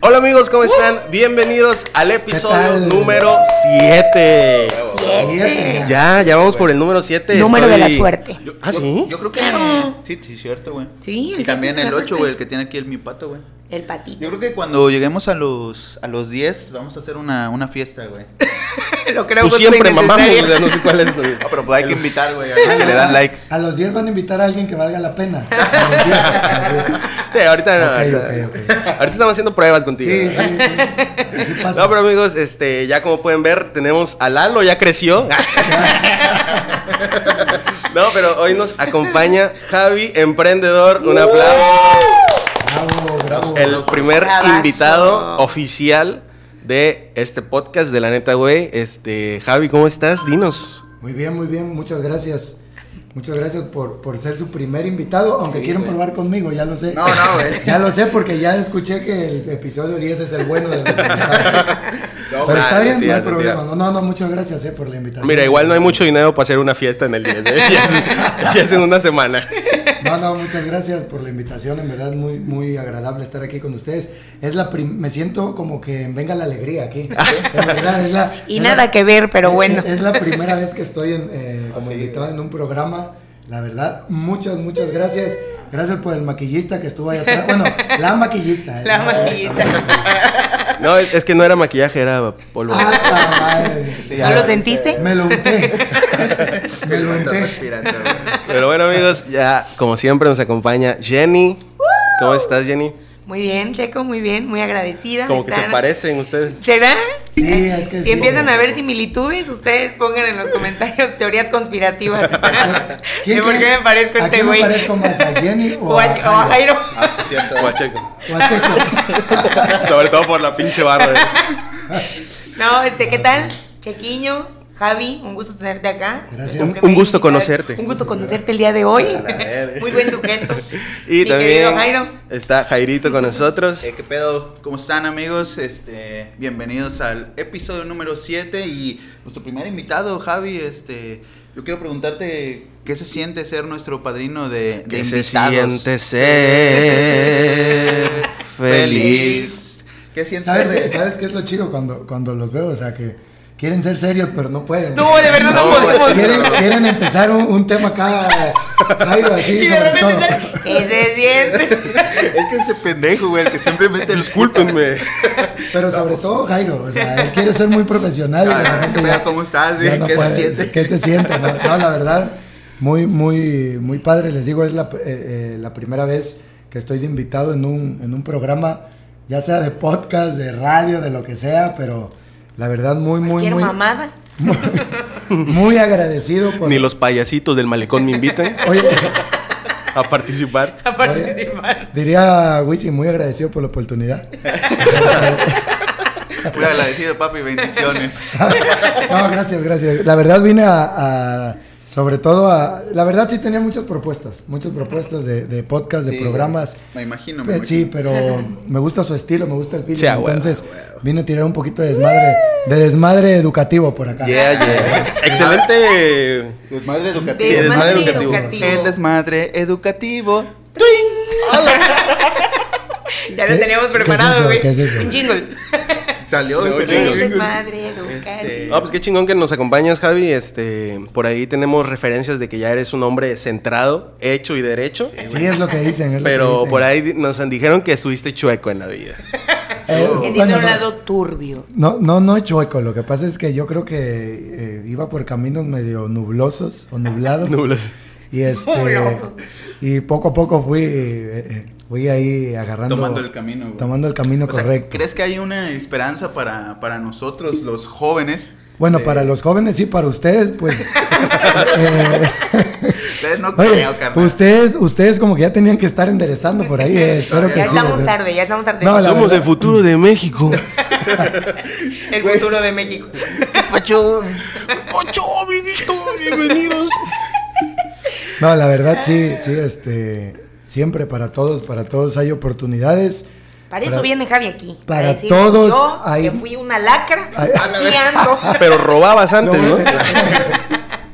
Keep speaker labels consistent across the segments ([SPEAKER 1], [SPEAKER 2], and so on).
[SPEAKER 1] Hola amigos, ¿cómo están? Bienvenidos al episodio
[SPEAKER 2] tal?
[SPEAKER 1] número 7.
[SPEAKER 2] Siete.
[SPEAKER 1] Ya, ya vamos por el número 7.
[SPEAKER 3] Número de la suerte.
[SPEAKER 1] Yo- ah,
[SPEAKER 4] Yo-
[SPEAKER 1] sí.
[SPEAKER 4] Yo, creo que. Sí, sí, cierto, güey.
[SPEAKER 3] Sí, el
[SPEAKER 4] Y también
[SPEAKER 3] siete es
[SPEAKER 4] el
[SPEAKER 3] la
[SPEAKER 4] 8,
[SPEAKER 3] suerte.
[SPEAKER 4] güey, el que tiene aquí el mi pato, güey.
[SPEAKER 3] El
[SPEAKER 4] Yo
[SPEAKER 3] patito.
[SPEAKER 4] creo que cuando lleguemos a los, a los 10, vamos a hacer una, una fiesta, güey.
[SPEAKER 3] Lo creo
[SPEAKER 1] Tú
[SPEAKER 3] que
[SPEAKER 1] siempre
[SPEAKER 3] es
[SPEAKER 1] mamamos,
[SPEAKER 3] innecesaria.
[SPEAKER 1] ya no sé cuál es.
[SPEAKER 4] Ah, pero pues hay que invitar, güey, a los que le dan like.
[SPEAKER 2] A los 10 van a invitar a alguien que valga la pena. A los 10, a los 10.
[SPEAKER 1] Sí, ahorita no.
[SPEAKER 2] Ok,
[SPEAKER 1] ahorita-
[SPEAKER 2] ok,
[SPEAKER 1] Ahorita estamos haciendo pruebas contigo.
[SPEAKER 2] Sí, sí, sí. Sí pasa.
[SPEAKER 1] No, pero amigos, este, ya como pueden ver, tenemos a Lalo, ya creció. No, pero hoy nos acompaña Javi Emprendedor. Un aplauso.
[SPEAKER 2] Bravo, bravo.
[SPEAKER 1] El primer
[SPEAKER 3] Bravazo.
[SPEAKER 1] invitado oficial de este podcast de la neta, güey. Este, Javi, ¿cómo estás? Dinos.
[SPEAKER 2] Muy bien, muy bien. Muchas gracias. Muchas gracias por, por ser su primer invitado, aunque
[SPEAKER 4] Sí,
[SPEAKER 2] quieren
[SPEAKER 4] güey.
[SPEAKER 2] probar conmigo, ya lo sé.
[SPEAKER 4] No, no, güey.
[SPEAKER 2] Ya lo sé porque ya escuché que el episodio 10 es el bueno de los invitados.
[SPEAKER 4] No,
[SPEAKER 2] Pero
[SPEAKER 1] nah,
[SPEAKER 2] está bien,
[SPEAKER 1] mentira,
[SPEAKER 2] no hay problema.
[SPEAKER 1] mentira.
[SPEAKER 2] No, no, no, muchas gracias eh, por la invitación.
[SPEAKER 1] Mira, igual no hay mucho dinero para hacer una fiesta en el 10, ¿eh? ya, es, ya es en una semana.
[SPEAKER 2] No, no, muchas gracias por la invitación. En verdad, muy, muy agradable estar aquí con ustedes. Es la prim- me siento como que venga la alegría aquí. En verdad, es la.
[SPEAKER 3] Y
[SPEAKER 2] es
[SPEAKER 3] nada
[SPEAKER 2] la-
[SPEAKER 3] que ver, pero
[SPEAKER 2] es-
[SPEAKER 3] bueno.
[SPEAKER 2] Es, la primera vez que estoy en, eh, como
[SPEAKER 4] Así,
[SPEAKER 2] invitado en un programa. La verdad, muchas, muchas gracias. Gracias por el maquillista que estuvo ahí atrás. Bueno, la maquillista. eh.
[SPEAKER 3] La maquillita.
[SPEAKER 1] No, es es que no era maquillaje, era polvo.
[SPEAKER 2] Ah, caray.
[SPEAKER 3] ¿No lo sentiste?
[SPEAKER 2] Me lo unté. Me lo
[SPEAKER 4] está
[SPEAKER 2] unté.
[SPEAKER 4] respirando, güey.
[SPEAKER 1] Pero bueno, amigos, ya como siempre nos acompaña Jenny. ¿Cómo estás, Jenny?
[SPEAKER 3] Muy bien, Checo, muy bien, muy agradecida.
[SPEAKER 1] Como que se
[SPEAKER 3] Están-
[SPEAKER 1] parecen ustedes.
[SPEAKER 3] ¿Será?
[SPEAKER 2] Sí, es que
[SPEAKER 3] Si
[SPEAKER 2] sí.
[SPEAKER 3] empiezan a ver similitudes, ustedes pongan en los comentarios teorías conspirativas.
[SPEAKER 2] ¿Quién
[SPEAKER 3] ¿De por qué
[SPEAKER 2] cree-
[SPEAKER 3] me parezco
[SPEAKER 2] ¿A
[SPEAKER 3] a este
[SPEAKER 2] quién me
[SPEAKER 3] güey?
[SPEAKER 2] parezco más? ¿A Jenny o,
[SPEAKER 3] O a, o a Jairo.
[SPEAKER 4] Ah, sí, cierto. güey.
[SPEAKER 1] Guacheco.
[SPEAKER 2] O a Checo.
[SPEAKER 1] Sobre todo por la pinche barra. ¿eh?
[SPEAKER 3] No, este, ¿qué tal? Chequiño, Javi, un gusto tenerte acá.
[SPEAKER 2] Gracias.
[SPEAKER 3] Siempre
[SPEAKER 1] Un- un
[SPEAKER 3] me
[SPEAKER 1] gusto
[SPEAKER 3] invitas.
[SPEAKER 1] conocerte.
[SPEAKER 3] Un gusto conocerte el día de hoy.
[SPEAKER 4] verga.
[SPEAKER 3] Muy buen sujeto.
[SPEAKER 1] Y
[SPEAKER 3] Mi querido
[SPEAKER 1] también
[SPEAKER 3] Jairo.
[SPEAKER 1] está Jairito con nosotros.
[SPEAKER 4] Eh, ¿Qué pedo? ¿Cómo están, amigos? Este, bienvenidos al episodio número 7 y nuestro primer invitado, Javi, este, yo quiero preguntarte qué se siente ser nuestro padrino de, de
[SPEAKER 1] Que se
[SPEAKER 4] invitados?
[SPEAKER 1] siente ser feliz.
[SPEAKER 4] ¿Qué sientes?
[SPEAKER 2] ¿Sabes, ¿Sabes qué es lo chido cuando, cuando los veo? O sea, que quieren ser serios, pero no pueden.
[SPEAKER 3] No, de verdad no,
[SPEAKER 1] No,
[SPEAKER 3] podemos.
[SPEAKER 2] Quieren, quieren empezar un, un tema acá, Jairo, así,
[SPEAKER 3] Y de
[SPEAKER 2] sobre
[SPEAKER 3] repente
[SPEAKER 2] todo.
[SPEAKER 3] sale, ¿qué se siente?
[SPEAKER 4] Es que ese pendejo, güey, el que siempre mete el...
[SPEAKER 1] Discúlpenme.
[SPEAKER 2] Pero sobre todo Jairo, o sea, él quiere ser muy profesional. y
[SPEAKER 4] Ah,
[SPEAKER 2] de repente
[SPEAKER 4] vea
[SPEAKER 2] ya-
[SPEAKER 4] cómo estás,
[SPEAKER 2] ya
[SPEAKER 4] eh, ¿qué se
[SPEAKER 2] puede,
[SPEAKER 4] siente?
[SPEAKER 2] ¿Qué se siente? No, No, la verdad, muy, muy, muy padre. Les digo, es la, eh, eh, la primera vez que estoy de invitado en un, en un programa, ya sea de podcast, de radio, de lo que sea, pero la verdad, muy, muy,
[SPEAKER 3] Quiero
[SPEAKER 2] muy,
[SPEAKER 3] mamada.
[SPEAKER 2] muy, muy agradecido. Por,
[SPEAKER 1] Ni los payasitos del malecón me invitan
[SPEAKER 2] Oye,
[SPEAKER 1] a participar.
[SPEAKER 3] A participar.
[SPEAKER 2] diría Wisi, muy agradecido por la oportunidad.
[SPEAKER 4] Muy agradecido, papi, bendiciones.
[SPEAKER 2] No, gracias, gracias. La verdad vine a, a- sobre todo a, la verdad sí tenía muchas propuestas, muchas propuestas de, de podcast, de
[SPEAKER 4] Sí,
[SPEAKER 2] programas.
[SPEAKER 4] Me imagino, me
[SPEAKER 2] Eh, Sí,
[SPEAKER 4] imagino.
[SPEAKER 2] pero me gusta su estilo, me gusta el feeling.
[SPEAKER 1] Sí, a huevo,
[SPEAKER 2] entonces vine a tirar un poquito de desmadre, de desmadre educativo por acá.
[SPEAKER 1] Yeah, yeah. Excelente.
[SPEAKER 4] Desmadre educativo.
[SPEAKER 1] Sí, desmadre educativo.
[SPEAKER 4] El desmadre educativo.
[SPEAKER 3] Ya lo
[SPEAKER 2] ¿Qué-
[SPEAKER 3] teníamos
[SPEAKER 2] qué es
[SPEAKER 3] preparado,
[SPEAKER 2] eso?
[SPEAKER 3] güey.
[SPEAKER 2] ¿Qué es eso?
[SPEAKER 3] Un jingle.
[SPEAKER 4] Salió.
[SPEAKER 1] No,
[SPEAKER 4] salió.
[SPEAKER 1] chingo.
[SPEAKER 3] El desmadre educativo.
[SPEAKER 1] No, pues qué chingón que nos acompañas, Javi. Este, por ahí tenemos referencias de que ya eres un hombre centrado, hecho y derecho.
[SPEAKER 2] Sí, es lo que dicen. es lo que
[SPEAKER 1] Pero
[SPEAKER 2] dicen.
[SPEAKER 1] por ahí di- nos dijeron que estuviste chueco en la vida.
[SPEAKER 2] Eh,
[SPEAKER 3] Que tiene
[SPEAKER 2] bueno,
[SPEAKER 3] un
[SPEAKER 2] no.
[SPEAKER 3] lado turbio.
[SPEAKER 2] No, no, no es chueco. Lo que pasa es que yo creo que eh, iba por caminos medio nublosos o nublados.
[SPEAKER 1] Nublos.
[SPEAKER 2] Y este
[SPEAKER 3] Nublosos.
[SPEAKER 2] y poco a poco fui eh, eh, fui ahí agarrando
[SPEAKER 4] Tomando el camino, güey.
[SPEAKER 2] tomando el camino
[SPEAKER 4] O sea,
[SPEAKER 2] correcto.
[SPEAKER 4] ¿Crees que hay una esperanza para, para nosotros, los jóvenes?
[SPEAKER 2] Bueno,
[SPEAKER 4] De-
[SPEAKER 2] para los jóvenes y para ustedes, pues. eh,
[SPEAKER 4] Ustedes no
[SPEAKER 2] oye,
[SPEAKER 4] creo, carnal.
[SPEAKER 2] ustedes, ustedes como que ya tenían que estar enderezando por ahí. eh, espero que
[SPEAKER 3] Ya
[SPEAKER 2] sí,
[SPEAKER 3] estamos
[SPEAKER 2] ¿verdad?
[SPEAKER 3] tarde, ya estamos tarde.
[SPEAKER 2] No, la-
[SPEAKER 1] Somos
[SPEAKER 2] verdad.
[SPEAKER 1] el futuro de México.
[SPEAKER 3] El futuro de México.
[SPEAKER 1] Ocho, amiguito, bienvenidos.
[SPEAKER 2] No, la verdad sí, sí, este, siempre para todos, para todos hay oportunidades.
[SPEAKER 3] Para eso
[SPEAKER 2] Para-
[SPEAKER 3] viene Javi aquí.
[SPEAKER 2] para
[SPEAKER 3] decir,
[SPEAKER 2] todos
[SPEAKER 3] Yo
[SPEAKER 2] hay-
[SPEAKER 3] que fui una lacra.
[SPEAKER 2] Ay.
[SPEAKER 3] Aquí ando.
[SPEAKER 1] Pero robabas antes,
[SPEAKER 2] No,
[SPEAKER 1] ¿no?
[SPEAKER 2] eh,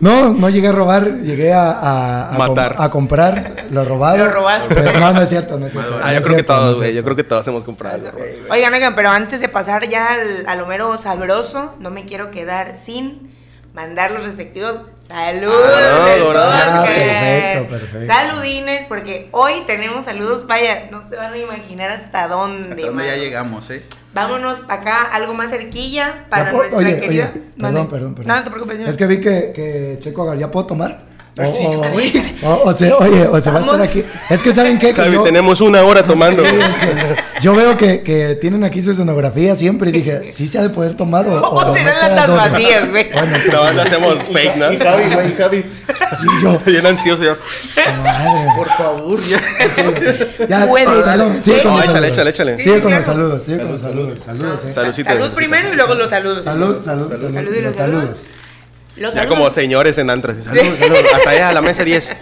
[SPEAKER 2] No, no llegué a robar, llegué a, a, a
[SPEAKER 1] Matar.
[SPEAKER 2] com- a comprar lo robado.
[SPEAKER 3] Lo robaste.
[SPEAKER 2] Pero no, no es cierto, no es cierto.
[SPEAKER 1] Ah,
[SPEAKER 2] no
[SPEAKER 1] yo
[SPEAKER 2] es
[SPEAKER 1] creo que
[SPEAKER 2] cierto, no es
[SPEAKER 1] todos, güey. Yo
[SPEAKER 2] cierto.
[SPEAKER 1] creo que todos hemos comprado. güey.
[SPEAKER 3] Oigan, oigan, pero antes de pasar ya al, al Homero sabroso, no me quiero quedar sin mandar los respectivos saludos.
[SPEAKER 1] Ah,
[SPEAKER 3] del
[SPEAKER 1] dorado.
[SPEAKER 3] podcast.
[SPEAKER 1] Ah,
[SPEAKER 2] perfecto, perfecto.
[SPEAKER 3] Saludines, porque hoy tenemos saludos, vaya, no se van a imaginar hasta dónde.
[SPEAKER 4] Hasta donde ya
[SPEAKER 3] manos.
[SPEAKER 4] llegamos, ¿eh?
[SPEAKER 3] Vámonos pa' acá, algo más cerquilla, para
[SPEAKER 2] Ya po-
[SPEAKER 3] nuestra
[SPEAKER 2] oye,
[SPEAKER 3] querida.
[SPEAKER 2] oye, perdón,
[SPEAKER 3] Mande.
[SPEAKER 2] perdón, perdón.
[SPEAKER 3] No, no te preocupes. señor.
[SPEAKER 2] Es que vi que, que Checo Agar- ¿ya puedo tomar? O,
[SPEAKER 4] Ah, sí,
[SPEAKER 2] o-
[SPEAKER 4] güey.
[SPEAKER 2] o- o se, oye, o se va a estar
[SPEAKER 3] Vamos.
[SPEAKER 2] aquí. Es que saben qué? que
[SPEAKER 1] Javi,
[SPEAKER 2] yo,
[SPEAKER 1] tenemos una hora tomando.
[SPEAKER 2] Sí,
[SPEAKER 1] güey.
[SPEAKER 2] es que yo veo que, que tienen aquí su escenografía siempre y dije, sí se ha de poder tomar o,
[SPEAKER 3] O
[SPEAKER 2] no
[SPEAKER 3] Oh, serán
[SPEAKER 2] se ha
[SPEAKER 3] latas
[SPEAKER 2] dado.
[SPEAKER 3] vacías, güey.
[SPEAKER 2] Bueno, entonces,
[SPEAKER 1] No, no hacemos fake,
[SPEAKER 4] Y
[SPEAKER 1] ¿no?
[SPEAKER 4] Javi, güey, Javi,
[SPEAKER 2] sí, yo,
[SPEAKER 1] Bien ansioso yo.
[SPEAKER 2] madre.
[SPEAKER 4] por favor, ya.
[SPEAKER 2] Ya,
[SPEAKER 3] Puedes.
[SPEAKER 2] salud. Sigue con
[SPEAKER 1] No,
[SPEAKER 2] los
[SPEAKER 1] échale,
[SPEAKER 2] saludos.
[SPEAKER 1] échale, échale.
[SPEAKER 3] Sí,
[SPEAKER 2] Sigue
[SPEAKER 3] sí,
[SPEAKER 2] con los
[SPEAKER 3] claro.
[SPEAKER 2] saludos, sigue con los saludos. Saludos, eh.
[SPEAKER 1] Saludcita,
[SPEAKER 3] salud
[SPEAKER 1] saludcita.
[SPEAKER 3] primero y luego los saludos.
[SPEAKER 2] Salud, salud, salud.
[SPEAKER 3] Salud y los saludos. Los
[SPEAKER 1] Ya
[SPEAKER 3] saludos.
[SPEAKER 1] como señores en antros. Salud, salud. Hasta allá, a la mesa 10.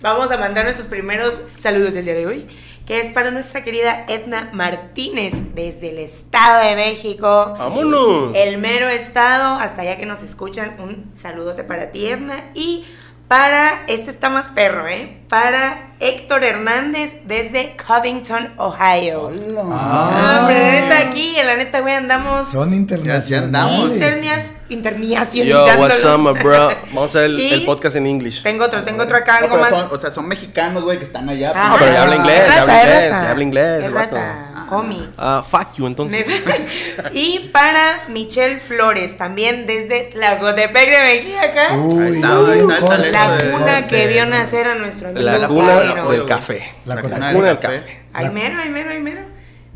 [SPEAKER 3] Vamos a mandar nuestros primeros saludos del día de hoy, que es para nuestra querida Edna Martínez desde el Estado de México.
[SPEAKER 1] Vámonos.
[SPEAKER 3] El mero Estado, hasta allá que nos escuchan, un saludote para ti, Edna. Y para, este está más perro, ¿eh? Para Héctor Hernández desde Covington, Ohio. Ah, hombre, la neta aquí, la neta, güey, andamos
[SPEAKER 2] Son internacionales.
[SPEAKER 4] Ya andamos.
[SPEAKER 3] internias,
[SPEAKER 1] Yo, what's up, my
[SPEAKER 3] interniacionalizándonos.
[SPEAKER 1] bro? Vamos a hacer el,
[SPEAKER 3] Y-
[SPEAKER 1] el podcast en English.
[SPEAKER 3] Tengo otro, tengo otro acá,
[SPEAKER 4] No,
[SPEAKER 3] algo
[SPEAKER 4] pero
[SPEAKER 3] más.
[SPEAKER 4] son- o sea, son mexicanos, güey, que están allá. Este,
[SPEAKER 3] Ah,
[SPEAKER 1] Ah, pero
[SPEAKER 3] es
[SPEAKER 1] ya habla
[SPEAKER 3] raza,
[SPEAKER 1] inglés,
[SPEAKER 3] es
[SPEAKER 1] ya habla
[SPEAKER 3] raza,
[SPEAKER 1] inglés,
[SPEAKER 3] es raza.
[SPEAKER 1] ya habla inglés.
[SPEAKER 3] Es
[SPEAKER 1] el vato.
[SPEAKER 3] raza, homie.
[SPEAKER 1] Ah, fuck you, entonces.
[SPEAKER 3] Me- y para Michelle Flores, también desde Tlacotepec de Mejiaca.
[SPEAKER 1] Uh,
[SPEAKER 4] Ahí está, ahí está el
[SPEAKER 2] corte,
[SPEAKER 4] talento
[SPEAKER 3] la
[SPEAKER 4] de-
[SPEAKER 3] cuna
[SPEAKER 4] corte.
[SPEAKER 3] que vio nacer a nuestro amigo.
[SPEAKER 1] La
[SPEAKER 4] la
[SPEAKER 1] cuna
[SPEAKER 4] apoyo, la
[SPEAKER 3] Jairo.
[SPEAKER 4] apoyo,
[SPEAKER 1] del
[SPEAKER 4] güey.
[SPEAKER 1] café.
[SPEAKER 2] La
[SPEAKER 4] La
[SPEAKER 2] cuna
[SPEAKER 4] cuna
[SPEAKER 1] del
[SPEAKER 4] del
[SPEAKER 1] café.
[SPEAKER 4] café.
[SPEAKER 3] Ay, mero, ay, mero, ay, mero.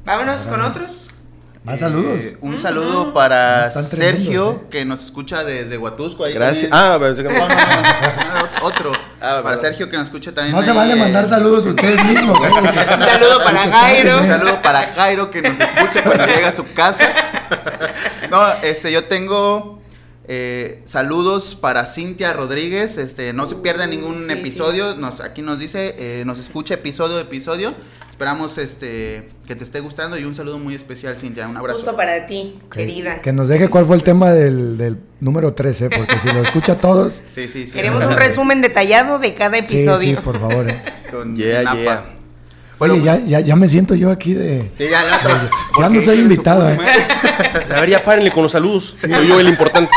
[SPEAKER 3] Vámonos con
[SPEAKER 1] Ah.
[SPEAKER 3] otros.
[SPEAKER 2] Más Ah, saludos.
[SPEAKER 4] Eh, un saludo para
[SPEAKER 2] Están tremendos,
[SPEAKER 4] Sergio,
[SPEAKER 2] eh.
[SPEAKER 4] que nos escucha desde Huatusco. ahí
[SPEAKER 1] Gracias.
[SPEAKER 4] también.
[SPEAKER 1] Ah, pero sí
[SPEAKER 4] No, no,
[SPEAKER 1] que-
[SPEAKER 4] no, no, otro. para
[SPEAKER 1] perdón.
[SPEAKER 4] Sergio, que nos escucha también.
[SPEAKER 2] No se
[SPEAKER 4] ahí,
[SPEAKER 2] vale
[SPEAKER 4] eh,
[SPEAKER 2] mandar saludos ustedes mismos. eh, porque-
[SPEAKER 3] Un saludo para Jairo.
[SPEAKER 4] Un saludo para Jairo que nos escucha cuando llega a su casa. No, este, yo tengo eh, saludos para Cintia Rodríguez. Este, no se pierda ningún
[SPEAKER 3] sí,
[SPEAKER 4] episodio. Nos, aquí nos dice, eh, nos escucha episodio a episodio. Esperamos este que te esté gustando y un saludo muy especial, Cintia. Un abrazo.
[SPEAKER 3] Justo para ti,
[SPEAKER 2] Que,
[SPEAKER 3] querida.
[SPEAKER 2] que nos deje cuál fue el tema del, del número 13, porque si lo escucha todos.
[SPEAKER 4] Sí, sí, sí.
[SPEAKER 3] Queremos un resumen detallado de cada
[SPEAKER 2] Sí, sí,
[SPEAKER 3] episodio.
[SPEAKER 2] por favor. eh.
[SPEAKER 4] Con
[SPEAKER 1] Yeah,
[SPEAKER 4] Napa.
[SPEAKER 1] yeah.
[SPEAKER 4] Bueno, pues
[SPEAKER 2] Oye, ya, ya, ya me siento yo aquí de.
[SPEAKER 4] Sí, ya, no,
[SPEAKER 2] Ya
[SPEAKER 4] porque
[SPEAKER 2] no soy
[SPEAKER 4] hijo de su
[SPEAKER 2] invitado,
[SPEAKER 4] puta
[SPEAKER 2] eh.
[SPEAKER 4] madre.
[SPEAKER 1] A ver, ya párenle con los saludos. Soy yo el importante.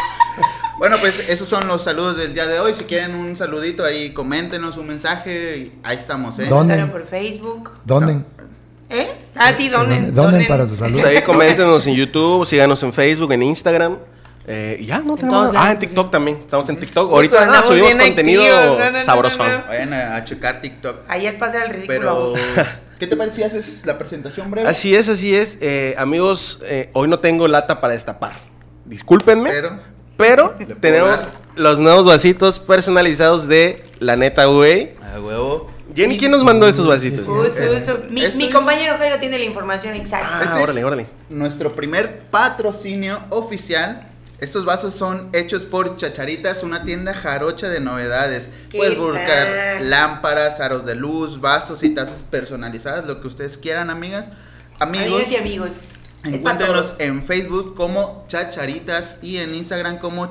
[SPEAKER 4] Bueno, pues esos son los saludos del día de hoy. Si quieren un saludito ahí, coméntenos un mensaje. y ahí estamos, ¿eh?
[SPEAKER 2] ¿Dónde?
[SPEAKER 3] Comentaron por Facebook.
[SPEAKER 2] Donen.
[SPEAKER 3] ¿Eh? Ah, sí, donen.
[SPEAKER 2] Donen, para sus
[SPEAKER 1] Pues
[SPEAKER 2] saludos.
[SPEAKER 1] ahí coméntenos en YouTube, síganos en Facebook, en Instagram. Eh, y ya, no tenemos
[SPEAKER 3] todos
[SPEAKER 1] nada. Ah, en
[SPEAKER 3] lados,
[SPEAKER 1] TikTok también. Estamos en TikTok.
[SPEAKER 3] Justo,
[SPEAKER 1] Ahorita ah,
[SPEAKER 3] andamos
[SPEAKER 1] subimos
[SPEAKER 3] bien
[SPEAKER 1] contenido
[SPEAKER 3] activos. No, no, no,
[SPEAKER 1] sabroso.
[SPEAKER 3] no, no.
[SPEAKER 4] Vayan a, a checar TikTok.
[SPEAKER 3] Ahí es pasar el ridículo.
[SPEAKER 4] Pero,
[SPEAKER 3] vamos.
[SPEAKER 4] ¿qué te parece si haces la presentación breve?
[SPEAKER 1] Así es, así es. Eh, amigos, eh, hoy no tengo lata para destapar. Discúlpenme, pero,
[SPEAKER 4] Pero, puedo
[SPEAKER 1] tenemos
[SPEAKER 4] dar.
[SPEAKER 1] los nuevos vasitos personalizados de La Neta güey.
[SPEAKER 4] a huevo.
[SPEAKER 1] Jenny, ¿quién nos mandó esos vasitos?
[SPEAKER 2] Sí,
[SPEAKER 3] Uy, su-
[SPEAKER 4] Es-
[SPEAKER 3] su- mi,
[SPEAKER 4] esto
[SPEAKER 3] mi
[SPEAKER 4] es-
[SPEAKER 3] compañero Jairo tiene la información exacta.
[SPEAKER 1] Ah,
[SPEAKER 4] Ese es-
[SPEAKER 1] órale, órale.
[SPEAKER 4] Nuestro primer patrocinio oficial. Estos vasos son hechos por Chacharitas, una tienda jarocha de novedades.
[SPEAKER 3] ¿Qué
[SPEAKER 4] Puedes buscar
[SPEAKER 3] tal?
[SPEAKER 4] lámparas, aros de luz, vasos y tazas personalizadas, lo que ustedes quieran, amigas. Amigos,
[SPEAKER 3] Amigas y amigos. Es para
[SPEAKER 4] Encuéntrenos
[SPEAKER 3] todos.
[SPEAKER 4] en Facebook como Chacharitas y en Instagram como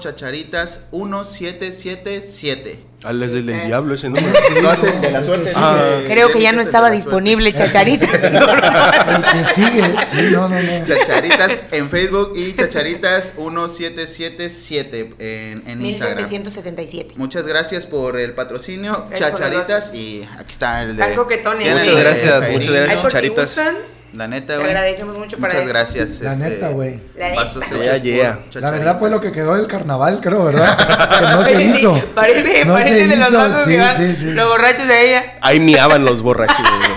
[SPEAKER 4] Chacharitas1777.
[SPEAKER 1] Ah, es del,
[SPEAKER 3] Eh,
[SPEAKER 1] del diablo ese número.
[SPEAKER 4] Lo hacen de la suerte.
[SPEAKER 1] Ah.
[SPEAKER 4] dice-
[SPEAKER 3] Creo que ya no
[SPEAKER 4] dice
[SPEAKER 3] estaba
[SPEAKER 4] de la suerte.
[SPEAKER 3] disponible Chacharita.
[SPEAKER 2] El que sigue. Sí, no, no, no.
[SPEAKER 4] Chacharitas en Facebook y Chacharitas1777 en, en Instagram.
[SPEAKER 3] 1777.
[SPEAKER 4] Muchas gracias por el patrocinio,
[SPEAKER 3] Gracias por los
[SPEAKER 4] Chacharitas.
[SPEAKER 3] vasos.
[SPEAKER 4] Y aquí está el de.
[SPEAKER 3] Tan coquetones.
[SPEAKER 4] tienen
[SPEAKER 1] Muchas
[SPEAKER 4] el de
[SPEAKER 1] gracias,
[SPEAKER 4] Jairito.
[SPEAKER 1] muchas gracias,
[SPEAKER 3] eh. Ay, por si
[SPEAKER 1] Chacharitas.
[SPEAKER 3] gustan,
[SPEAKER 4] La neta,
[SPEAKER 3] Te
[SPEAKER 4] güey.
[SPEAKER 3] agradecemos mucho para
[SPEAKER 4] Muchas
[SPEAKER 3] eso.
[SPEAKER 4] gracias. este,
[SPEAKER 2] La neta, güey.
[SPEAKER 3] La neta.
[SPEAKER 4] Vasos hechos
[SPEAKER 1] Yeah, yeah.
[SPEAKER 4] por
[SPEAKER 2] La verdad fue lo que
[SPEAKER 4] Chacharitas.
[SPEAKER 2] quedó del carnaval, creo, ¿verdad? Que no se
[SPEAKER 3] Oye, sí,
[SPEAKER 2] hizo.
[SPEAKER 3] Parece,
[SPEAKER 2] No
[SPEAKER 3] parece
[SPEAKER 2] se
[SPEAKER 3] de los
[SPEAKER 2] hizo,
[SPEAKER 3] vasos
[SPEAKER 2] sí,
[SPEAKER 3] que van
[SPEAKER 2] sí, sí.
[SPEAKER 3] los borrachos de ella.
[SPEAKER 1] Ahí miaban los borrachos. güey.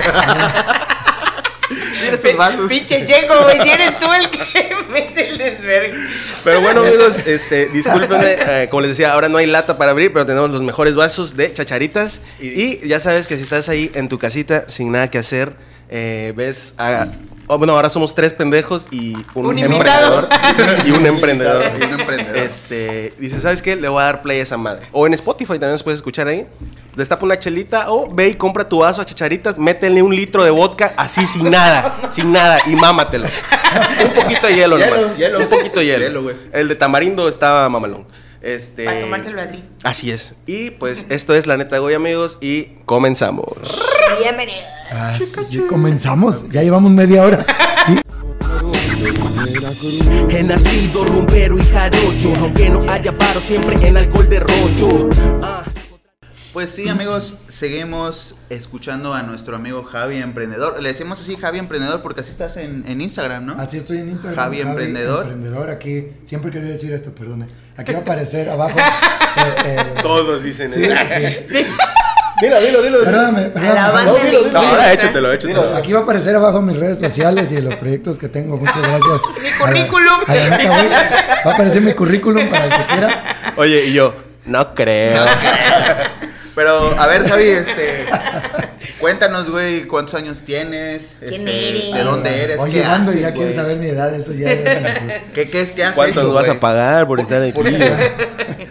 [SPEAKER 4] Mira estos vasos.
[SPEAKER 3] Pinche Checo, güey, si eres tú el que mete el desvergue.
[SPEAKER 1] Pero bueno, amigos, este, discúlpenme, eh, como les decía, ahora no hay lata para abrir, pero tenemos los mejores vasos de chacharitas. Y, ya sabes que si estás ahí en tu casita sin nada que hacer, eh, ves a. oh, bueno, ahora somos tres pendejos y un,
[SPEAKER 3] Un invitado.
[SPEAKER 1] emprendedor. y un emprendedor.
[SPEAKER 4] Y un emprendedor.
[SPEAKER 1] Este, dice, ¿sabes qué? Le voy a dar play a esa madre. O en Spotify también los puedes escuchar ahí. Destapa una chelita o ve y compra tu vaso a chacharitas, métele un litro de vodka así sin nada, sin nada y mámatelo. Un poquito de hielo,
[SPEAKER 4] Hielo,
[SPEAKER 1] nomás.
[SPEAKER 4] hielo.
[SPEAKER 1] Un poquito de hielo.
[SPEAKER 4] Hielo, güey.
[SPEAKER 1] El de tamarindo estaba mamalón. Este,
[SPEAKER 3] Para tomárselo así.
[SPEAKER 1] Así es. Y pues esto es La Neta Goy, amigos, y comenzamos.
[SPEAKER 3] Bienvenidos.
[SPEAKER 2] Ah, ya comenzamos, ya llevamos media hora. Y-
[SPEAKER 5] He nacido rumbero y jarocho, aunque no haya paro, siempre en alcohol de rocho. Ah.
[SPEAKER 4] Pues sí, amigos, seguimos escuchando a nuestro amigo Javi Emprendedor. Le decimos así Javi Emprendedor porque así estás en, en Instagram, ¿no?
[SPEAKER 2] Así estoy en Instagram.
[SPEAKER 4] Javi Emprendedor.
[SPEAKER 2] Emprendedor, aquí. Siempre quería decir esto, perdone. Aquí va a aparecer abajo. eh, eh,
[SPEAKER 1] Todos dicen
[SPEAKER 2] sí, sí.
[SPEAKER 4] Dilo, dilo, dilo.
[SPEAKER 2] Perdóname, perdóname.
[SPEAKER 3] Alabando
[SPEAKER 2] No,
[SPEAKER 3] el
[SPEAKER 2] dilo, dilo.
[SPEAKER 3] Insta.
[SPEAKER 1] Ahora échatelo, échatelo.
[SPEAKER 2] Aquí va a aparecer abajo mis redes sociales y los proyectos que tengo. Muchas gracias.
[SPEAKER 3] Mi currículum.
[SPEAKER 2] A la- a la neta, güey. va a aparecer mi currículum para el que quiera.
[SPEAKER 1] Oye, y yo, no creo.
[SPEAKER 4] Pero, a ver, Javi, este. Cuéntanos, güey, cuántos años tienes.
[SPEAKER 3] ¿Quién
[SPEAKER 4] este,
[SPEAKER 3] eres?
[SPEAKER 4] ¿De dónde eres?
[SPEAKER 2] Voy
[SPEAKER 4] ¿Qué
[SPEAKER 2] llegando y
[SPEAKER 4] haces,
[SPEAKER 2] ya
[SPEAKER 4] güey?
[SPEAKER 2] quieres saber mi edad. Eso ya es.
[SPEAKER 4] ¿Qué, qué es que haces?
[SPEAKER 1] ¿Cuánto nos vas a pagar por estar aquí?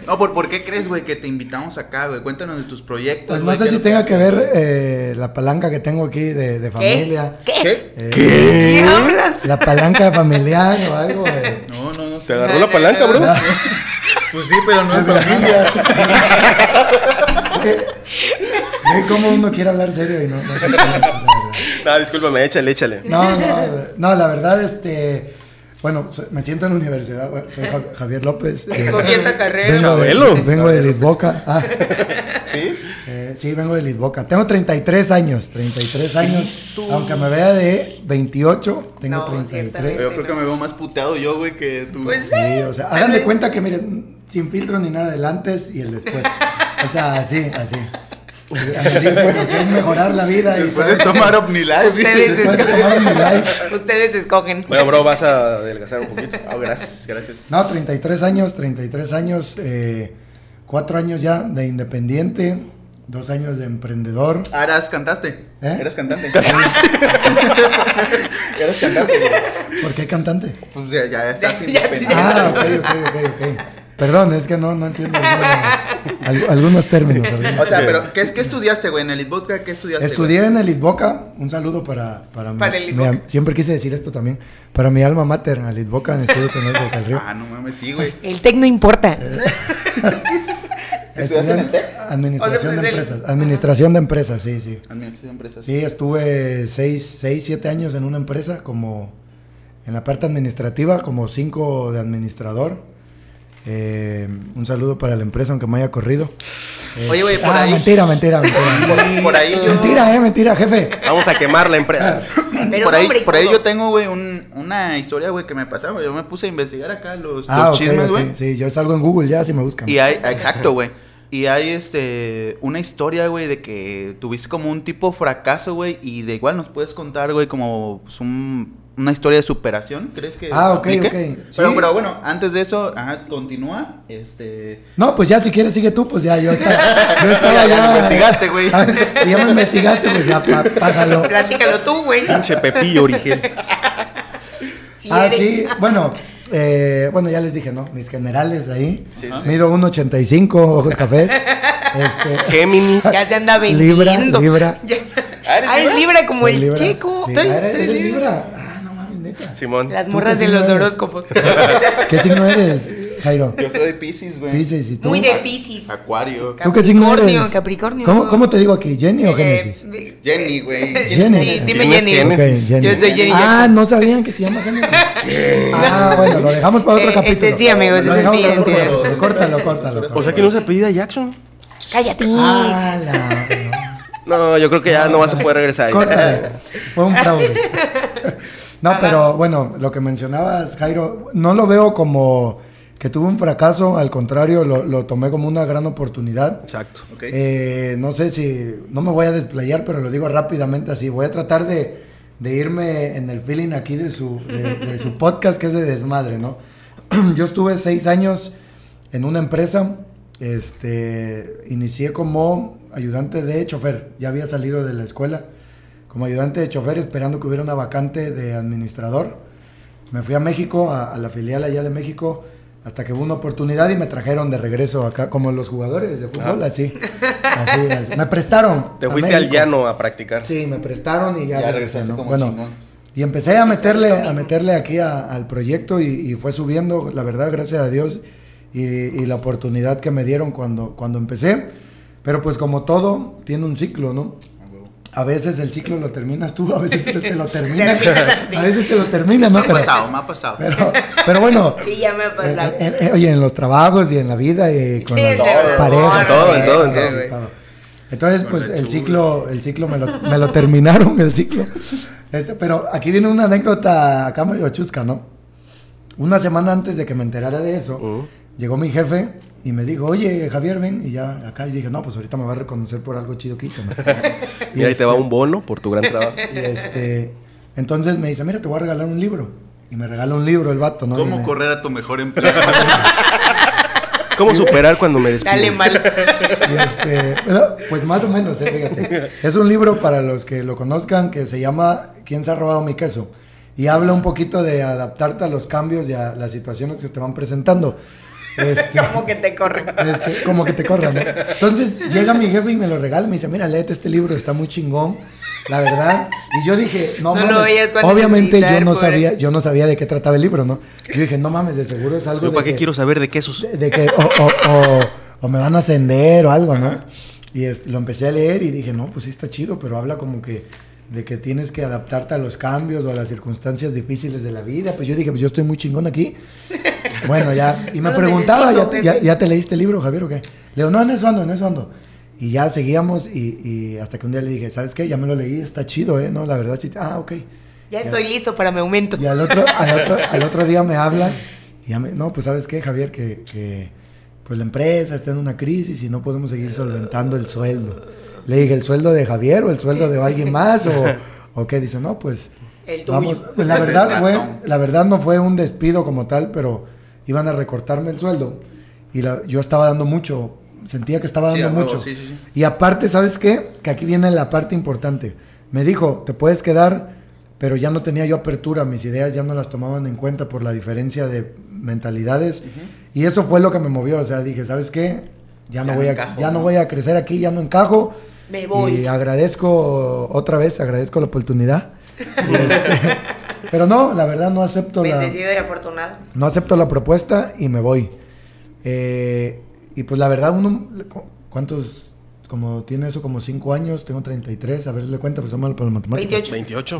[SPEAKER 4] No, ¿por, ¿por qué crees, güey, que te invitamos acá, güey? Cuéntanos de tus proyectos.
[SPEAKER 2] Pues no
[SPEAKER 4] güey,
[SPEAKER 2] sé
[SPEAKER 4] ¿qué
[SPEAKER 2] si
[SPEAKER 4] lo
[SPEAKER 2] tenga
[SPEAKER 4] haces?
[SPEAKER 2] que ver eh, la palanca que tengo aquí de, de familia.
[SPEAKER 3] ¿Qué?
[SPEAKER 4] ¿Qué?
[SPEAKER 2] Eh,
[SPEAKER 3] ¿Qué hablas?
[SPEAKER 2] La palanca familiar o algo. eh.
[SPEAKER 4] No, no, no.
[SPEAKER 1] ¿Te agarró la palanca, bro?
[SPEAKER 4] Pues sí, pero no es familia.
[SPEAKER 2] Ve cómo uno quiere hablar serio y no, no se puede, la verdad.
[SPEAKER 1] No, discúlpame, échale, échale.
[SPEAKER 2] No, no, no, la verdad, este. Bueno, so- me siento en la universidad, güey, soy Ja- Javier López. eh,
[SPEAKER 3] Escogiendo carrera.
[SPEAKER 2] vengo de-
[SPEAKER 1] Chabelo.
[SPEAKER 2] Vengo de Lisboca. Ah,
[SPEAKER 4] ¿Sí?
[SPEAKER 2] eh, sí, vengo de Lisboca. Tengo 33 años, 33 años. Aunque me vea de 28, tengo
[SPEAKER 3] No,
[SPEAKER 2] 33.
[SPEAKER 3] ciertamente.
[SPEAKER 4] Yo creo que me veo más puteado yo, güey, que tú.
[SPEAKER 3] Pues sí.
[SPEAKER 2] Sí, o sea, hagan de cuenta que miren, sin filtro ni nada del antes y el después. O sea, así, así. Analicen lo que es mejorar la vida y
[SPEAKER 4] Después de tomar Omnilife.
[SPEAKER 3] Ustedes
[SPEAKER 2] Después de tomar mi life.
[SPEAKER 3] escogen. Ustedes escogen.
[SPEAKER 1] Bueno, bro, vas a adelgazar un poquito.
[SPEAKER 4] Ah, gracias, gracias.
[SPEAKER 2] No, 33 años, 33 años, eh, 4 años ya de independiente, 2 años de emprendedor.
[SPEAKER 4] Aras, cantaste.
[SPEAKER 2] ¿Eh?
[SPEAKER 4] Eras cantante. Eras cantante. güey.
[SPEAKER 2] ¿Por qué cantante?
[SPEAKER 4] Pues ya, ya estás
[SPEAKER 3] Ya, ya,
[SPEAKER 4] independiente.
[SPEAKER 2] Ah, ok, ok, ok, ok. Perdón, es que no, no entiendo alguna- al- algunos términos. algunos
[SPEAKER 4] O sea, pero ¿qué, es- qué estudiaste, güey? En el Litvodka, ¿qué estudiaste?
[SPEAKER 2] Estudié en el Izboca, un saludo para, para, mi-
[SPEAKER 3] Para el
[SPEAKER 2] mi
[SPEAKER 3] Izboca.
[SPEAKER 2] am- siempre quise decir esto también, para mi alma mater, al Izboca, en el estudio Tenor Boca del
[SPEAKER 4] güey?
[SPEAKER 2] Río.
[SPEAKER 4] Ah, no mames, sí, güey.
[SPEAKER 3] El tech no importa.
[SPEAKER 4] ¿Estudiaste en el TEC?
[SPEAKER 2] Administración
[SPEAKER 3] O sea, pues,
[SPEAKER 2] de
[SPEAKER 3] el-
[SPEAKER 2] empresas, administración de empresas, sí, sí.
[SPEAKER 4] Administración de empresas.
[SPEAKER 2] Sí, estuve 6, 7 años en una empresa como en la parte administrativa, como 5 de administrador. Eh, un saludo para la empresa, aunque me haya corrido. Eh,
[SPEAKER 4] Oye, güey, por
[SPEAKER 2] ah,
[SPEAKER 4] ahí-
[SPEAKER 2] Mentira, mentira, mentira.
[SPEAKER 4] Por, por ahí yo.
[SPEAKER 2] mentira, eh, mentira, jefe.
[SPEAKER 1] Vamos a quemar la empresa.
[SPEAKER 3] Pero
[SPEAKER 4] por ahí,
[SPEAKER 3] hombre,
[SPEAKER 4] por ahí
[SPEAKER 3] ¿cómo?
[SPEAKER 4] yo tengo, güey, un- una historia, güey, que me pasaron. güey. Yo me puse a investigar acá los,
[SPEAKER 2] Ah,
[SPEAKER 4] los
[SPEAKER 2] ok,
[SPEAKER 4] chismes,
[SPEAKER 2] ok.
[SPEAKER 4] güey.
[SPEAKER 2] Sí, yo salgo en Google ya si me buscan.
[SPEAKER 4] Y hay, exacto, güey. Y hay este una historia, güey, de que tuviste como un tipo fracaso, güey, y de igual nos puedes contar, güey, como pues, un- una historia de superación, ¿crees que?
[SPEAKER 2] Ah, ok,
[SPEAKER 4] aplique?
[SPEAKER 2] ok, sí.
[SPEAKER 4] Pero, pero bueno, antes de eso, ajá, continúa, este...
[SPEAKER 2] No, pues ya si quieres sigue tú, pues ya yo estaba, yo estaba
[SPEAKER 4] Ya
[SPEAKER 2] ya.
[SPEAKER 4] me investigaste, güey.
[SPEAKER 2] Ah, Si ya me investigaste, pues ya pa- pásalo.
[SPEAKER 3] Platícalo tú, güey.
[SPEAKER 1] Pinche Pepillo Origel.
[SPEAKER 3] Si
[SPEAKER 2] Ah,
[SPEAKER 3] eres-
[SPEAKER 2] sí, bueno, eh, bueno, ya les dije, ¿no? Mis generales ahí.
[SPEAKER 1] Sí, sí.
[SPEAKER 2] Mido 1.85, ojos cafés. Este,
[SPEAKER 1] Géminis.
[SPEAKER 3] Ya se anda vendiendo.
[SPEAKER 2] Libra, Libra.
[SPEAKER 3] Ya se-
[SPEAKER 1] Ah, ¿eres
[SPEAKER 3] Ah, es
[SPEAKER 1] Libra?
[SPEAKER 3] Libra como
[SPEAKER 2] soy
[SPEAKER 3] el
[SPEAKER 2] Libra.
[SPEAKER 3] checo.
[SPEAKER 2] Sí,
[SPEAKER 3] Tú eres-
[SPEAKER 2] ah, eres,
[SPEAKER 3] tú eres
[SPEAKER 2] eres
[SPEAKER 3] Libra.
[SPEAKER 2] libra. Ah, no mames, neta.
[SPEAKER 1] Simón.
[SPEAKER 3] Las
[SPEAKER 2] ¿Tú
[SPEAKER 3] morras
[SPEAKER 2] qué
[SPEAKER 3] de los
[SPEAKER 2] signo eres?
[SPEAKER 3] horóscopos.
[SPEAKER 2] ¿Qué signo eres, Jairo?
[SPEAKER 4] Yo soy Pisces, güey.
[SPEAKER 2] Pisces, ¿y tú?
[SPEAKER 3] Muy de Pisces.
[SPEAKER 4] Acuario.
[SPEAKER 2] ¿Tú qué signo
[SPEAKER 3] Capricornio,
[SPEAKER 2] eres?
[SPEAKER 3] Capricornio.
[SPEAKER 2] ¿Cómo, cómo te digo aquí? ¿Jenny o Génesis?
[SPEAKER 3] Eh,
[SPEAKER 4] Jenny, güey.
[SPEAKER 2] Jenny.
[SPEAKER 3] Sí,
[SPEAKER 1] ¿Quién es
[SPEAKER 3] dime Jenny.
[SPEAKER 1] quién?
[SPEAKER 2] Ok,
[SPEAKER 1] Génesis.
[SPEAKER 2] Jenny.
[SPEAKER 3] Yo soy Jenny
[SPEAKER 2] Ah,
[SPEAKER 3] Jackson.
[SPEAKER 2] no sabían que se llama Génesis. Ah, bueno, lo dejamos para otro
[SPEAKER 3] Eh,
[SPEAKER 2] capítulo.
[SPEAKER 3] este sí, amigos,
[SPEAKER 2] Lo
[SPEAKER 3] ese es mi
[SPEAKER 2] dejamos para otro
[SPEAKER 3] identidad.
[SPEAKER 2] capítulo. Córtalo, córtalo. córtalo.
[SPEAKER 1] O sea que no se apellida Jackson.
[SPEAKER 3] Cállate.
[SPEAKER 2] Ah, la-
[SPEAKER 1] No, yo creo que ya no vas a poder regresar.
[SPEAKER 2] Córtale. Fue un fraude. No, pero bueno, lo que mencionabas, Jairo, no lo veo como que tuve un fracaso, al contrario, lo, lo tomé como una gran oportunidad.
[SPEAKER 1] Exacto.
[SPEAKER 4] Ok.
[SPEAKER 2] Eh, no sé si, no me voy a desplayar, pero lo digo rápidamente así. Voy a tratar de, de irme en el feeling aquí de su, de, de su podcast que es de desmadre, ¿no? Yo estuve seis años en una empresa, este, inicié como ayudante de chofer, ya había salido de la escuela, como ayudante de chofer esperando que hubiera una vacante de administrador. Me fui a México, a, a la filial allá de México, hasta que hubo una oportunidad y me trajeron de regreso acá, como los jugadores de fútbol, así, así, así. Me prestaron.
[SPEAKER 1] Ah. Te
[SPEAKER 2] a
[SPEAKER 1] fuiste al
[SPEAKER 2] México.
[SPEAKER 1] llano a practicar.
[SPEAKER 2] Sí, me prestaron y ya,
[SPEAKER 4] Ya
[SPEAKER 2] regresé,
[SPEAKER 4] regresaste
[SPEAKER 2] ¿no?
[SPEAKER 4] como chingón.
[SPEAKER 2] Y empecé a meterle, a meterle aquí a- al proyecto y, y fue subiendo, la verdad, gracias a Dios. y, y la oportunidad que me dieron cuando, cuando empecé. Pero pues como todo, tiene un ciclo, ¿no? A veces el ciclo lo terminas tú, a veces te, te lo terminas. a veces te lo terminas, ¿no?
[SPEAKER 4] Me ha pasado, me ha pasado.
[SPEAKER 2] Pero, pero bueno.
[SPEAKER 3] Y ya me ha pasado.
[SPEAKER 2] eh, eh, eh, oye, en los trabajos y en la vida y con
[SPEAKER 3] Sí,
[SPEAKER 2] las
[SPEAKER 3] en todo,
[SPEAKER 2] parejas.
[SPEAKER 3] en todo, en
[SPEAKER 2] todo,
[SPEAKER 1] todo,
[SPEAKER 2] en
[SPEAKER 1] en
[SPEAKER 2] todo,
[SPEAKER 1] todo.
[SPEAKER 2] en todo. Entonces,
[SPEAKER 4] Con
[SPEAKER 2] pues
[SPEAKER 4] la
[SPEAKER 2] el
[SPEAKER 4] chula.
[SPEAKER 2] ciclo, el ciclo me lo, me lo terminaron, el ciclo. Este, pero aquí viene una anécdota acá medio chusca, ¿no? Una semana antes de que me enterara de eso,
[SPEAKER 1] Ujú.
[SPEAKER 2] llegó mi jefe y me dijo, oye, Javier, ven. Y ya acá y dije, no, pues ahorita me va a reconocer por algo chido que hice. ¿no?" Y
[SPEAKER 1] Mira, ahí te va
[SPEAKER 2] este,
[SPEAKER 1] un bono por tu gran trabajo.
[SPEAKER 2] y este, entonces me dice, mira, te voy a regalar un libro. Y me regala un libro el vato, ¿no? Y
[SPEAKER 4] ¿Cómo
[SPEAKER 2] me-
[SPEAKER 4] correr a tu mejor empleado?
[SPEAKER 1] ¿Cómo superar cuando
[SPEAKER 2] eh,
[SPEAKER 1] me despiden?
[SPEAKER 3] Dale mal.
[SPEAKER 2] y este, bueno, pues más o menos, eh, fíjate. Es un libro para los que lo conozcan que se llama ¿Quién se ha robado mi queso? Y habla un poquito de adaptarte a los cambios y a las situaciones que te van presentando. Este,
[SPEAKER 3] Como que te corren.
[SPEAKER 2] Este, como que te corran, ¿no? Entonces llega mi jefe y me lo regala, me dice, mira, léete este libro, está muy chingón, la verdad. Y yo dije, no,
[SPEAKER 3] No lo
[SPEAKER 2] mames,
[SPEAKER 3] vayas tú a
[SPEAKER 2] obviamente yo
[SPEAKER 3] necesitar,
[SPEAKER 2] no
[SPEAKER 3] pobre.
[SPEAKER 2] sabía, yo no sabía de qué trataba el libro, ¿no? Yo dije, no mames, de seguro es algo
[SPEAKER 1] ¿Yo
[SPEAKER 2] de
[SPEAKER 1] para qué
[SPEAKER 2] que-
[SPEAKER 1] quiero saber de quesos?
[SPEAKER 2] de, de que o, o- o- o me van a ascender o algo, ¿no? Y este, lo empecé a leer y dije, no, pues sí está chido, pero habla como que de que tienes que adaptarte a los cambios o a las circunstancias difíciles de la vida. Pues yo dije, pues yo estoy muy chingón aquí. Bueno, ya. Y me
[SPEAKER 3] No lo
[SPEAKER 2] preguntaba,
[SPEAKER 3] necesito,
[SPEAKER 2] ¿ya, ya,
[SPEAKER 3] Pepe.
[SPEAKER 2] ya te leíste el libro, Javier, o qué? Le digo, no, en eso ando, en eso ando. Y ya seguíamos y, y hasta que un día le dije, ¿sabes qué? Ya me lo leí, está chido, ¿eh? No, la verdad sí. Ah, ok.
[SPEAKER 3] Ya estoy listo para mi aumento.
[SPEAKER 2] Y al otro, al otro, al otro día me habla y ya me, no, pues sabes qué, Javier, que, que, pues la empresa está en una crisis y no podemos seguir solventando el sueldo. Le dije, ¿el sueldo de Javier o el sueldo de alguien más? ¿O, o qué? Dice, no, pues...
[SPEAKER 3] El
[SPEAKER 2] vamos, pues,
[SPEAKER 3] tuyo.
[SPEAKER 2] la, verdad
[SPEAKER 4] El
[SPEAKER 2] fue,
[SPEAKER 4] ratón.
[SPEAKER 2] la verdad no fue un despido como tal, pero iban a recortarme el sueldo y la- yo estaba dando mucho, sentía que estaba
[SPEAKER 4] Sí,
[SPEAKER 2] dando
[SPEAKER 4] a huevo,
[SPEAKER 2] mucho.
[SPEAKER 4] sí, sí, sí.
[SPEAKER 2] Y aparte, ¿sabes qué? Que aquí viene la parte importante. Me dijo, te puedes quedar, pero ya no tenía yo apertura, mis ideas ya no las tomaban en cuenta por la diferencia de mentalidades. Y eso fue lo que me movió, o sea, dije, ¿sabes qué? Ya,
[SPEAKER 4] Ya
[SPEAKER 2] no,
[SPEAKER 4] no
[SPEAKER 2] voy a,
[SPEAKER 4] encajo,
[SPEAKER 2] ya no
[SPEAKER 4] ¿no?
[SPEAKER 2] voy a crecer aquí, ya no encajo.
[SPEAKER 3] Me voy.
[SPEAKER 2] Y agradezco otra vez, agradezco la oportunidad. Y, este, pero no, la verdad no acepto la,
[SPEAKER 3] Bendecido y afortunado.
[SPEAKER 2] no acepto la propuesta y me voy. Eh, y pues la verdad, uno, cu- ¿cuántos? Como tiene eso como 5 años, tengo 33, a ver si le cuenta, pues soy malo para las matemáticas.
[SPEAKER 3] 28.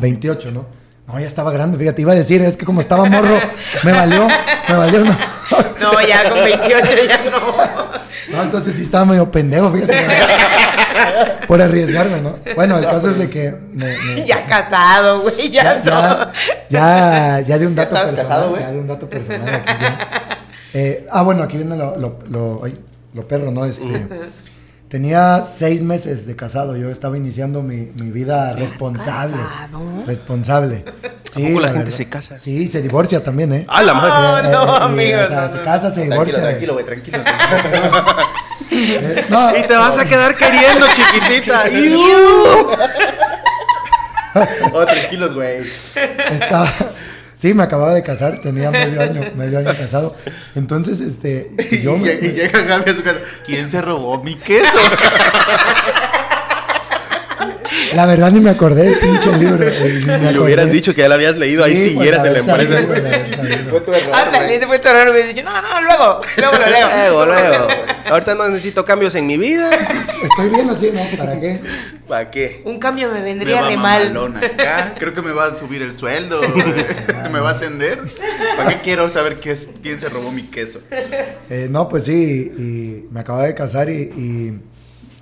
[SPEAKER 1] 28.
[SPEAKER 2] 28, ¿no? No, ya estaba grande, fíjate, iba a decir, es que como estaba morro, me valió, me valió, no.
[SPEAKER 3] No, ya con 28 ya no.
[SPEAKER 2] No, entonces sí estaba medio pendejo, fíjate. Por arriesgarme, ¿no? Bueno, el caso es de que me- me-
[SPEAKER 3] Ya casado, güey, ya,
[SPEAKER 2] ya, ya, ya, ya de un
[SPEAKER 4] Ya
[SPEAKER 2] dato
[SPEAKER 4] estabas
[SPEAKER 2] personal.
[SPEAKER 4] casado, güey.
[SPEAKER 2] ya de un dato personal aquí ya. Eh, ah, bueno, aquí viene lo, lo, lo, ay, lo perro, ¿no? Este, Tenía seis meses de casado. Yo estaba iniciando mi, mi vida responsable.
[SPEAKER 3] casado?
[SPEAKER 2] Responsable.
[SPEAKER 1] ¿A poco la gente
[SPEAKER 2] verdad.
[SPEAKER 1] se casa?
[SPEAKER 2] Sí, se divorcia también, ¿eh?
[SPEAKER 1] ¡A la madre!
[SPEAKER 3] No,
[SPEAKER 2] Eh,
[SPEAKER 3] no,
[SPEAKER 2] eh,
[SPEAKER 3] amigos,
[SPEAKER 2] O sea,
[SPEAKER 3] no,
[SPEAKER 2] se
[SPEAKER 3] no.
[SPEAKER 2] casa, se
[SPEAKER 4] Tranquilo,
[SPEAKER 2] divorcia.
[SPEAKER 4] tranquilo, güey, tranquilo.
[SPEAKER 2] Eh, no,
[SPEAKER 1] Y te vas a quedar queriendo, chiquitita. uh, ¡Iu!
[SPEAKER 4] Oh, tranquilos, güey.
[SPEAKER 2] Estaba- Sí, me acababa de casar, tenía medio año, medio año casado. Entonces, este,
[SPEAKER 4] Y,
[SPEAKER 2] yo me-
[SPEAKER 4] y llega Gaby a su casa. ¿Quién se robó mi queso?
[SPEAKER 2] La verdad ni me acordé del pinche libro. eh, ni me
[SPEAKER 1] Y
[SPEAKER 2] acordé.
[SPEAKER 1] lo hubieras dicho que ya la habías leído ahí
[SPEAKER 2] Sí,
[SPEAKER 1] si
[SPEAKER 2] pues,
[SPEAKER 1] siguieras en la
[SPEAKER 2] haber
[SPEAKER 1] empresa.
[SPEAKER 2] sabido, haber sabido.
[SPEAKER 4] Fue tu error,
[SPEAKER 3] Ándale,
[SPEAKER 4] güey.
[SPEAKER 3] ese fue tu error. Hubiera dicho, no, no, luego, luego lo leo.
[SPEAKER 1] Luego, luego. Ahorita no necesito cambios en mi vida.
[SPEAKER 2] Estoy bien así, ¿no? ¿Para qué?
[SPEAKER 1] ¿Para qué?
[SPEAKER 3] Un cambio me
[SPEAKER 4] Me
[SPEAKER 3] vendría
[SPEAKER 4] va
[SPEAKER 3] re mal.
[SPEAKER 4] mamalona acá. Creo que me va a subir el sueldo. güey. me va a ascender. ¿Para qué quiero saber qué es- quién se robó mi queso?
[SPEAKER 2] Eh, no, pues sí, y me acababa de casar y, y,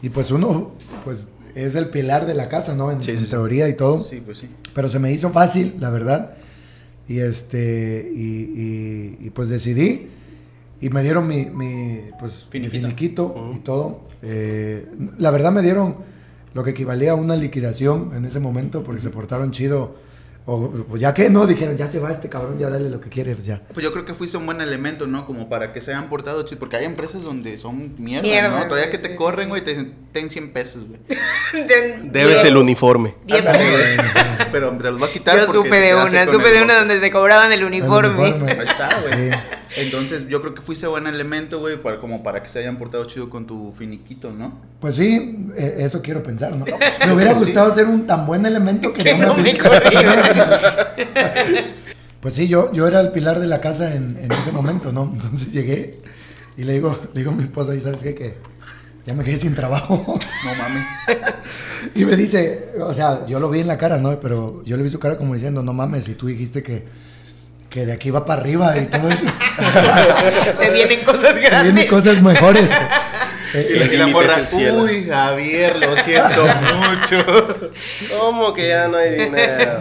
[SPEAKER 2] y pues uno, pues es el pilar de la casa, ¿no? En,
[SPEAKER 1] Sí,
[SPEAKER 2] en
[SPEAKER 1] sí, sí.
[SPEAKER 2] teoría y todo.
[SPEAKER 4] Sí, pues sí.
[SPEAKER 2] Pero se me hizo fácil, la verdad. Y este, y, y- y, pues decidí. Y me dieron mi, mi, pues, mi
[SPEAKER 4] Finiquito.
[SPEAKER 2] finiquito y todo. Eh, la verdad me dieron lo que equivalía a una liquidación en ese momento porque se portaron chido. O, pues ya que no, dijeron, ya se va este cabrón, ya dale lo que quiere, pues ya.
[SPEAKER 4] Pues yo creo que fuiste un buen elemento, ¿no? Como para que se hayan portado chido. Porque hay empresas donde son mierda,
[SPEAKER 3] Mierda,
[SPEAKER 4] ¿no? Todavía
[SPEAKER 3] güey,
[SPEAKER 4] que
[SPEAKER 3] sí,
[SPEAKER 4] te
[SPEAKER 3] sí,
[SPEAKER 4] corren,
[SPEAKER 3] sí.
[SPEAKER 4] güey, te dicen, ten 100 pesos, güey.
[SPEAKER 1] Debes el uniforme.
[SPEAKER 3] Diez-
[SPEAKER 4] Ándale, güey. Pero te los va a quitar.
[SPEAKER 3] Yo
[SPEAKER 4] porque
[SPEAKER 3] supe
[SPEAKER 4] se te
[SPEAKER 3] de
[SPEAKER 4] hace
[SPEAKER 3] una,
[SPEAKER 4] con
[SPEAKER 3] supe
[SPEAKER 4] el
[SPEAKER 3] de una
[SPEAKER 4] bote.
[SPEAKER 3] donde te cobraban el uniforme.
[SPEAKER 2] uniforme.
[SPEAKER 4] Ahí está, güey.
[SPEAKER 2] Sí.
[SPEAKER 4] Entonces, yo creo que fuiste buen elemento, güey, para, como para que se hayan portado chido con tu finiquito, ¿no?
[SPEAKER 2] Pues sí, eh, eso quiero pensar, ¿no? Me hubiera gustado ser un tan buen elemento que,
[SPEAKER 3] Que no
[SPEAKER 2] me
[SPEAKER 3] me corrieron.
[SPEAKER 2] Pues sí, yo, yo era el pilar de la casa en, en ese momento, ¿no? Entonces llegué Y le digo, le digo a mi esposa, ¿y sabes qué? Que ya me quedé sin trabajo.
[SPEAKER 4] No mames.
[SPEAKER 2] Y me dice, o sea, yo lo vi en la cara, ¿no? Pero yo le vi su cara como diciendo, no mames, y tú dijiste que, que de aquí va para arriba y todo eso.
[SPEAKER 3] Se vienen cosas
[SPEAKER 2] Se
[SPEAKER 3] grandes.
[SPEAKER 2] vienen cosas mejores. Eh,
[SPEAKER 4] Y la, y la
[SPEAKER 1] límites
[SPEAKER 4] morra,
[SPEAKER 1] del cielo.
[SPEAKER 4] uy, Javier, lo siento mucho.
[SPEAKER 1] ¿Cómo que ya no hay dinero?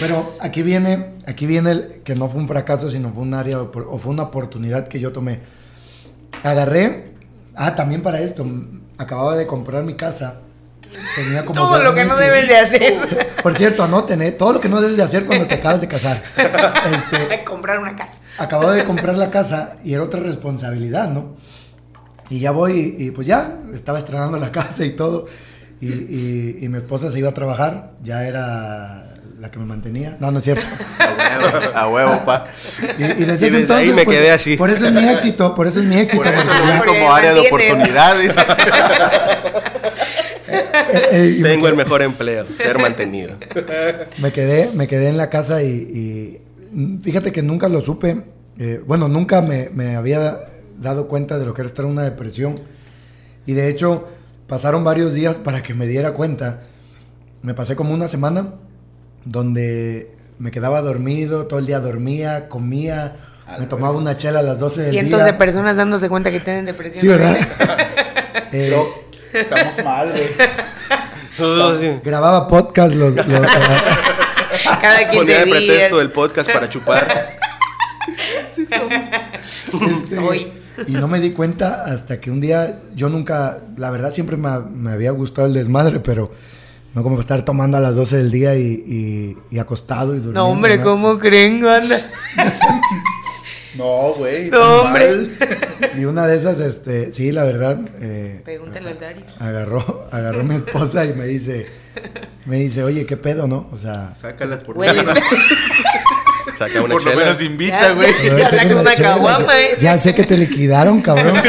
[SPEAKER 2] Pero aquí viene, aquí viene el, que no fue un fracaso, sino fue un área o por- o fue una oportunidad que yo tomé. Agarré, ah, también para esto, m- acababa de comprar mi casa. Tenía como
[SPEAKER 3] Todo
[SPEAKER 2] dos
[SPEAKER 3] lo que no
[SPEAKER 2] meses.
[SPEAKER 3] debes de hacer.
[SPEAKER 2] Por cierto, anoten, ¿eh? todo lo que no debes de hacer cuando te acabas de casar. Este,
[SPEAKER 3] Comprar una casa.
[SPEAKER 2] acababa de comprar la casa y era otra responsabilidad, ¿no? Y ya voy y, y pues ya, estaba estrenando la casa y todo. Y, y- y mi esposa se iba a trabajar, ya era la que me mantenía. No, no es cierto.
[SPEAKER 4] A huevo, a huevo, pa.
[SPEAKER 2] Y, y desde, ese
[SPEAKER 1] desde
[SPEAKER 2] entonces,
[SPEAKER 1] ahí me
[SPEAKER 2] pues,
[SPEAKER 1] quedé así.
[SPEAKER 2] Por eso es mi éxito, por eso es mi éxito.
[SPEAKER 4] Por eso
[SPEAKER 2] porque
[SPEAKER 4] lo ven
[SPEAKER 2] ya,
[SPEAKER 3] Porque
[SPEAKER 4] como área de
[SPEAKER 3] mantiene.
[SPEAKER 4] oportunidades.
[SPEAKER 2] eh, eh, y me
[SPEAKER 1] Tengo el
[SPEAKER 2] quedé-
[SPEAKER 1] mejor empleo, ser mantenido.
[SPEAKER 2] Me quedé, me quedé en la casa y, y, mm, fíjate que nunca lo supe. eh, bueno, nunca me, me había dado cuenta de lo que era estar en una depresión. Y de hecho, pasaron varios días para que me diera cuenta. Me pasé como una semana donde me quedaba dormido, todo el día dormía, comía, me tomaba una chela a las 12 del
[SPEAKER 3] Cientos
[SPEAKER 2] día.
[SPEAKER 3] de personas dándose cuenta que tienen depresión.
[SPEAKER 2] Sí, ¿verdad? Eh,
[SPEAKER 4] Pero estamos mal, güey.
[SPEAKER 1] Nosotros así,
[SPEAKER 2] Grababa podcast los, los- este,
[SPEAKER 3] Cada 15
[SPEAKER 1] Ponía de
[SPEAKER 3] días.
[SPEAKER 1] pretexto el podcast para chupar.
[SPEAKER 2] este,
[SPEAKER 3] Soy.
[SPEAKER 2] y no me di cuenta hasta que un día yo nunca, la verdad siempre me, me había gustado el desmadre, pero no como estar tomando a las 12 del día y, y- y acostado y durmiendo.
[SPEAKER 3] No, hombre,
[SPEAKER 2] ¿no?
[SPEAKER 3] ¿cómo creen? Anda.
[SPEAKER 4] No, güey.
[SPEAKER 3] No,
[SPEAKER 4] tan
[SPEAKER 3] hombre.
[SPEAKER 4] mal.
[SPEAKER 2] Y una de esas, este, sí, la verdad, eh,
[SPEAKER 3] Pregúntale al Dario.
[SPEAKER 2] agarró, agarró mi esposa y me dice, me dice, oye, qué pedo, ¿no? O sea,
[SPEAKER 4] Sácalas por
[SPEAKER 3] Hueles.
[SPEAKER 1] Saca una
[SPEAKER 4] Por lo
[SPEAKER 1] chela.
[SPEAKER 4] menos invita,
[SPEAKER 3] Ya,
[SPEAKER 4] güey.
[SPEAKER 3] ya. saca una caguama, eh.
[SPEAKER 2] ya sé que te liquidaron, cabrón.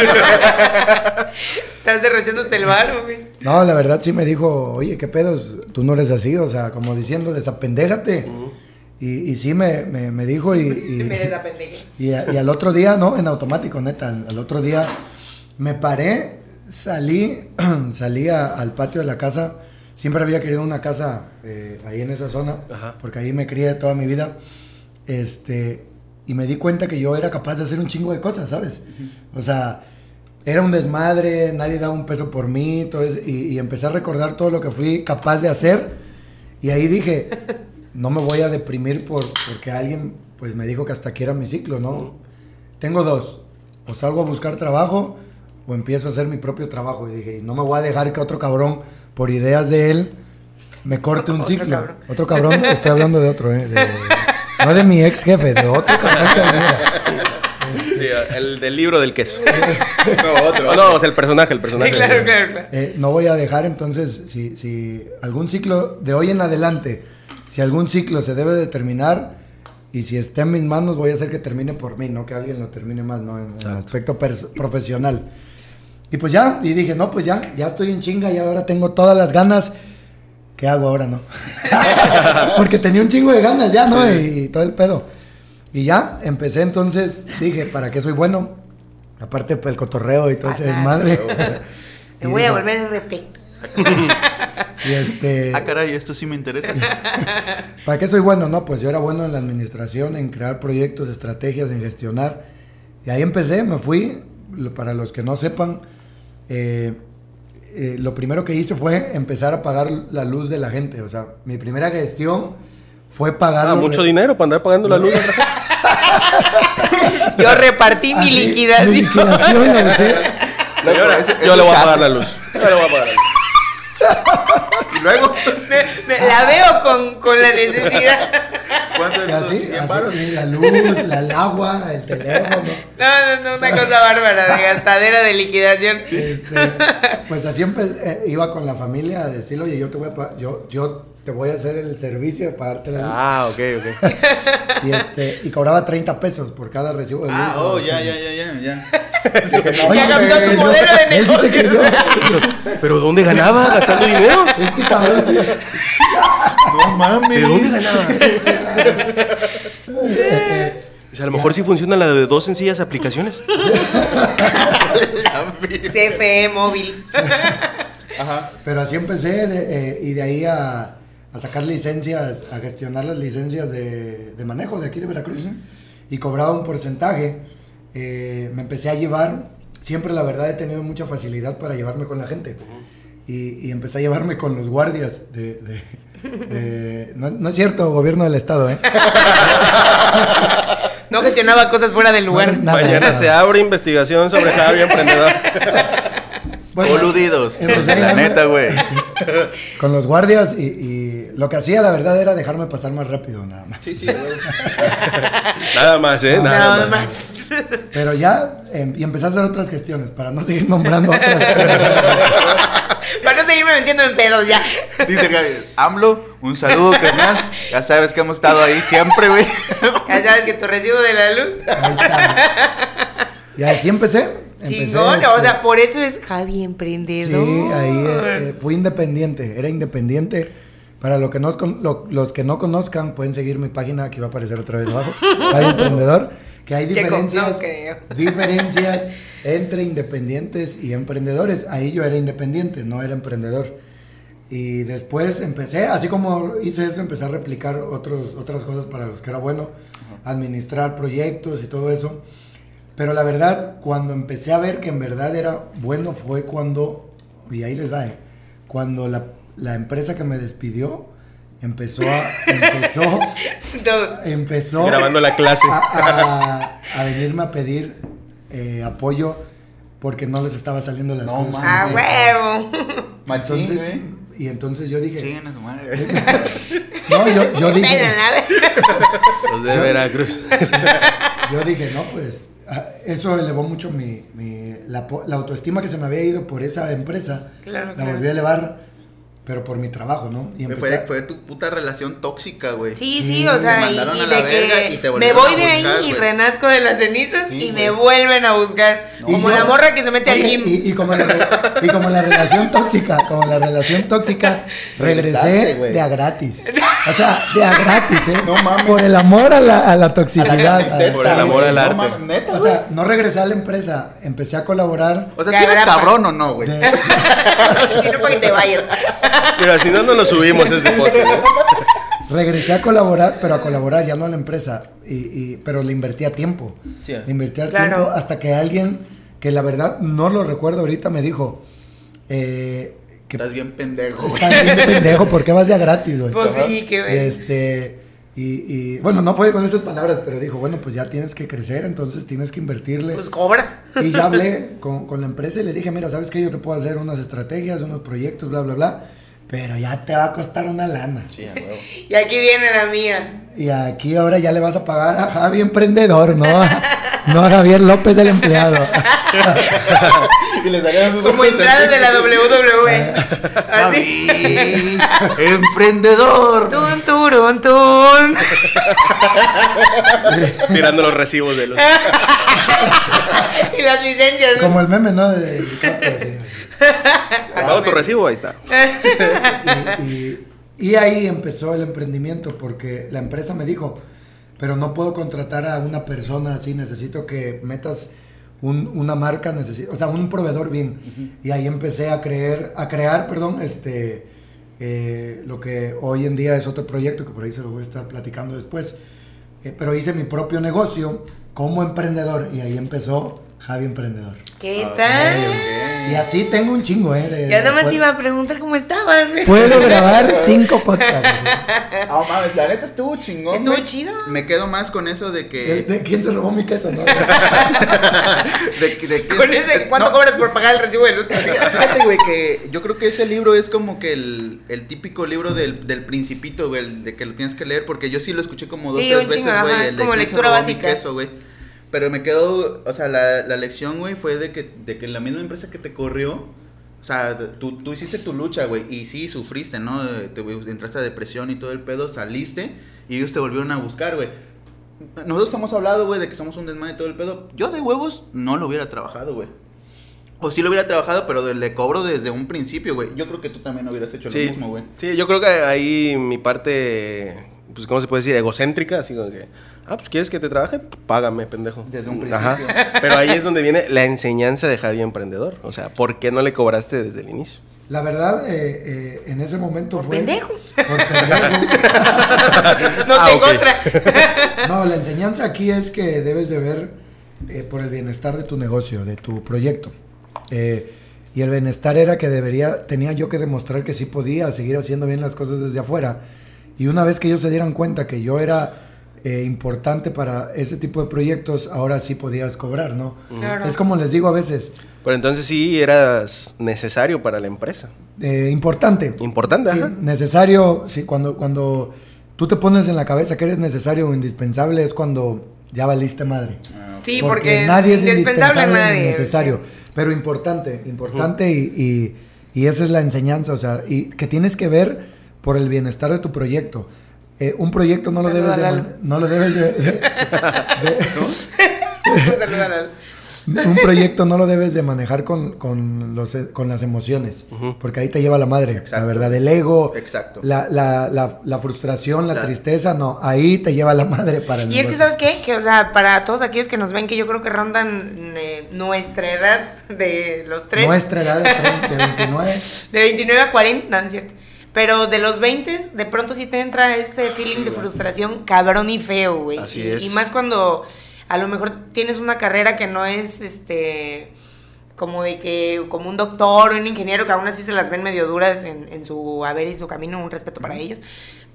[SPEAKER 3] Estás derrochándote el bar, güey.
[SPEAKER 2] No, la verdad sí me dijo, oye, qué pedos, tú no eres así, o sea, como diciendo, desapendéjate. y, y sí me, me- me dijo y, y-
[SPEAKER 3] Me desapendeje.
[SPEAKER 2] y a- y al otro día, no, en automático, neta, al, al otro día me paré, salí, salí a- al patio de la casa, siempre había querido una casa eh, ahí en esa zona,
[SPEAKER 1] Ajá.
[SPEAKER 2] porque ahí me crié toda mi vida, este, y me di cuenta que yo era capaz de hacer un chingo de cosas, ¿sabes? O sea, era un desmadre, nadie daba un peso por mí, todo eso, y, y empecé a recordar todo lo que fui capaz de hacer. Y ahí dije, no me voy a deprimir por, porque alguien pues me dijo que hasta aquí era mi ciclo, ¿no? Tengo dos, o salgo a buscar trabajo o empiezo a hacer mi propio trabajo. Y dije, y no me voy a dejar que otro cabrón, por ideas de él, me corte un
[SPEAKER 3] Otro
[SPEAKER 2] ciclo.
[SPEAKER 3] cabrón.
[SPEAKER 2] Otro cabrón, estoy hablando de otro, ¿eh? De- no de mi ex jefe, de otro cabrón que había.
[SPEAKER 1] Sí, el del libro del queso.
[SPEAKER 4] No, otro.
[SPEAKER 1] No, no, o sea, el personaje, el
[SPEAKER 3] Sí,
[SPEAKER 1] personaje.
[SPEAKER 3] claro, claro, claro.
[SPEAKER 2] Eh, no voy a dejar entonces, si, si algún ciclo de hoy en adelante, si algún ciclo se debe de terminar y si está en mis manos, voy a hacer que termine por mí, no que alguien lo termine más, no en, en
[SPEAKER 1] Exacto.
[SPEAKER 2] aspecto pers- profesional. Y pues ya, y dije, no, pues ya, ya estoy en chinga, ya ahora tengo todas las ganas. ¿Qué hago ahora, no? Porque tenía un chingo de ganas ya, ¿no? Y, todo el pedo. Y ya, empecé entonces, dije, ¿para qué soy bueno? Aparte, pues, el cotorreo y todo ese
[SPEAKER 3] Ah,
[SPEAKER 2] desmadre.
[SPEAKER 3] Me voy a
[SPEAKER 2] dije,
[SPEAKER 3] volver RP.
[SPEAKER 2] y este,
[SPEAKER 4] Ah, caray, esto sí me interesa.
[SPEAKER 2] ¿para qué soy bueno? No, pues yo era bueno en la administración, en crear proyectos, estrategias, en gestionar. Y ahí empecé, me fui. Lo- Para los que no sepan, eh, eh, lo primero que hice fue empezar a pagar la luz de la gente. O sea, mi primera gestión fue pagar...
[SPEAKER 1] Ah,
[SPEAKER 2] los
[SPEAKER 1] mucho
[SPEAKER 2] re-
[SPEAKER 1] dinero para andar pagando la luz.
[SPEAKER 3] Yo repartí mi
[SPEAKER 2] Así,
[SPEAKER 3] liquidación.
[SPEAKER 2] Ah, Mi liquidación, la usé.
[SPEAKER 1] Señora,
[SPEAKER 4] Eso- eso
[SPEAKER 1] yo le voy
[SPEAKER 4] se
[SPEAKER 1] a
[SPEAKER 4] hace.
[SPEAKER 1] pagar la luz. Yo le voy a pagar la luz.
[SPEAKER 4] Y luego,
[SPEAKER 3] Me- me- la veo con, con la necesidad.
[SPEAKER 4] ¿cuánto
[SPEAKER 2] Y
[SPEAKER 4] de
[SPEAKER 2] así,
[SPEAKER 4] estos 100
[SPEAKER 2] así,
[SPEAKER 4] varos?
[SPEAKER 2] y la luz, la, el agua, el teléfono.
[SPEAKER 3] No, no, no, una cosa bárbara de gastadera de liquidación.
[SPEAKER 2] Este, pues así empe- eh, iba con la familia a decirle, oye, yo te voy a pa- yo, yo te voy a hacer el servicio de pagarte la luz.
[SPEAKER 1] Ah, ok, ok.
[SPEAKER 2] Y este, y cobraba 30 pesos por cada recibo de luz.
[SPEAKER 4] Ah, oh, ya, ya, ya, ya, ya.
[SPEAKER 2] Oye,
[SPEAKER 3] Ya cambió
[SPEAKER 2] se
[SPEAKER 3] tu
[SPEAKER 2] creyó,
[SPEAKER 3] modelo de
[SPEAKER 2] él sí se
[SPEAKER 3] negocio.
[SPEAKER 2] creyó.
[SPEAKER 1] ¿Pero dónde ganaba gastando dinero?
[SPEAKER 2] Este cabrón sí.
[SPEAKER 4] No mames.
[SPEAKER 1] ¿De dónde ganaba?
[SPEAKER 2] Eh, eh,
[SPEAKER 1] sea, a lo mejor sí funciona la de dos sencillas aplicaciones.
[SPEAKER 3] CFE E, móvil.
[SPEAKER 4] Ajá.
[SPEAKER 2] Pero así empecé de- eh, y de ahí a, a sacar licencias, a gestionar las licencias de, de manejo de aquí de Veracruz y cobraba un porcentaje. Eh, me empecé a llevar, siempre la verdad he tenido mucha facilidad para llevarme con la gente y, y empecé a llevarme con los guardias de... de- de- no, no es cierto, gobierno del estado, ¿eh?
[SPEAKER 3] No gestionaba cosas fuera del lugar.
[SPEAKER 2] No, nada,
[SPEAKER 1] Mañana
[SPEAKER 2] nada.
[SPEAKER 1] se abre investigación sobre Javi Emprendedor.
[SPEAKER 2] Bueno,
[SPEAKER 4] Boludidos.
[SPEAKER 2] empecé a
[SPEAKER 4] La
[SPEAKER 2] llevarme-
[SPEAKER 4] neta, güey.
[SPEAKER 2] Con los guardias y, y lo que hacía la verdad era dejarme pasar más rápido nada más.
[SPEAKER 4] Sí, sí, güey.
[SPEAKER 1] Nada más, ¿eh? Nada
[SPEAKER 3] Nada
[SPEAKER 1] más.
[SPEAKER 3] más.
[SPEAKER 2] Pero ya em- y empecé a hacer otras gestiones para no seguir nombrando otras.
[SPEAKER 3] Para no seguirme metiendo en pedos ya.
[SPEAKER 4] Dice Javier, AMLO, un saludo, carnal. Ya sabes que hemos estado ahí siempre, güey.
[SPEAKER 3] Ya sabes que tu recibo de la luz.
[SPEAKER 2] Ahí está. Y así empecé. empecé,
[SPEAKER 3] Chingón.
[SPEAKER 2] este,
[SPEAKER 3] O sea, por eso es Javi
[SPEAKER 2] sí,
[SPEAKER 3] Emprendedor.
[SPEAKER 2] ahí eh, eh, fui independiente, era independiente. Para lo que no, con- lo- los que no conozcan, pueden seguir mi página que va a aparecer otra vez abajo, Hay Emprendedor, que hay
[SPEAKER 3] Checo, no
[SPEAKER 2] diferencias,
[SPEAKER 3] creo.
[SPEAKER 2] diferencias entre independientes y emprendedores. Ahí yo era independiente, no era emprendedor. Y después empecé, así como hice eso, empecé a replicar otros, otras cosas para los que era bueno, administrar proyectos y todo eso. Pero la verdad, cuando empecé a ver que en verdad era bueno fue cuando, y ahí les va, eh, cuando la, la empresa que me despidió empezó a, empezó,
[SPEAKER 3] Dos.
[SPEAKER 2] empezó
[SPEAKER 1] Grabando la clase.
[SPEAKER 2] Ah, a, a- a venirme a pedir eh, apoyo porque no les estaba saliendo las
[SPEAKER 4] No
[SPEAKER 2] cosas. como
[SPEAKER 3] A
[SPEAKER 4] mames. Ah,
[SPEAKER 2] yo
[SPEAKER 3] Ah, huevo.
[SPEAKER 4] Machín,
[SPEAKER 2] entonces,
[SPEAKER 4] güey.
[SPEAKER 2] y entonces yo dije,
[SPEAKER 4] Chinguen a su madre.
[SPEAKER 2] no, yo, yo dije,
[SPEAKER 3] Pelan, a ver.
[SPEAKER 1] Los de Veracruz.
[SPEAKER 2] yo dije, no, pues ah, eso elevó mucho mi, mi- la, po- la autoestima que se me había ido por esa empresa.
[SPEAKER 3] Claro,
[SPEAKER 2] la
[SPEAKER 3] claro.
[SPEAKER 2] volví a elevar, pero por mi trabajo, ¿no? Y empecé
[SPEAKER 4] Fue,
[SPEAKER 2] a-
[SPEAKER 4] fue tu puta relación tóxica, güey.
[SPEAKER 3] Sí,
[SPEAKER 2] pues, Sí,
[SPEAKER 3] sí, o
[SPEAKER 4] te
[SPEAKER 3] sea, y,
[SPEAKER 4] mandaron
[SPEAKER 3] y
[SPEAKER 4] a la
[SPEAKER 3] de
[SPEAKER 4] verga y
[SPEAKER 3] que
[SPEAKER 4] te
[SPEAKER 3] me
[SPEAKER 4] volvieron
[SPEAKER 3] voy
[SPEAKER 4] a
[SPEAKER 3] de ahí
[SPEAKER 4] buscar,
[SPEAKER 3] y
[SPEAKER 4] güey.
[SPEAKER 3] renazco de las cenizas
[SPEAKER 4] Sí,
[SPEAKER 3] y
[SPEAKER 4] güey.
[SPEAKER 3] me vuelven a buscar.
[SPEAKER 2] Y
[SPEAKER 3] Como
[SPEAKER 2] yo-
[SPEAKER 3] la morra que se mete al
[SPEAKER 2] Oye,
[SPEAKER 3] gym.
[SPEAKER 2] Y, y como la re- y como la relación tóxica, como la relación tóxica,
[SPEAKER 4] Regresaste,
[SPEAKER 2] regresé
[SPEAKER 4] güey.
[SPEAKER 2] de a gratis. O sea, de a gratis, ¿eh?
[SPEAKER 4] No mames.
[SPEAKER 2] Por el amor a la, a la toxicidad.
[SPEAKER 4] Exacto,
[SPEAKER 1] Por el amor
[SPEAKER 4] güey.
[SPEAKER 1] al
[SPEAKER 4] No
[SPEAKER 1] arte.
[SPEAKER 4] mames, neta,
[SPEAKER 2] O
[SPEAKER 4] güey.
[SPEAKER 2] sea, no regresé a la empresa, empecé a colaborar.
[SPEAKER 4] O sea,
[SPEAKER 3] Ya,
[SPEAKER 4] si eres
[SPEAKER 3] grapa.
[SPEAKER 4] cabrón o no, güey.
[SPEAKER 2] de-
[SPEAKER 3] Si no, para que te vayas.
[SPEAKER 1] Mira, si no, no lo subimos ese podcast.
[SPEAKER 2] regresé a colaborar, pero a colaborar, ya no a la empresa. Y, y- pero le invertía tiempo.
[SPEAKER 4] Sí.
[SPEAKER 2] Le invertía
[SPEAKER 3] Claro.
[SPEAKER 2] tiempo hasta que alguien, que la verdad no lo recuerdo ahorita, me dijo eh, que
[SPEAKER 4] Estás bien pendejo, güey.
[SPEAKER 2] Estás bien pendejo, ¿por qué vas de a gratis, güey?
[SPEAKER 3] Pues sí, qué
[SPEAKER 2] Y,
[SPEAKER 3] ves.
[SPEAKER 2] este, y, y, bueno, no puede con esas palabras, pero dijo, bueno, pues ya tienes que crecer, entonces tienes que invertirle.
[SPEAKER 3] Pues cobra.
[SPEAKER 2] y ya hablé con, con la empresa y le dije, mira, ¿sabes qué? Yo te puedo hacer unas estrategias, unos proyectos, bla, bla, bla, pero ya te va a costar una lana.
[SPEAKER 4] Sí, a huevo.
[SPEAKER 3] Y aquí viene la mía.
[SPEAKER 2] Y aquí ahora ya le vas a pagar a Javi Emprendedor, ¿no? a- no a Javier López el empleado.
[SPEAKER 4] Y le salieron sus
[SPEAKER 3] Como
[SPEAKER 4] ojos
[SPEAKER 3] entradas
[SPEAKER 4] así.
[SPEAKER 3] de la WWE. Así.
[SPEAKER 4] Javi, emprendedor.
[SPEAKER 3] Tun, turun, tun.
[SPEAKER 1] Tirando los recibos de los.
[SPEAKER 3] Y las licencias. ¿no?
[SPEAKER 2] Como el meme, ¿no? De- de- de-
[SPEAKER 1] Pago tu recibo, ahí está.
[SPEAKER 2] y, y- y ahí empezó el emprendimiento porque la empresa me dijo, pero no puedo contratar a una persona así, necesito que metas un- una marca, necesito, o sea, un proveedor bien. Y ahí empecé a, creer, a crear perdón, este, eh, lo que hoy en día es otro proyecto que por ahí se lo voy a estar platicando después. Eh, pero hice mi propio negocio como emprendedor y ahí empezó Javi Emprendedor.
[SPEAKER 3] ¿Qué
[SPEAKER 4] Ah,
[SPEAKER 3] tal?
[SPEAKER 2] Y así tengo un chingo, ¿eh? de-
[SPEAKER 3] Ya nada más
[SPEAKER 4] Pues
[SPEAKER 2] puedo-
[SPEAKER 3] te iba a preguntar cómo estabas. güey.
[SPEAKER 2] Puedo grabar cinco podcasts. ¿eh?
[SPEAKER 4] Ah, mames, la neta estuvo chingón.
[SPEAKER 3] Estuvo
[SPEAKER 4] güey.
[SPEAKER 3] chido.
[SPEAKER 4] Me quedo más con eso de
[SPEAKER 2] ¿De,
[SPEAKER 4] que.
[SPEAKER 2] de quién se robó mi queso? No,
[SPEAKER 4] de que- de que-
[SPEAKER 3] Con ese, ¿cuánto
[SPEAKER 4] no,
[SPEAKER 3] cobras por pagar el recibo de luz?
[SPEAKER 4] Fíjate, güey, que yo creo que ese libro es como que el, el típico libro del, del Principito, güey, el de que lo tienes que leer, porque yo sí lo escuché como dos
[SPEAKER 3] Sí,
[SPEAKER 4] tres
[SPEAKER 3] un
[SPEAKER 4] veces,
[SPEAKER 3] chingo,
[SPEAKER 4] güey.
[SPEAKER 3] ajá,
[SPEAKER 4] el
[SPEAKER 3] es
[SPEAKER 4] de
[SPEAKER 3] como
[SPEAKER 4] quién se
[SPEAKER 3] lectura
[SPEAKER 4] robó mi
[SPEAKER 3] básica.
[SPEAKER 4] queso, güey. Pero me quedo, o sea, la, la lección, güey, fue de que, de que la misma empresa que te corrió, o sea, de- tú, tú hiciste tu lucha, güey, y sí, sufriste, ¿no? Te, entraste a depresión y todo el pedo, saliste, y ellos te volvieron a buscar, güey. Nosotros hemos hablado, güey, de que somos un desmadre y todo el pedo. Yo de huevos no lo hubiera trabajado, güey. O sí lo hubiera trabajado, pero de- le cobro desde un principio, güey. Yo creo que tú también hubieras hecho lo mismo, güey.
[SPEAKER 1] sí, yo creo que ahí mi parte pues, ¿cómo se puede decir? Egocéntrica, así como que, ah, pues, ¿quieres que te trabaje? Págame, pendejo.
[SPEAKER 4] Desde un principio.
[SPEAKER 1] Pero ahí es donde viene la enseñanza de Javi Emprendedor. O sea, ¿por qué no le cobraste desde el inicio?
[SPEAKER 2] La verdad, eh, eh, en ese momento
[SPEAKER 3] Por
[SPEAKER 2] fue.
[SPEAKER 3] pendejo.
[SPEAKER 2] Por pendejo.
[SPEAKER 3] No
[SPEAKER 1] Ah,
[SPEAKER 3] tengo
[SPEAKER 1] ok.
[SPEAKER 3] otra.
[SPEAKER 2] No, la enseñanza aquí es que debes de ver eh, por el bienestar de tu negocio, de tu proyecto. Eh, y el bienestar era que debería, tenía yo que demostrar que sí podía seguir haciendo bien las cosas desde afuera. Y una vez que ellos se dieran cuenta que yo era eh, importante para ese tipo de proyectos, ahora sí podías cobrar, ¿no?
[SPEAKER 3] Claro.
[SPEAKER 2] Es como les digo a veces,
[SPEAKER 1] Pero entonces sí eras necesario para la empresa.
[SPEAKER 2] eh, importante.
[SPEAKER 1] Importante,
[SPEAKER 2] Sí,
[SPEAKER 1] ajá.
[SPEAKER 2] necesario, sí, cuando, cuando tú te pones en la cabeza que eres necesario o indispensable es cuando ya valiste madre.
[SPEAKER 3] Sí, porque, es indispensable a
[SPEAKER 2] indispensable ni
[SPEAKER 3] nadie.
[SPEAKER 2] necesario, pero importante, importante y, y- y esa es la enseñanza, o sea, y que tienes que ver por el bienestar de tu proyecto. Eh, un proyecto no lo
[SPEAKER 3] Saluda
[SPEAKER 2] debes de,
[SPEAKER 3] a Lalo.
[SPEAKER 2] man- no lo debes de- de-
[SPEAKER 3] Saluda a Lalo.
[SPEAKER 2] un proyecto no lo debes de manejar con, con los, e- con las emociones, porque ahí te lleva la madre, la
[SPEAKER 4] Exacto.
[SPEAKER 2] verdad, el ego,
[SPEAKER 4] Exacto.
[SPEAKER 2] La, la- la- la frustración, la,
[SPEAKER 4] La-
[SPEAKER 2] tristeza, no, ahí te lleva la madre para el
[SPEAKER 3] Y es
[SPEAKER 2] negocio.
[SPEAKER 3] que, ¿sabes qué? Que, o sea, para todos aquellos que nos ven, que yo creo que rondan eh, nuestra edad de los tres.
[SPEAKER 2] Nuestra edad de 30, de 29.
[SPEAKER 3] De 29 a 40, no, no es cierto. Pero de los 20, de pronto sí te entra este feeling de frustración cabrón y feo, güey.
[SPEAKER 1] Ah, Así
[SPEAKER 3] y,
[SPEAKER 1] es.
[SPEAKER 3] y más cuando a lo mejor tienes una carrera que no es este como de que como un doctor o un ingeniero que aún así se las ven medio duras en, en su haber y su camino, un respeto para ellos.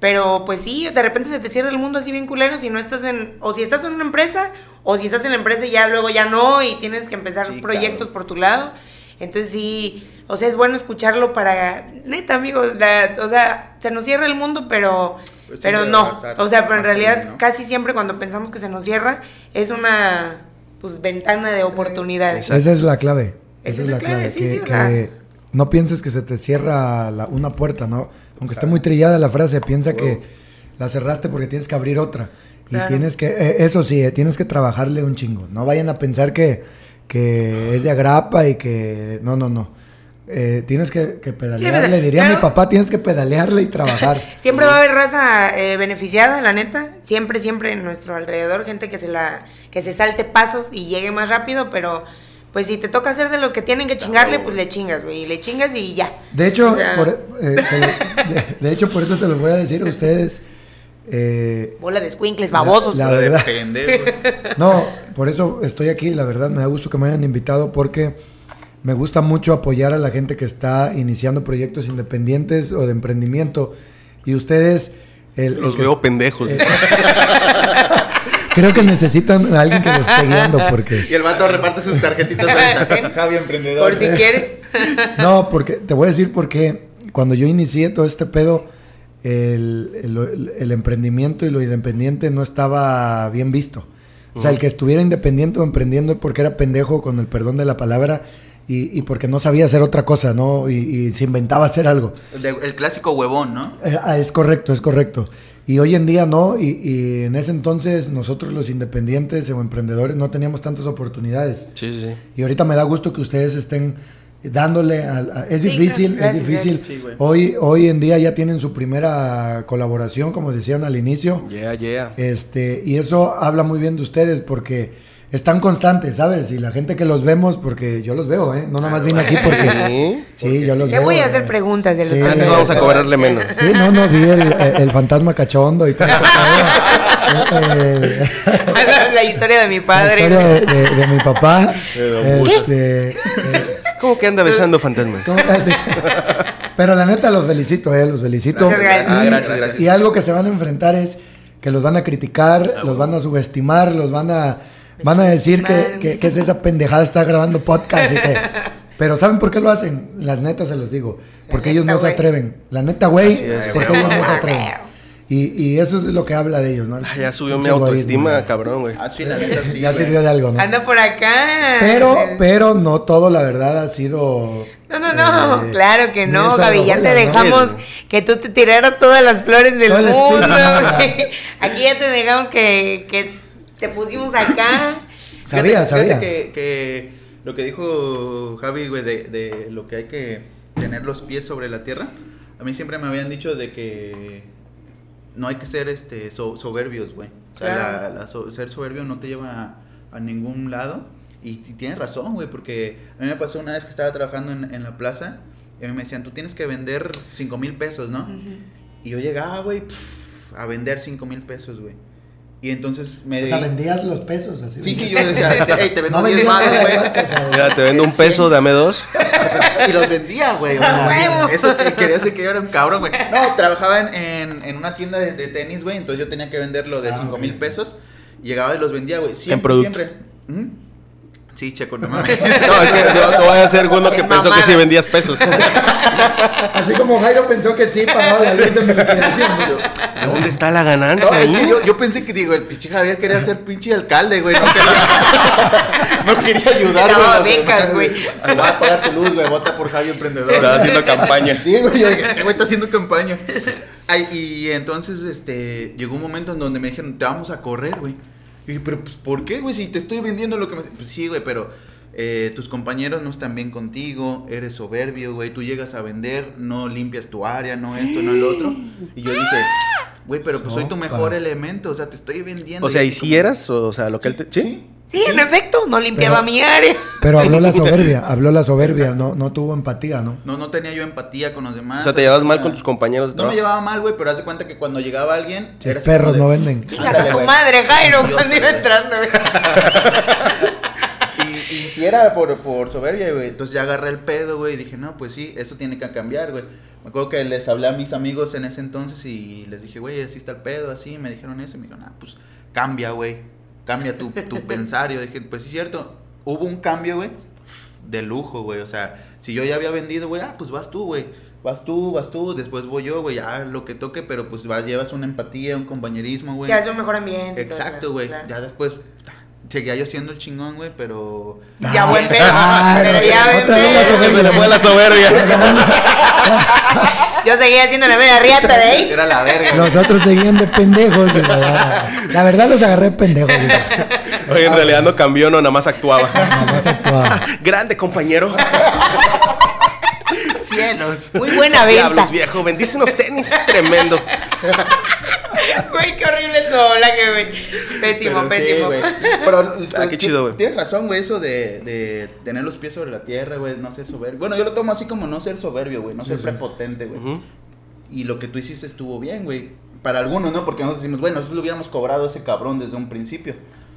[SPEAKER 3] Pero pues sí, de repente se te cierra el mundo así bien culero si no estás en o si estás en una empresa o si estás en la empresa y ya luego ya no y tienes que empezar
[SPEAKER 4] Sí,
[SPEAKER 3] proyectos por tu lado. Entonces sí, o sea, es bueno escucharlo para, neta amigos, la- o sea, se nos cierra el mundo, pero,
[SPEAKER 4] Pero siempre
[SPEAKER 3] pero
[SPEAKER 4] Pues va a
[SPEAKER 3] no,
[SPEAKER 4] estar
[SPEAKER 3] o sea, pero en
[SPEAKER 4] más
[SPEAKER 3] realidad
[SPEAKER 4] también, ¿no?
[SPEAKER 3] casi siempre cuando pensamos que se nos cierra es una, pues, ventana de oportunidades.
[SPEAKER 1] Exacto.
[SPEAKER 2] Esa es la clave. Esa
[SPEAKER 3] Esa
[SPEAKER 2] es la clave.
[SPEAKER 3] sí,
[SPEAKER 2] que,
[SPEAKER 3] sí, o
[SPEAKER 2] que
[SPEAKER 3] sea.
[SPEAKER 2] no pienses que se te cierra la- una puerta, ¿no? Aunque esté muy trillada la frase, piensa que la cerraste porque tienes que abrir otra. Y
[SPEAKER 3] Claro.
[SPEAKER 2] tienes que, eh, eso sí, eh, tienes que trabajarle un chingo. No vayan a pensar que, que es de agrapa y que. No, no, no. Eh, tienes que, que pedalearle.
[SPEAKER 3] pero-
[SPEAKER 2] Diría
[SPEAKER 3] pero-
[SPEAKER 2] mi papá, tienes que pedalearle y trabajar.
[SPEAKER 3] Siempre va a haber raza eh, beneficiada, la neta. Siempre, siempre en nuestro alrededor, gente que se la, que se salte pasos y llegue más rápido, pero pues si te toca ser de los que tienen que chingarle, pues le chingas, güey. Y le chingas y ya.
[SPEAKER 2] De hecho,
[SPEAKER 3] O sea,
[SPEAKER 2] por, eh, se lo- de, de hecho, por eso se los voy a decir a ustedes. eh,
[SPEAKER 3] bola de escuincles, babosos.
[SPEAKER 2] La
[SPEAKER 4] La de
[SPEAKER 2] verdad.
[SPEAKER 4] pendejos.
[SPEAKER 2] No, por eso estoy aquí, la verdad, me da gusto que me hayan invitado porque me gusta mucho apoyar a la gente que está iniciando proyectos independientes o de emprendimiento. Y ustedes... el- el
[SPEAKER 1] Los
[SPEAKER 2] que-
[SPEAKER 1] veo pendejos.
[SPEAKER 2] Creo que necesitan a alguien que los esté guiando porque...
[SPEAKER 4] Y el vato reparte sus tarjetitas ahorita. Javi Emprendedor.
[SPEAKER 3] Por si quieres.
[SPEAKER 2] No, porque te voy a decir porque cuando yo inicié todo este pedo, el, el- el emprendimiento y lo independiente no estaba bien visto. O sea, el que estuviera independiente o emprendiendo porque era pendejo, con el perdón de la palabra, y, y porque no sabía hacer otra cosa, ¿no? Y, y se inventaba hacer algo.
[SPEAKER 4] El, de- el clásico huevón, ¿no?
[SPEAKER 2] Eh, ah, es correcto, es correcto. Y hoy en día no, y, y en ese entonces nosotros los independientes o emprendedores no teníamos tantas oportunidades.
[SPEAKER 1] Sí, sí, sí.
[SPEAKER 2] Y ahorita me da gusto que ustedes estén dándole al- a- es
[SPEAKER 3] Sí,
[SPEAKER 2] difícil, es
[SPEAKER 3] claro, gracias,
[SPEAKER 2] difícil.
[SPEAKER 4] gracias. Sí, güey.
[SPEAKER 2] hoy hoy en día ya tienen su primera colaboración, como decían al inicio.
[SPEAKER 1] Yeah, yeah.
[SPEAKER 2] Este, y eso habla muy bien de ustedes porque están constantes, ¿sabes? Y la gente que los vemos porque yo los veo, ¿eh? No nada más vine aquí porque
[SPEAKER 1] Sí.
[SPEAKER 2] Sí, yo los
[SPEAKER 3] Te
[SPEAKER 2] veo.
[SPEAKER 3] voy a
[SPEAKER 2] eh.
[SPEAKER 3] hacer preguntas de los
[SPEAKER 2] Sí.
[SPEAKER 1] Ah, entonces
[SPEAKER 2] eh,
[SPEAKER 3] pendejos.
[SPEAKER 1] vamos a cobrarle menos.
[SPEAKER 2] Sí, no, no, vi el, el fantasma cachondo y todo eso. Eh, eh,
[SPEAKER 3] la historia de mi
[SPEAKER 2] la
[SPEAKER 3] padre.
[SPEAKER 2] historia de, de- de mi papá.
[SPEAKER 1] Pero mucho.
[SPEAKER 2] Este, eh,
[SPEAKER 1] ¿Cómo que anda besando fantasmas?
[SPEAKER 2] ¿Cómo estás? Pero la neta los felicito, eh, los felicito.
[SPEAKER 3] Gracias, gracias.
[SPEAKER 1] Ah,
[SPEAKER 2] Y-
[SPEAKER 1] gracias, gracias.
[SPEAKER 2] Y algo que se van a enfrentar es que los van a
[SPEAKER 1] Ah,
[SPEAKER 2] criticar, los
[SPEAKER 4] bueno.
[SPEAKER 2] van a subestimar, los van a van a decir que,
[SPEAKER 3] subestiman.
[SPEAKER 2] que- que es esa pendejada está grabando podcast y que- Pero ¿saben por qué lo hacen? Las netas se los digo. Porque ellos
[SPEAKER 3] neta,
[SPEAKER 2] no se
[SPEAKER 3] güey.
[SPEAKER 2] atreven. La neta, güey,
[SPEAKER 1] Así es,
[SPEAKER 2] porque
[SPEAKER 4] güey.
[SPEAKER 2] ellos no se
[SPEAKER 3] Ah,
[SPEAKER 2] atreven.
[SPEAKER 3] güey.
[SPEAKER 2] Y, y eso es lo que habla de ellos, ¿no?
[SPEAKER 1] Ah, ya subió mi
[SPEAKER 2] Mucho egoísmo,
[SPEAKER 1] autoestima,
[SPEAKER 2] güey.
[SPEAKER 1] cabrón, güey.
[SPEAKER 4] Ah, sí, la neta sí.
[SPEAKER 2] ya
[SPEAKER 4] güey.
[SPEAKER 2] sirvió de algo, ¿no?
[SPEAKER 3] Anda por acá.
[SPEAKER 2] Pero, pero no todo, la verdad, ha sido.
[SPEAKER 3] No, no, no,
[SPEAKER 2] eh,
[SPEAKER 3] claro que no,
[SPEAKER 2] miel sobre
[SPEAKER 3] Gaby, ya te
[SPEAKER 2] hojuelas, ¿no?
[SPEAKER 3] dejamos que tú te tiraras todas las flores del
[SPEAKER 2] Todo el
[SPEAKER 3] mundo.
[SPEAKER 2] espíritu.
[SPEAKER 3] güey. Aquí ya te dejamos que, que te pusimos acá.
[SPEAKER 2] Sabía,
[SPEAKER 4] Fíjate-
[SPEAKER 2] sabía.
[SPEAKER 4] fíjate que, que lo que dijo Javi, güey, de, de lo que hay que tener los pies sobre la tierra, a mí siempre me habían dicho de que no hay que ser este, so- soberbios, güey. O sea,
[SPEAKER 3] Claro.
[SPEAKER 4] la- la so- ser soberbio no te lleva a, a ningún lado. Y, t- tienes razón, güey, porque a mí me pasó una vez que estaba trabajando en, en la plaza y a mí me decían, tú tienes que vender 5 mil pesos, ¿no? Y yo llegaba, güey, pf, a vender 5 mil pesos, güey. Y entonces me...
[SPEAKER 2] O sea,
[SPEAKER 4] di-
[SPEAKER 2] vendías los pesos así.
[SPEAKER 4] eh, Sí, sí,
[SPEAKER 2] güey.
[SPEAKER 4] yo decía, "Te- hey, te vendo
[SPEAKER 2] No
[SPEAKER 4] 10
[SPEAKER 2] vendías
[SPEAKER 4] baros,
[SPEAKER 2] nada de
[SPEAKER 4] güey.
[SPEAKER 2] guantes, o sea, güey.
[SPEAKER 1] Mira, te vendo un peso, dame dos.
[SPEAKER 4] Y los vendía, güey. o
[SPEAKER 3] ¡A
[SPEAKER 4] sea,
[SPEAKER 3] huevo!
[SPEAKER 4] eso que quería decir que yo era un cabrón, güey. No, trabajaba en, en- en una tienda de, de tenis, güey. Entonces yo tenía que venderlo de
[SPEAKER 2] Ah,
[SPEAKER 4] 5
[SPEAKER 2] ok.
[SPEAKER 4] mil pesos. Y llegaba y los vendía, güey. Siempre,
[SPEAKER 1] producto.
[SPEAKER 4] siempre. ¿Mm? Sí, checo, no mames.
[SPEAKER 1] No, es que no, no vaya a ser uno que
[SPEAKER 3] Mamadas.
[SPEAKER 1] pensó que sí vendías pesos.
[SPEAKER 2] Así como Jairo pensó que sí, pagaba la ley de mi liquidación, güey.
[SPEAKER 1] ¿Dónde está la ganancia
[SPEAKER 4] No, es que
[SPEAKER 1] ahí?
[SPEAKER 4] yo, yo pensé que, digo, el pinche Javier quería ser pinche alcalde, güey. No quería, no quería ayudar,
[SPEAKER 3] No,
[SPEAKER 4] güey. a los
[SPEAKER 3] becas,
[SPEAKER 4] demás,
[SPEAKER 3] güey.
[SPEAKER 4] Te Voy a pagar tu luz, güey. Vota por Javi Emprendedor.
[SPEAKER 1] Estaba haciendo campaña.
[SPEAKER 4] Sí, güey, yo dije, "Este güey está haciendo campaña. Ay, y entonces, este, llegó un momento en donde me dijeron, te vamos a correr, güey. Y dije, pero, pues, ¿por qué, güey? Si te estoy vendiendo lo que me... Pues sí, güey, pero eh, tus compañeros no están bien contigo, eres soberbio, güey. Tú llegas a vender, no limpias tu área, no esto, no el otro. Y yo dije, güey, pero pues soy tu mejor
[SPEAKER 2] Sopas.
[SPEAKER 4] elemento, o sea, te estoy vendiendo.
[SPEAKER 1] O sea,
[SPEAKER 4] Y
[SPEAKER 1] ¿y
[SPEAKER 4] así
[SPEAKER 1] si
[SPEAKER 4] como-
[SPEAKER 1] eras? O sea, lo que él te... ¿Sí?
[SPEAKER 3] Sí, en efecto, no limpiaba
[SPEAKER 2] Pero-
[SPEAKER 3] mi área.
[SPEAKER 2] Pero habló la soberbia, habló la soberbia, no, no tuvo empatía, ¿no?
[SPEAKER 4] No, no tenía yo empatía con los demás.
[SPEAKER 1] O sea, te llevabas mal con
[SPEAKER 4] Ah.
[SPEAKER 1] tus compañeros de
[SPEAKER 4] No me
[SPEAKER 1] trabajo.
[SPEAKER 4] llevaba mal, güey, pero haz de cuenta que cuando llegaba alguien...
[SPEAKER 2] Sí,
[SPEAKER 4] era así
[SPEAKER 2] perros
[SPEAKER 4] como
[SPEAKER 2] no
[SPEAKER 4] de-
[SPEAKER 2] venden.
[SPEAKER 3] Chingas a tu
[SPEAKER 4] güey.
[SPEAKER 3] madre, Jairo,
[SPEAKER 4] Idiota,
[SPEAKER 3] cuando iba
[SPEAKER 4] güey.
[SPEAKER 3] entrando. güey.
[SPEAKER 4] Y, y si era por, por soberbia, güey. Entonces ya agarré el pedo, güey, y dije, no, pues sí, eso tiene que cambiar, güey. Me acuerdo que les hablé a mis amigos en ese entonces y les dije, güey, así está el pedo, así. Me dijeron eso y me dijeron, ah, pues cambia, güey. Cambia tu, tu pensar. Y yo dije, pues sí, cierto. Hubo un cambio, güey, de lujo, güey. O sea, si yo ya había vendido, güey, ah, pues vas tú, güey. Vas tú, vas tú, después voy yo, güey, ya lo que toque, pero pues vas, llevas una empatía, un compañerismo, güey.
[SPEAKER 3] Se hace un mejor ambiente. y todo,
[SPEAKER 4] Exacto, güey.
[SPEAKER 3] claro.
[SPEAKER 4] Ya después ta, seguía yo siendo el chingón, güey, pero.
[SPEAKER 3] Ya buen pedo.
[SPEAKER 2] Ah,
[SPEAKER 3] Pero ya ven,
[SPEAKER 2] otra vez la
[SPEAKER 3] pero-
[SPEAKER 2] soberbia.
[SPEAKER 1] Se le fue la soberbia.
[SPEAKER 3] Yo seguía haciendo la media riata de ahí.
[SPEAKER 4] Era la verga. güey.
[SPEAKER 2] Los otros seguían de pendejos. güey, la verdad. La verdad los agarré pendejos. güey.
[SPEAKER 1] Oye, en realidad no cambió, no, nada más actuaba.
[SPEAKER 2] Nada más actuaba.
[SPEAKER 1] Grande compañero.
[SPEAKER 4] Cielos.
[SPEAKER 3] Muy buena venta.
[SPEAKER 1] Diablos viejo, vendiste unos tenis. Tremendo.
[SPEAKER 3] Güey, qué horrible tu doblaje, güey. Pésimo,
[SPEAKER 4] Pero sí,
[SPEAKER 3] pésimo.
[SPEAKER 4] güey. Pero,
[SPEAKER 1] Ah, qué chido, güey.
[SPEAKER 4] Tienes razón, güey, eso de, de tener los pies sobre la tierra, güey, no ser soberbio. Bueno, yo lo tomo así como no ser soberbio, güey, no ser prepotente, güey.
[SPEAKER 1] Ujú.
[SPEAKER 4] Y lo que tú hiciste estuvo bien, güey. Para algunos, ¿no? Porque nosotros decimos, bueno, nosotros lo hubiéramos cobrado a ese cabrón desde un principio.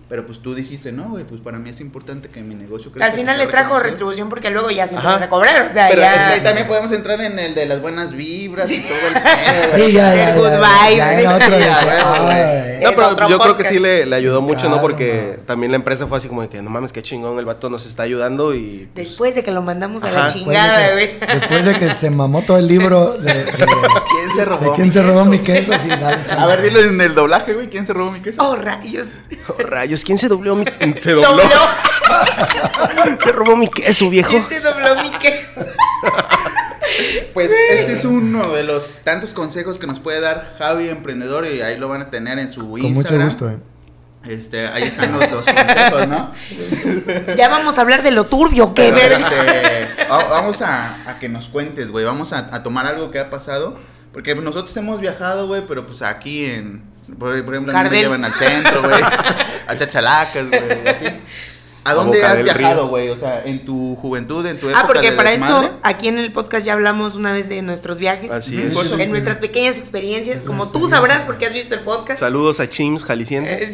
[SPEAKER 4] Pero pues tú dijiste, no, güey, pues para mí es importante que mi negocio crezca.
[SPEAKER 3] Al final
[SPEAKER 4] que sea
[SPEAKER 3] le trajo
[SPEAKER 4] reconocido".
[SPEAKER 3] retribución porque luego ya se
[SPEAKER 1] Ajá.
[SPEAKER 3] empiezas a cobrar. O sea,
[SPEAKER 4] Pero es que
[SPEAKER 3] ya.
[SPEAKER 4] ahí también podemos entrar en el de las buenas vibras y todo el pedo.
[SPEAKER 2] Sí, ya, ya. ya,
[SPEAKER 3] Ser good
[SPEAKER 2] ya,
[SPEAKER 3] vibes,
[SPEAKER 2] ya
[SPEAKER 3] sí.
[SPEAKER 2] era otro,
[SPEAKER 4] Ya,
[SPEAKER 2] güey.
[SPEAKER 4] ya, güey.
[SPEAKER 2] Ay.
[SPEAKER 1] No,
[SPEAKER 3] Es
[SPEAKER 1] pero yo
[SPEAKER 3] otro
[SPEAKER 1] creo que
[SPEAKER 3] podcast.
[SPEAKER 1] sí le, le ayudó mucho, ¿no?
[SPEAKER 2] Claro,
[SPEAKER 1] Porque
[SPEAKER 2] no.
[SPEAKER 1] también la empresa fue así como de que, no mames, qué chingón, el vato nos está ayudando y... pues,
[SPEAKER 3] Después de que lo mandamos a la
[SPEAKER 1] Ajá.
[SPEAKER 2] Después de
[SPEAKER 3] chingada,
[SPEAKER 2] que-
[SPEAKER 3] güey.
[SPEAKER 2] Después de que se mamó todo el libro de, de-
[SPEAKER 4] ¿Quién se robó?
[SPEAKER 2] de quién
[SPEAKER 4] mi
[SPEAKER 2] se robó
[SPEAKER 4] queso?
[SPEAKER 2] mi queso, sí, dale, chale.
[SPEAKER 4] A ver, dilo en el doblaje, güey. ¿Quién se robó mi queso?
[SPEAKER 3] Oh, rayos.
[SPEAKER 1] oh, rayos, ¿quién se dobló mi... Se dobló.
[SPEAKER 3] Dobló.
[SPEAKER 1] se robó mi queso, viejo.
[SPEAKER 3] ¿Quién se dobló mi queso?
[SPEAKER 4] Pues este es uno de los tantos consejos que nos puede dar Javi Emprendedor y ahí lo van a tener en su
[SPEAKER 2] Con
[SPEAKER 4] Instagram.
[SPEAKER 2] mucho gusto, eh.
[SPEAKER 4] Este, ahí están los dos consejos, ¿no?
[SPEAKER 3] Ya vamos a hablar de lo turbio, qué
[SPEAKER 4] Pero,
[SPEAKER 3] verga.
[SPEAKER 4] este, va- vamos a, a que nos cuentes, güey. Vamos a, a tomar algo que ha pasado. Porque nosotros hemos viajado, güey, pero pues aquí en. Por, por ejemplo, a mí me
[SPEAKER 3] Cardel.
[SPEAKER 4] llevan al centro, güey. A Chachalacas, güey. Así. ¿A
[SPEAKER 1] A
[SPEAKER 4] dónde
[SPEAKER 1] Boca
[SPEAKER 4] has
[SPEAKER 1] del
[SPEAKER 4] viajado,
[SPEAKER 1] Río.
[SPEAKER 4] güey? O sea, en tu juventud, en tu época.
[SPEAKER 3] Ah, porque
[SPEAKER 4] de
[SPEAKER 3] para
[SPEAKER 4] desmadre?
[SPEAKER 3] esto, aquí en el podcast ya hablamos una vez de nuestros viajes.
[SPEAKER 1] Así
[SPEAKER 4] es.
[SPEAKER 3] En nuestras pequeñas experiencias, como tú sabrás porque has visto el podcast.
[SPEAKER 1] Saludos a Chims Jalisciense.
[SPEAKER 3] Eh,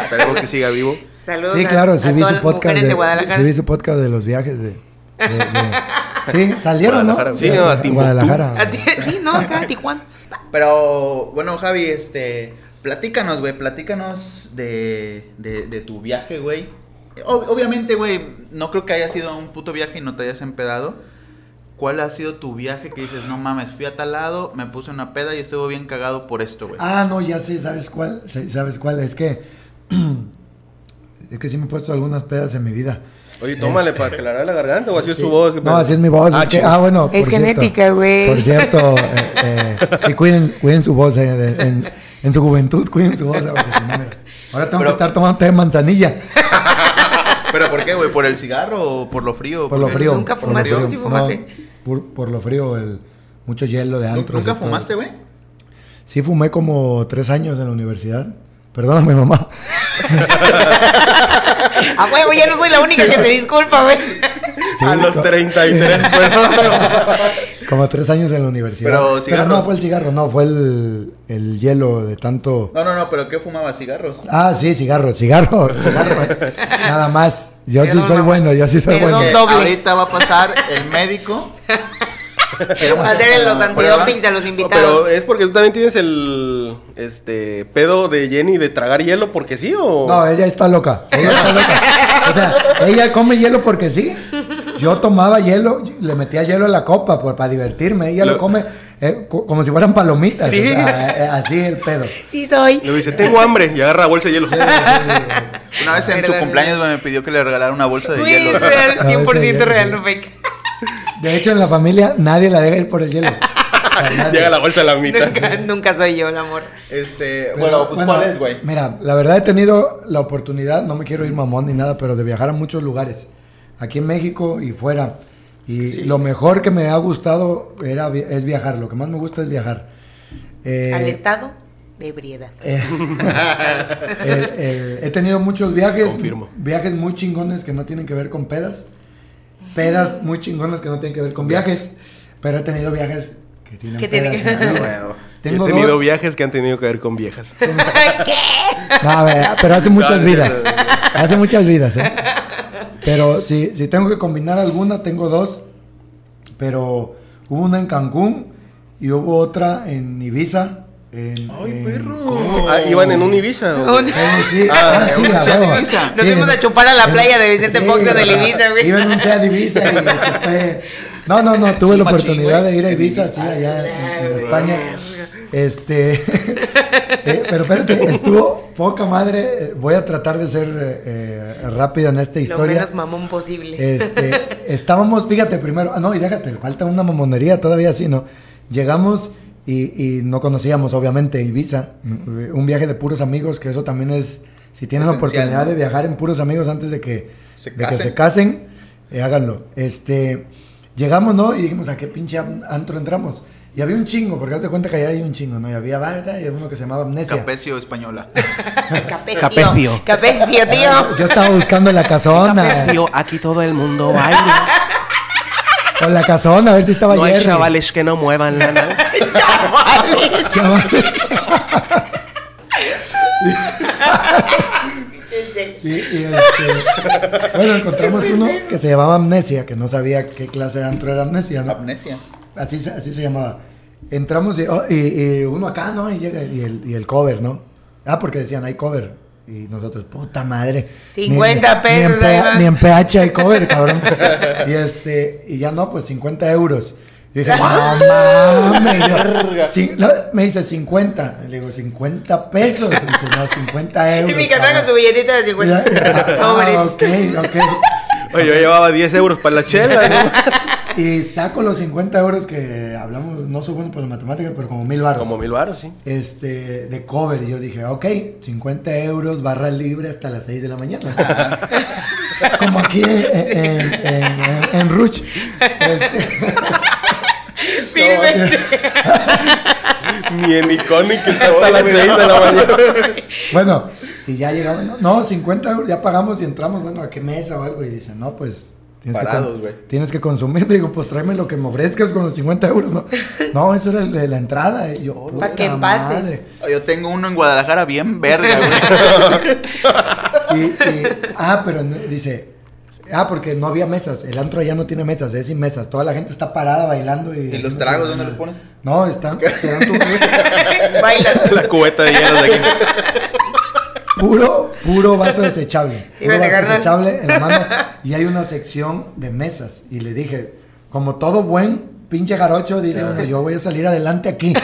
[SPEAKER 1] Esperemos que siga vivo.
[SPEAKER 3] Saludos
[SPEAKER 2] Sí,
[SPEAKER 3] a-
[SPEAKER 2] claro,
[SPEAKER 3] a,
[SPEAKER 2] sí vi
[SPEAKER 3] todas
[SPEAKER 2] su
[SPEAKER 3] las
[SPEAKER 2] podcast.
[SPEAKER 3] mujeres de,
[SPEAKER 2] De,
[SPEAKER 3] Guadalajara.
[SPEAKER 2] sí vi su podcast de los viajes de. de- de- sí, salieron, ¿no?
[SPEAKER 1] Guadalajara, sí, no, a Timbuktu.
[SPEAKER 2] Guadalajara.
[SPEAKER 3] A ti- sí, no, acá en Tijuana.
[SPEAKER 4] Pero bueno, Javi, este, platícanos, güey, platícanos de, de, de tu viaje, güey. Ob- obviamente, güey, no creo que haya sido un puto viaje y no te hayas empedado. ¿Cuál ha sido tu viaje que dices, no mames, fui a tal lado, me puse una peda y estuve bien cagado por esto, güey?
[SPEAKER 2] Ah, no, ya sé, ¿sabes cuál? Sí, ¿Sabes cuál? Es que. Es que sí me he puesto algunas pedas en mi vida.
[SPEAKER 1] Oye, tómale para aclarar la garganta o así es tu voz. ¿qué
[SPEAKER 2] Este. No,
[SPEAKER 1] pedo?
[SPEAKER 2] así es mi voz.
[SPEAKER 1] Ah,
[SPEAKER 2] es que,
[SPEAKER 1] chinga.
[SPEAKER 2] ah, bueno.
[SPEAKER 3] Es
[SPEAKER 2] por cierto,
[SPEAKER 3] genética, güey.
[SPEAKER 2] Por cierto, eh, eh, sí, cuiden, cuiden su voz. eh, de- en, en su juventud, cuiden su voz. eh, porque si no, mira, ahora tengo que
[SPEAKER 4] Pero-
[SPEAKER 2] estar tomando té de manzanilla.
[SPEAKER 4] ¿Pero por qué, güey? ¿Por el cigarro o por lo frío?
[SPEAKER 2] Por lo
[SPEAKER 4] qué?
[SPEAKER 2] frío.
[SPEAKER 3] Nunca
[SPEAKER 2] por lo
[SPEAKER 3] fumaste,
[SPEAKER 2] frío,
[SPEAKER 3] ¿o sí fumaste?
[SPEAKER 2] no, por, por lo frío, el, mucho hielo de
[SPEAKER 4] ¿Nu-
[SPEAKER 2] antros.
[SPEAKER 4] ¿Nunca
[SPEAKER 2] y todo.
[SPEAKER 4] fumaste, güey?
[SPEAKER 2] sí fumé como tres años en la universidad. Perdóname, mamá.
[SPEAKER 3] A huevo, ya no soy la única que se disculpa, güey.
[SPEAKER 2] Sí,
[SPEAKER 1] a los
[SPEAKER 2] co-
[SPEAKER 1] 33, perdón.
[SPEAKER 2] Como tres años en la universidad.
[SPEAKER 4] Pero
[SPEAKER 2] no
[SPEAKER 4] cigarros.
[SPEAKER 2] fue el cigarro, no, fue el, el hielo de tanto...
[SPEAKER 4] No, no, no, pero ¿qué fumaba? ¿Cigarros?
[SPEAKER 2] Ah, sí, cigarro, cigarro, cigarro. eh. Nada más. Yo sí
[SPEAKER 3] Perdón,
[SPEAKER 2] soy
[SPEAKER 3] mamá.
[SPEAKER 2] bueno, yo sí soy
[SPEAKER 3] Perdón,
[SPEAKER 2] bueno.
[SPEAKER 4] Que
[SPEAKER 3] doble.
[SPEAKER 4] Ahorita va a pasar el médico.
[SPEAKER 3] Va a hacer los antidopings a los
[SPEAKER 1] Oh, Pero
[SPEAKER 3] invitados.
[SPEAKER 1] es porque tú también tienes el este pedo de Jenny de tragar hielo porque sí o
[SPEAKER 2] No, ella está loca. Ella está loca. O sea, ella come hielo porque sí. Yo tomaba hielo, le metía hielo a la copa por, para divertirme. Ella lo,
[SPEAKER 1] Lo-
[SPEAKER 2] come eh, co- como si fueran palomitas.
[SPEAKER 1] Sí.
[SPEAKER 2] o sea, eh, eh, así el pedo.
[SPEAKER 3] Sí soy.
[SPEAKER 1] Le dice, "Tengo hambre" y agarra bolsa de hielo.
[SPEAKER 4] Una vez en su
[SPEAKER 3] Perdón,
[SPEAKER 4] cumpleaños me pidió que le regalara una bolsa de
[SPEAKER 3] Güey,
[SPEAKER 4] hielo.
[SPEAKER 3] es real,
[SPEAKER 2] A ver,
[SPEAKER 3] 100%
[SPEAKER 2] sí,
[SPEAKER 3] real,
[SPEAKER 2] Ah, sí.
[SPEAKER 3] no fake.
[SPEAKER 2] De hecho, en la familia nadie la deja ir por el hielo. O sea, nadie.
[SPEAKER 1] Llega la bolsa a la mitad.
[SPEAKER 3] Nunca, nunca soy yo el amor.
[SPEAKER 4] Este,
[SPEAKER 2] Pero,
[SPEAKER 4] bueno, pues
[SPEAKER 2] bueno,
[SPEAKER 4] ¿cuál es, güey?
[SPEAKER 2] Mira, la verdad he tenido la oportunidad, no me quiero ir mamón ni nada, pero de viajar a muchos lugares, aquí en México y fuera. Y
[SPEAKER 4] Sí.
[SPEAKER 2] lo mejor que me ha gustado era, vi- es viajar, lo que más me gusta es viajar. Eh,
[SPEAKER 3] Al estado de ebriedad.
[SPEAKER 2] eh, el- el- Eh, he tenido muchos viajes,
[SPEAKER 1] Confirmo.
[SPEAKER 2] viajes muy chingones que no tienen que ver con pedas, pedas muy chingones que no tienen que ver con viajes, pero he tenido viajes que tienen
[SPEAKER 3] Que tienen
[SPEAKER 2] pedas
[SPEAKER 3] que-
[SPEAKER 2] incluidas.
[SPEAKER 4] Ah, bueno.
[SPEAKER 2] Tengo
[SPEAKER 1] He tenido
[SPEAKER 2] dos-
[SPEAKER 1] viajes que han tenido que ver con viejas.
[SPEAKER 3] ¿Qué?
[SPEAKER 2] No, a ver, pero hace muchas
[SPEAKER 1] No,
[SPEAKER 2] vidas.
[SPEAKER 1] no, no,
[SPEAKER 2] Hace muchas vidas, ¿eh? Pero si, si tengo que combinar alguna, tengo dos. Pero hubo una en Cancún y hubo otra en Ibiza. en- en-
[SPEAKER 1] Ah, iban en un Ibiza. o-
[SPEAKER 3] Un-
[SPEAKER 2] Eh, sí,
[SPEAKER 1] Ah,
[SPEAKER 2] ah, sí,
[SPEAKER 4] en un
[SPEAKER 2] a
[SPEAKER 4] Seat
[SPEAKER 2] huevo.
[SPEAKER 4] Ibiza.
[SPEAKER 3] Nos fuimos a chupar a la playa de Vicente Fox en el Ibiza, güey.
[SPEAKER 2] Iba en un Seat Ibiza y chupé. No, no, no, tuve
[SPEAKER 4] Sí,
[SPEAKER 2] la
[SPEAKER 4] machín,
[SPEAKER 2] oportunidad
[SPEAKER 4] güey.
[SPEAKER 2] de ir a
[SPEAKER 4] En
[SPEAKER 2] Ibiza,
[SPEAKER 4] Ibiza.
[SPEAKER 2] sí, allá en, en
[SPEAKER 3] Ah,
[SPEAKER 2] España. Este. eh, pero espérate, estuvo poca madre. eh, Voy a tratar de ser eh, eh, rápido en esta
[SPEAKER 3] Lo
[SPEAKER 2] historia.
[SPEAKER 3] menos mamón posible.
[SPEAKER 2] Este, estábamos, fíjate, primero, ah, no, y déjate, falta una mamonería todavía así, ¿no? Llegamos y, y no conocíamos, obviamente, Ibiza, eh, un viaje de puros amigos, que eso también es, si tienen la
[SPEAKER 4] Esencial,
[SPEAKER 2] oportunidad
[SPEAKER 4] ¿no?
[SPEAKER 2] de viajar en puros amigos antes de que
[SPEAKER 4] Se
[SPEAKER 2] de que
[SPEAKER 4] casen.
[SPEAKER 2] se casen, eh, háganlo. Este, llegamos, ¿no? Y dijimos, ¿a qué pinche an- antro entramos? Y había un chingo, porque haz de cuenta que allá hay un chingo, ¿no? Y había Barta y uno que se llamaba Amnesia.
[SPEAKER 4] Capecio española.
[SPEAKER 3] Capecio.
[SPEAKER 1] Capecio.
[SPEAKER 3] Capecio, tío.
[SPEAKER 2] Yo estaba buscando la casona,
[SPEAKER 1] Tío, aquí todo el mundo baila.
[SPEAKER 2] o la casona, a ver si estaba
[SPEAKER 1] No hay
[SPEAKER 2] Jerry.
[SPEAKER 1] chavales que no muevan la nave.
[SPEAKER 2] Chavales. Y- y este, bueno, encontramos uno que se llamaba Amnesia, que no sabía qué clase de antro era Amnesia, ¿no?
[SPEAKER 4] Amnesia.
[SPEAKER 2] Así, se- así se llamaba. Entramos y, oh, y- y uno acá, ¿no? Y llega y el, y el cover, ¿no? Ah, porque decían, hay cover. Y nosotros, puta madre.
[SPEAKER 3] 50
[SPEAKER 2] Ni en,
[SPEAKER 3] pesos, ahí va.
[SPEAKER 2] ni en PH hay cover, cabrón. y este, y ya no, pues 50 euros. Y dije, no mames. yo, "Sí", no, me dice 50. Le digo, 50 pesos. Y dice, no, 50 euros.
[SPEAKER 3] Y mi carnal con su
[SPEAKER 2] cabrón".
[SPEAKER 3] billetita de 50
[SPEAKER 2] Y ya- ah,
[SPEAKER 3] sobres.
[SPEAKER 2] ok, ok.
[SPEAKER 1] Oye, yo llevaba 10 euros para la chela, ¿no?
[SPEAKER 2] Y saco los 50 euros que hablamos, no soy bueno por la matemática, pero como mil barros.
[SPEAKER 1] Como mil baros, sí.
[SPEAKER 2] Este, de cover. Y yo dije, ok, 50 euros, barra libre hasta las 6 de la mañana. como aquí en, en, en, en- en Ruch. Este,
[SPEAKER 3] Firme.
[SPEAKER 1] Ni en Iconic que está hasta las 6 de la mañana.
[SPEAKER 2] bueno, y ya llegamos, no, no, 50 euros, ya pagamos y entramos, bueno, a qué mesa o algo. Y dicen, no, pues. Tienes
[SPEAKER 4] Parados,
[SPEAKER 2] que, con-
[SPEAKER 4] güey.
[SPEAKER 2] tienes que consumir, Le digo, pues tráeme lo que me ofrezcas con los 50 euros, ¿no? No, eso era la, la entrada. Y yo,
[SPEAKER 3] Pa' que
[SPEAKER 2] puta
[SPEAKER 3] pases.
[SPEAKER 2] madre.
[SPEAKER 4] Yo tengo uno en Guadalajara bien verga, güey.
[SPEAKER 2] Y, y- ah, pero no- dice, ah, porque no había mesas, el antro ya no tiene mesas, es sin mesas, toda la gente está parada bailando y... haciendo
[SPEAKER 4] los tragos
[SPEAKER 2] su-
[SPEAKER 4] dónde los pones?
[SPEAKER 2] No, están, te dan tu
[SPEAKER 3] Baila.
[SPEAKER 1] La cubeta de hielo de aquí.
[SPEAKER 2] puro, puro vaso desechable,
[SPEAKER 3] Sí,
[SPEAKER 2] puro
[SPEAKER 3] vete,
[SPEAKER 2] vaso
[SPEAKER 3] carnal.
[SPEAKER 2] desechable en la mano y hay una sección de mesas y le dije, como todo buen pinche jarocho, dice, bueno, yo voy a salir adelante aquí.
[SPEAKER 3] Yo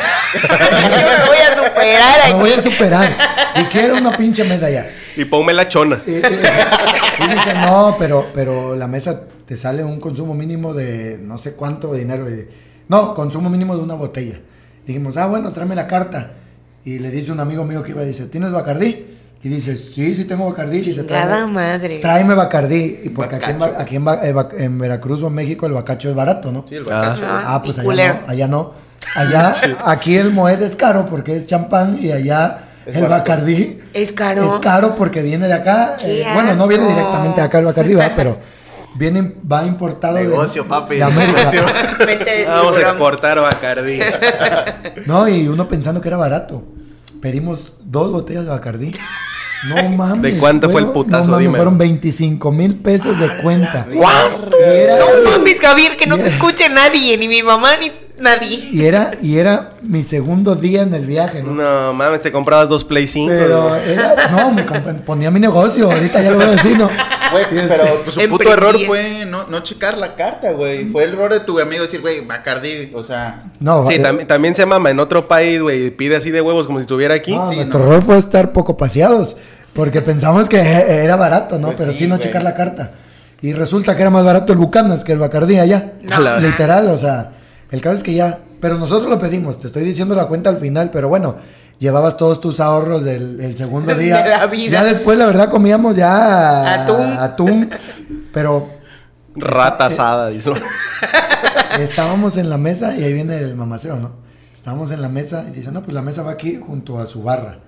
[SPEAKER 3] me voy a superar
[SPEAKER 2] Me voy a
[SPEAKER 3] aquí.
[SPEAKER 2] superar y quiero una pinche mesa allá.
[SPEAKER 1] Y ponme la chona.
[SPEAKER 2] Eh, eh, y dice, no, pero, pero la mesa te sale un consumo mínimo de no sé cuánto dinero. Y- no, consumo mínimo de una botella. Dijimos, ah, bueno, tráeme la carta. Y le dice un amigo mío que iba, dice, ¿tienes Bacardí? Y dice, sí, sí tengo Bacardí. Dice,
[SPEAKER 3] Cada
[SPEAKER 2] tráeme,
[SPEAKER 3] madre.
[SPEAKER 2] tráeme Bacardí. Y porque aquí, en, Ba-
[SPEAKER 4] Bacacho.
[SPEAKER 2] aquí en Ba- eh, Ba- en Veracruz o en México el bacacho es barato, ¿no?
[SPEAKER 4] Sí, el bacacho.
[SPEAKER 3] No,
[SPEAKER 2] Ah,
[SPEAKER 3] y
[SPEAKER 2] pues allá
[SPEAKER 3] culero.
[SPEAKER 2] no, allá no. Allá, aquí el Moed es caro porque es champán y allá
[SPEAKER 4] Es
[SPEAKER 2] el
[SPEAKER 4] barato.
[SPEAKER 2] Bacardí
[SPEAKER 3] Es caro.
[SPEAKER 2] es caro porque viene de acá.
[SPEAKER 3] ¡Qué
[SPEAKER 2] eh, bueno, no viene
[SPEAKER 3] asco!
[SPEAKER 2] directamente de acá el Bacardí, ¿verdad? pero viene, va importado de-
[SPEAKER 4] Negocio, papi.
[SPEAKER 2] de América.
[SPEAKER 4] negocio.
[SPEAKER 3] Vente de
[SPEAKER 1] Ah, Vamos a
[SPEAKER 3] tiburón.
[SPEAKER 1] exportar Bacardí.
[SPEAKER 2] No, y uno pensando que era barato. Pedimos dos botellas de Bacardí. No mames.
[SPEAKER 1] ¿De cuánto fue el
[SPEAKER 2] güey.
[SPEAKER 1] putazo?
[SPEAKER 2] No mames,
[SPEAKER 1] Dime.
[SPEAKER 2] fueron 25 mil pesos de cuenta.
[SPEAKER 3] ¿Cuánto?
[SPEAKER 2] Y era-
[SPEAKER 3] Ah, No mames, Javier, que no te
[SPEAKER 2] Yeah.
[SPEAKER 3] escuche nadie, ni mi mamá, ni nadie.
[SPEAKER 2] Y era, y era mi segundo día en el viaje, ¿no?
[SPEAKER 1] No mames, te comprabas dos Play 5.
[SPEAKER 2] Pero era- no, me comp- ponía mi negocio, ahorita ya lo voy a decir, ¿no?
[SPEAKER 4] Güey, pero pues, su
[SPEAKER 3] Emprendí.
[SPEAKER 4] puto error fue no, no checar la carta, güey. Fue el error de tu amigo decir, güey, Bacardi, o sea.
[SPEAKER 2] No,
[SPEAKER 1] Sí,
[SPEAKER 2] eh,
[SPEAKER 1] tam- también se mama en otro país, güey. y Pide así de huevos como si estuviera aquí.
[SPEAKER 2] no,
[SPEAKER 4] sí,
[SPEAKER 2] nuestro
[SPEAKER 4] no.
[SPEAKER 2] error fue estar poco paseados, porque pensamos que eh, era barato, ¿no?
[SPEAKER 4] Pues
[SPEAKER 2] pero
[SPEAKER 4] sí,
[SPEAKER 2] sí, no
[SPEAKER 4] güey.
[SPEAKER 2] checar la carta. Y resulta que era más barato el Bucanas que el Bacardí allá.
[SPEAKER 1] No. A la-
[SPEAKER 2] Literal, o sea, el caso es que ya, pero nosotros lo pedimos, te estoy diciendo la cuenta al final, pero bueno, llevabas todos tus ahorros del el segundo
[SPEAKER 3] De
[SPEAKER 2] día.
[SPEAKER 3] la vida.
[SPEAKER 2] Ya después, la verdad, comíamos ya
[SPEAKER 3] Atún.
[SPEAKER 2] atún pero
[SPEAKER 1] Rata asada, dice.
[SPEAKER 2] Estábamos en la mesa y ahí viene el mamaceo, ¿no? Estábamos en la mesa y dice, no, pues la mesa va aquí junto a su barra,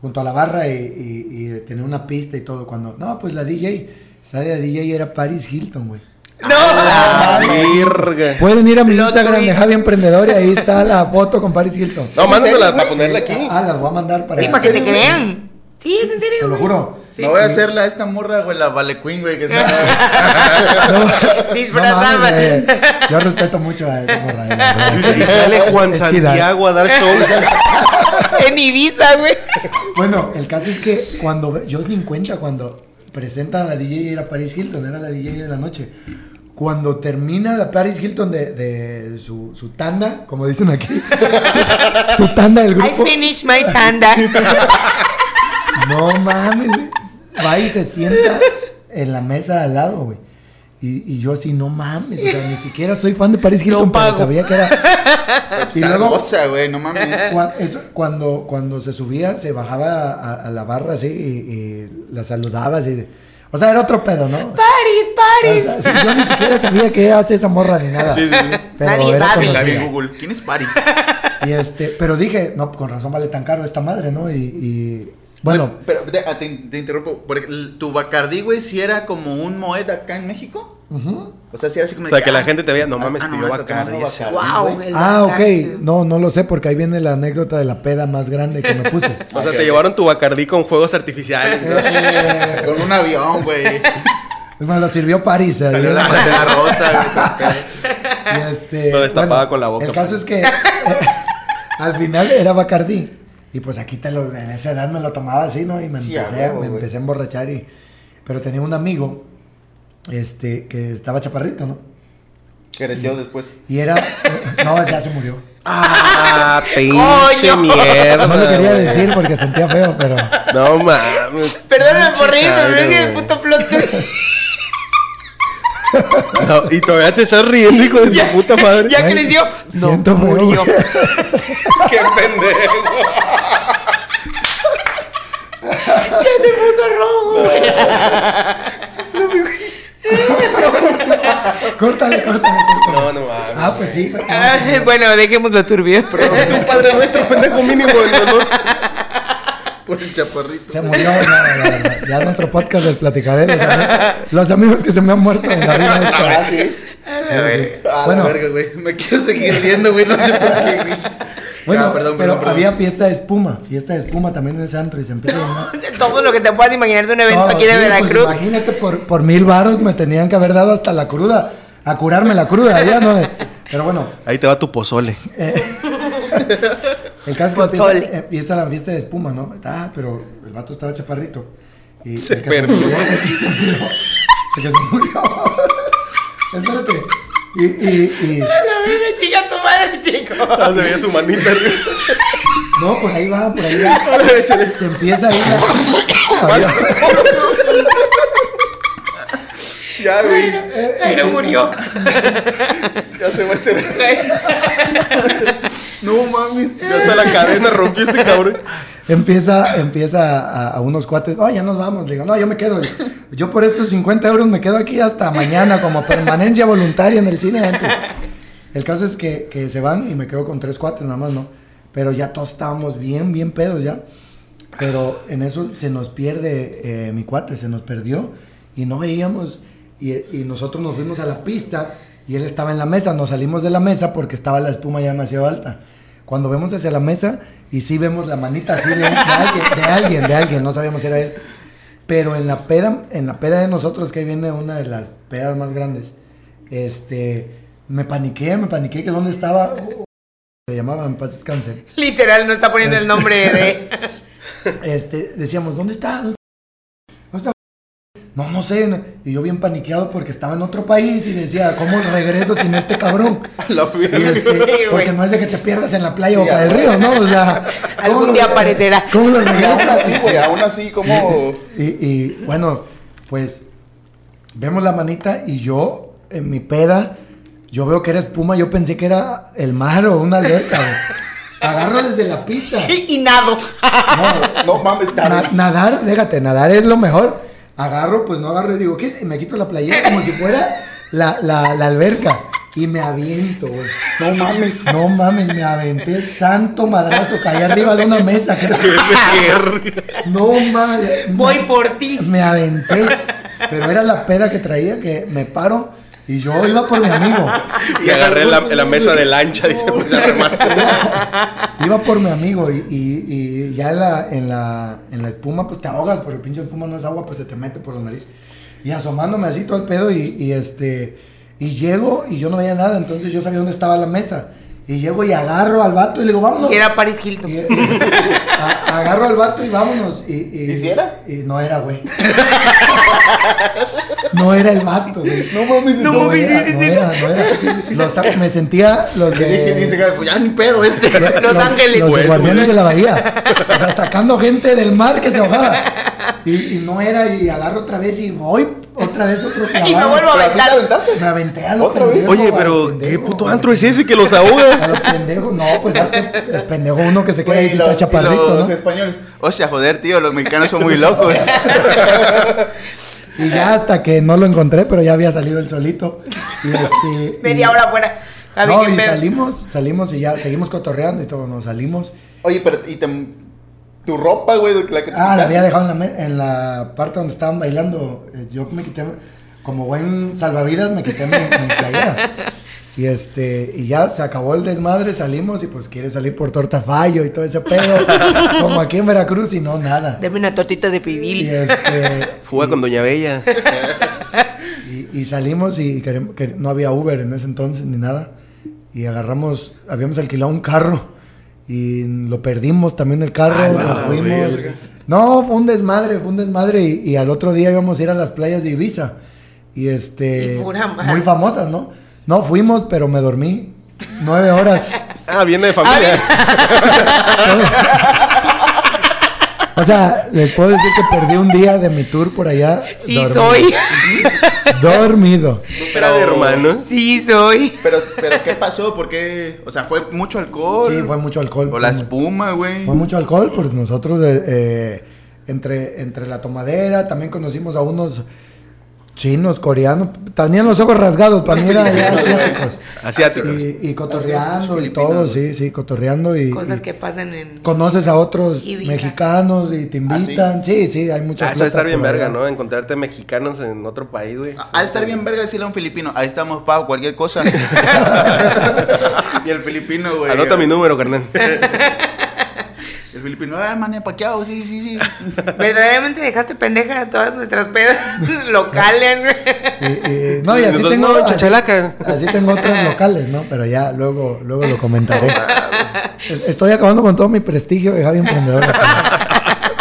[SPEAKER 2] junto a la barra y, y- y tenía una pista y todo. Cuando, no, pues la DJ, sale la DJ y era Paris Hilton, güey.
[SPEAKER 1] Ah,
[SPEAKER 3] No.
[SPEAKER 1] virga.
[SPEAKER 2] Pueden ir a mi
[SPEAKER 3] Plot
[SPEAKER 2] Instagram de
[SPEAKER 3] twist.
[SPEAKER 2] Javi Emprendedor y ahí está la foto con Paris Hilton.
[SPEAKER 1] No, mándamela
[SPEAKER 4] serio,
[SPEAKER 1] para
[SPEAKER 4] güey?
[SPEAKER 1] ponerla aquí.
[SPEAKER 2] Ah, las voy a mandar para
[SPEAKER 3] Sí, para que te
[SPEAKER 2] te...
[SPEAKER 3] crean. Sí, es en serio.
[SPEAKER 2] lo
[SPEAKER 3] güey.
[SPEAKER 2] juro.
[SPEAKER 4] No voy a hacerla a esta morra, güey, la Vale Queen, güey, que está.
[SPEAKER 3] Disfrazada.
[SPEAKER 2] No mames, güey. yo respeto mucho a esa morra. eh, la verdad.
[SPEAKER 1] Y sale Juan
[SPEAKER 2] Es chida.
[SPEAKER 1] Santiago a dar show.
[SPEAKER 3] en Ibiza, güey.
[SPEAKER 2] Bueno, el caso es que cuando ve- yo ni en cuenta cuando presentan a la DJ era Paris Hilton, era la DJ de la noche. Cuando termina la Paris Hilton de, de su, su tanda, como dicen aquí, su, su tanda del
[SPEAKER 3] I
[SPEAKER 2] grupo.
[SPEAKER 3] finished my tanda.
[SPEAKER 2] No mames, güey. va y se sienta en la mesa de al lado, güey. Y, y yo así, no mames, o sea, ni siquiera soy fan de Paris Hilton, pero
[SPEAKER 3] pago.
[SPEAKER 2] sabía que era. Y luego,
[SPEAKER 4] Cosa, güey, no mames.
[SPEAKER 2] Cua- eso, cuando, cuando se subía, se bajaba a, a la barra así y, y la saludaba así. de- O sea, era otro pedo, ¿no?
[SPEAKER 3] Paris,
[SPEAKER 2] O
[SPEAKER 3] Paris.
[SPEAKER 2] sea, sí, yo ni siquiera sabía qué hace esa morra ni nada.
[SPEAKER 1] Sí, sí, sí.
[SPEAKER 2] Pero
[SPEAKER 3] Nadie
[SPEAKER 2] era
[SPEAKER 3] sabe.
[SPEAKER 4] Está
[SPEAKER 2] conocida.
[SPEAKER 4] bien Google. ¿Quién es Paris?
[SPEAKER 2] Y este, pero dije, no, con razón vale tan caro esta madre, ¿no? Y, y- bueno,
[SPEAKER 4] Pero te, ah, te- te interrumpo. Porque el- tu Bacardí, güey, si era como un Moed acá en México.
[SPEAKER 2] ujú.
[SPEAKER 4] O sea, si era así como.
[SPEAKER 1] O sea, que la
[SPEAKER 4] ah,
[SPEAKER 1] gente te vea, no mames,
[SPEAKER 4] ah,
[SPEAKER 1] pidió
[SPEAKER 4] está tomando
[SPEAKER 1] Bacardí ese
[SPEAKER 3] Wow. el
[SPEAKER 2] ah, ok,
[SPEAKER 3] bacacho.
[SPEAKER 2] no, no lo sé porque ahí viene la anécdota de la peda más grande que me puse.
[SPEAKER 1] O sea, te
[SPEAKER 4] Ok, ok.
[SPEAKER 1] llevaron tu Bacardí con fuegos artificiales. ¿no?
[SPEAKER 2] Eh,
[SPEAKER 4] Con un avión, güey.
[SPEAKER 2] me lo sirvió París. eh,
[SPEAKER 4] Salió
[SPEAKER 2] yo-
[SPEAKER 4] la bandera rosa, güey.
[SPEAKER 2] Y este,
[SPEAKER 1] Lo destapaba con la boca,
[SPEAKER 2] El caso
[SPEAKER 1] pues.
[SPEAKER 2] es que eh, al final era Bacardí. Y pues aquí te lo, en esa edad me lo tomaba así, ¿no? Y me,
[SPEAKER 4] Sí, a
[SPEAKER 2] empecé, a-
[SPEAKER 4] huevo,
[SPEAKER 2] me
[SPEAKER 4] güey.
[SPEAKER 2] empecé a emborrachar. Y, pero tenía un amigo este, que estaba chaparrito, ¿no?
[SPEAKER 4] Creció después.
[SPEAKER 2] Y era. No, ya se murió.
[SPEAKER 1] Ah, pinche
[SPEAKER 3] Coño.
[SPEAKER 1] mierda.
[SPEAKER 2] No lo quería
[SPEAKER 1] güey.
[SPEAKER 2] decir porque sentía feo, pero.
[SPEAKER 1] No mames.
[SPEAKER 3] Perdóname por reírme,
[SPEAKER 1] Pinche
[SPEAKER 3] pero es que el
[SPEAKER 1] cabrón,
[SPEAKER 3] puto plot twist.
[SPEAKER 1] güey. No, y todavía te estás riendo, hijo de tu puta madre.
[SPEAKER 3] Ya
[SPEAKER 2] Ay,
[SPEAKER 3] creció. No,
[SPEAKER 2] siento feo,
[SPEAKER 3] murió.
[SPEAKER 2] güey.
[SPEAKER 1] Qué pendejo.
[SPEAKER 3] Ya se puso rojo. güey.
[SPEAKER 2] Córtale, córtale, córtale.
[SPEAKER 1] No, no mames.
[SPEAKER 2] Ah, pues sí. güey.
[SPEAKER 3] Ah, bueno, dejémoslo turbio.
[SPEAKER 1] tu padre nuestro, Ah, pendejo mínimo del dolor.
[SPEAKER 4] Por el chaparrito.
[SPEAKER 2] Se murió, no, la verdad. Ya nuestro podcast del platicadero. o sea, ¿no? los amigos que se me han muerto en la vida. esto.
[SPEAKER 4] Ah, sí.
[SPEAKER 2] sí.
[SPEAKER 4] Ah,
[SPEAKER 2] Bueno.
[SPEAKER 4] la verga, güey. Me quiero seguir riendo, güey. No sé por qué, güey.
[SPEAKER 2] Bueno,
[SPEAKER 4] Ah, perdón,
[SPEAKER 2] pero
[SPEAKER 4] perdón, perdón.
[SPEAKER 2] había fiesta de espuma, fiesta de espuma también en el centro y se empieza a llenar.
[SPEAKER 3] Todo lo que te puedas imaginar de un evento
[SPEAKER 2] Todo,
[SPEAKER 3] aquí de
[SPEAKER 2] sí, pues,
[SPEAKER 3] Veracruz.
[SPEAKER 2] imagínate, por, por mil varos me tenían que haber dado hasta la cruda, a curarme la cruda, ya no. eh. Pero bueno,
[SPEAKER 1] Ahí te va tu pozole.
[SPEAKER 2] el caso es que empieza, eh,
[SPEAKER 3] Pozole.
[SPEAKER 2] empieza la fiesta de espuma, ¿no? Ah, pero el vato estaba chaparrito. Y
[SPEAKER 1] Se
[SPEAKER 2] el que
[SPEAKER 1] perdió.
[SPEAKER 2] murió, el que se murió, el que se murió. Espérate. Y, y, y,
[SPEAKER 3] La verga, chica, tu madre, chico.
[SPEAKER 1] Ah, se veía su manita.
[SPEAKER 2] no, por ahí va, por ahí va. Se empieza a ir la...
[SPEAKER 4] Ya, güey.
[SPEAKER 2] Eh,
[SPEAKER 3] Jairo murió.
[SPEAKER 4] Ya se va a hacer. No mames.
[SPEAKER 1] Ya hasta la cadena rompió este cabrón.
[SPEAKER 2] Empieza, empieza a, a unos cuates, oh, ya nos vamos. Le digo, no, yo me quedo. Yo por estos 50 euros me quedo aquí hasta mañana como permanencia voluntaria en el cine antes. El caso es que, que se van y me quedo con tres cuates nada más, ¿no? Pero ya todos estábamos bien, bien pedos ya. Pero en eso se nos pierde eh, mi cuate, se nos perdió y no veíamos. Y, y nosotros nos fuimos a la pista y él estaba en la mesa. Nos salimos de la mesa porque estaba la espuma ya demasiado alta. Cuando vemos hacia la mesa y sí vemos la manita así de, un- de alguien, de alguien, de alguien, no sabíamos si era él. Pero en la peda, en la peda de nosotros, que ahí viene una de las pedas más grandes, este, me paniqué, me paniqué que dónde estaba, se llamaba, en paz descanse.
[SPEAKER 3] Literal, no está poniendo el nombre de.
[SPEAKER 2] Este, decíamos, ¿dónde está? ¿Dónde está? No, no sé. no. Y yo bien paniqueado porque estaba en otro país y decía, ¿cómo regreso sin este cabrón?
[SPEAKER 4] La
[SPEAKER 2] Y es que-
[SPEAKER 3] güey.
[SPEAKER 2] porque no es de que te pierdas en la playa o
[SPEAKER 4] Sí,
[SPEAKER 2] para el río, ¿no? O sea, ¿cómo
[SPEAKER 3] Algún
[SPEAKER 2] lo-
[SPEAKER 3] día aparecerá. ah,
[SPEAKER 2] ¿Cómo lo
[SPEAKER 4] Y aún
[SPEAKER 2] regresas?
[SPEAKER 4] así, güey, aún así, como.
[SPEAKER 2] Y, y, bueno, pues vemos la manita y yo, en mi peda, yo veo que era espuma, yo pensé que era el mar o una alberca. güey. Agarro desde la pista.
[SPEAKER 3] Y nado.
[SPEAKER 2] No,
[SPEAKER 4] No
[SPEAKER 2] na-
[SPEAKER 4] mames, también.
[SPEAKER 2] nadar, déjate, nadar es lo mejor. Agarro, pues no agarro y digo, ¿qué? Y me quito la playera como si fuera la, la- la alberca. Y me aviento, güey.
[SPEAKER 4] No mames.
[SPEAKER 2] No mames, me aventé santo madrazo, caí arriba de una mesa, creo. No mames.
[SPEAKER 3] Voy por ti.
[SPEAKER 2] Me aventé. Pero era la peda que traía que me paro y yo iba por mi amigo.
[SPEAKER 1] Y agarré la, la mesa de lancha, dice, pues a remar.
[SPEAKER 2] Iba por mi amigo y, y- y ya en la, en, la, en la espuma, pues te ahogas, porque pinche espuma no es agua, pues se te mete por la nariz. Y asomándome así todo el pedo y, y este, y llego y yo no veía nada, entonces yo sabía dónde estaba la mesa. Y llego y agarro al vato y le digo, vámonos.
[SPEAKER 3] Y era Paris Hilton.
[SPEAKER 2] Y- y- a- agarro al vato y vámonos. Y, y,
[SPEAKER 4] ¿Y si era?
[SPEAKER 2] Y no era, güey. No era el vato, güey.
[SPEAKER 4] No mames.
[SPEAKER 3] No mames,
[SPEAKER 2] era,
[SPEAKER 3] sí,
[SPEAKER 2] no
[SPEAKER 3] sí,
[SPEAKER 2] era, no era. Los- me sentía los
[SPEAKER 4] Le dije,
[SPEAKER 2] de...
[SPEAKER 4] dice, "Güey, pues ya ni pedo este.
[SPEAKER 2] lo-
[SPEAKER 3] Los Ángeles.
[SPEAKER 2] Los de
[SPEAKER 1] Güey,
[SPEAKER 2] guardianes
[SPEAKER 1] güey.
[SPEAKER 2] de la bahía. O sea, sacando gente del mar que se ahogaba. Y, y no era, y agarro otra vez y voy otra vez otro
[SPEAKER 3] Y me
[SPEAKER 2] clavado.
[SPEAKER 3] vuelvo a
[SPEAKER 4] Pero así te
[SPEAKER 3] aventar.
[SPEAKER 4] aventaste.
[SPEAKER 2] Me aventé a lo
[SPEAKER 4] ¿Otra vez?
[SPEAKER 2] pendejo,
[SPEAKER 1] Oye,
[SPEAKER 2] al
[SPEAKER 1] pero ¿qué
[SPEAKER 2] pendejo,
[SPEAKER 1] puto
[SPEAKER 2] güey.
[SPEAKER 1] antro es ese que los
[SPEAKER 2] A
[SPEAKER 1] ahoga?
[SPEAKER 2] los pendejos, no, pues es que el pendejo uno que se queda ahí
[SPEAKER 4] Güey,
[SPEAKER 2] si
[SPEAKER 4] los-
[SPEAKER 2] está chaparrito,
[SPEAKER 4] los
[SPEAKER 2] ¿no?
[SPEAKER 4] españoles. Hostia, joder, tío, los mexicanos son muy locos.
[SPEAKER 2] Y ya hasta que no lo encontré, pero ya había salido el solito. Y este,
[SPEAKER 3] Media
[SPEAKER 2] y-
[SPEAKER 3] hora fuera. A ver
[SPEAKER 2] No,
[SPEAKER 3] qué
[SPEAKER 2] y
[SPEAKER 3] pedo.
[SPEAKER 2] salimos, salimos y ya seguimos cotorreando y todo, nos salimos.
[SPEAKER 4] Oye, pero y te- tu ropa, güey, la que te
[SPEAKER 2] Ah, la había
[SPEAKER 4] quitaste.
[SPEAKER 2] dejado en la, me- en la parte donde estaban bailando. Eh, Yo me quité, como buen salvavidas, me quité mi, mi playera. Y, este, y ya se acabó el desmadre, salimos y pues quiere salir por Tortafallo y todo ese pedo. como aquí en Veracruz y no, nada.
[SPEAKER 3] Deme una tortita de
[SPEAKER 2] Y,
[SPEAKER 3] pibil.
[SPEAKER 2] este,
[SPEAKER 1] Fuga con Doña Bella.
[SPEAKER 2] Y, y salimos y querem- que no había Uber en ese entonces ni nada. Y agarramos, habíamos alquilado un carro y lo perdimos también el carro.
[SPEAKER 1] A Ah, la
[SPEAKER 2] nos fuimos.
[SPEAKER 1] verga.
[SPEAKER 2] No, fue un desmadre, fue un desmadre. Y, y al otro día íbamos a ir a las playas de Ibiza. Y este.
[SPEAKER 3] Y pura madre.
[SPEAKER 2] muy famosas, ¿no? No, fuimos, pero me dormí nueve horas.
[SPEAKER 1] Ah, viene de familia.
[SPEAKER 2] O sea, les puedo decir que perdí un día de mi tour por allá.
[SPEAKER 3] Sí
[SPEAKER 2] dormido.
[SPEAKER 3] soy.
[SPEAKER 2] Dormido.
[SPEAKER 1] Será de hermanos.
[SPEAKER 3] Sí soy.
[SPEAKER 4] Pero, pero, ¿qué pasó? ¿Por qué? O sea, ¿fue mucho alcohol?
[SPEAKER 2] Sí, fue mucho alcohol.
[SPEAKER 4] O la
[SPEAKER 2] Fue mu-
[SPEAKER 4] espuma, güey.
[SPEAKER 2] Fue mucho alcohol, pues nosotros eh, eh, entre, entre la tomadera también conocimos a unos chinos, coreanos, tenían los ojos rasgados, para mí eran ya asiáticos.
[SPEAKER 1] Asiáticos.
[SPEAKER 2] Y, y cotorreando y
[SPEAKER 4] Filipinos,
[SPEAKER 2] todo,
[SPEAKER 4] ¿no?
[SPEAKER 2] sí, sí, cotorreando y,
[SPEAKER 3] Cosas
[SPEAKER 2] y
[SPEAKER 3] que pasan en.
[SPEAKER 2] conoces a otros
[SPEAKER 3] Ibiza.
[SPEAKER 2] mexicanos y te invitan, sí, sí, hay muchas
[SPEAKER 1] Ah, eso va a estar bien verga,
[SPEAKER 2] ¿no?
[SPEAKER 1] ¿no? Encontrarte mexicanos en otro país, güey.
[SPEAKER 4] Ha de estar bien verga decirle a un filipino, ahí estamos, pa, cualquier cosa. y el filipino, güey.
[SPEAKER 1] Anota mi número, carnal.
[SPEAKER 4] El filipino, ah, mané paqueado, sí, sí, sí.
[SPEAKER 3] Verdaderamente dejaste pendeja a todas nuestras pedas locales, güey.
[SPEAKER 2] Y- y- no, y así
[SPEAKER 1] Nosotros,
[SPEAKER 2] tengo,
[SPEAKER 1] no,
[SPEAKER 2] así-
[SPEAKER 1] chachalaca.
[SPEAKER 2] así, tengo otras locales, ¿no? Pero ya luego, luego lo comentaré.
[SPEAKER 1] Ah,
[SPEAKER 2] Es- Estoy acabando con todo mi prestigio de Javi Emprendedor.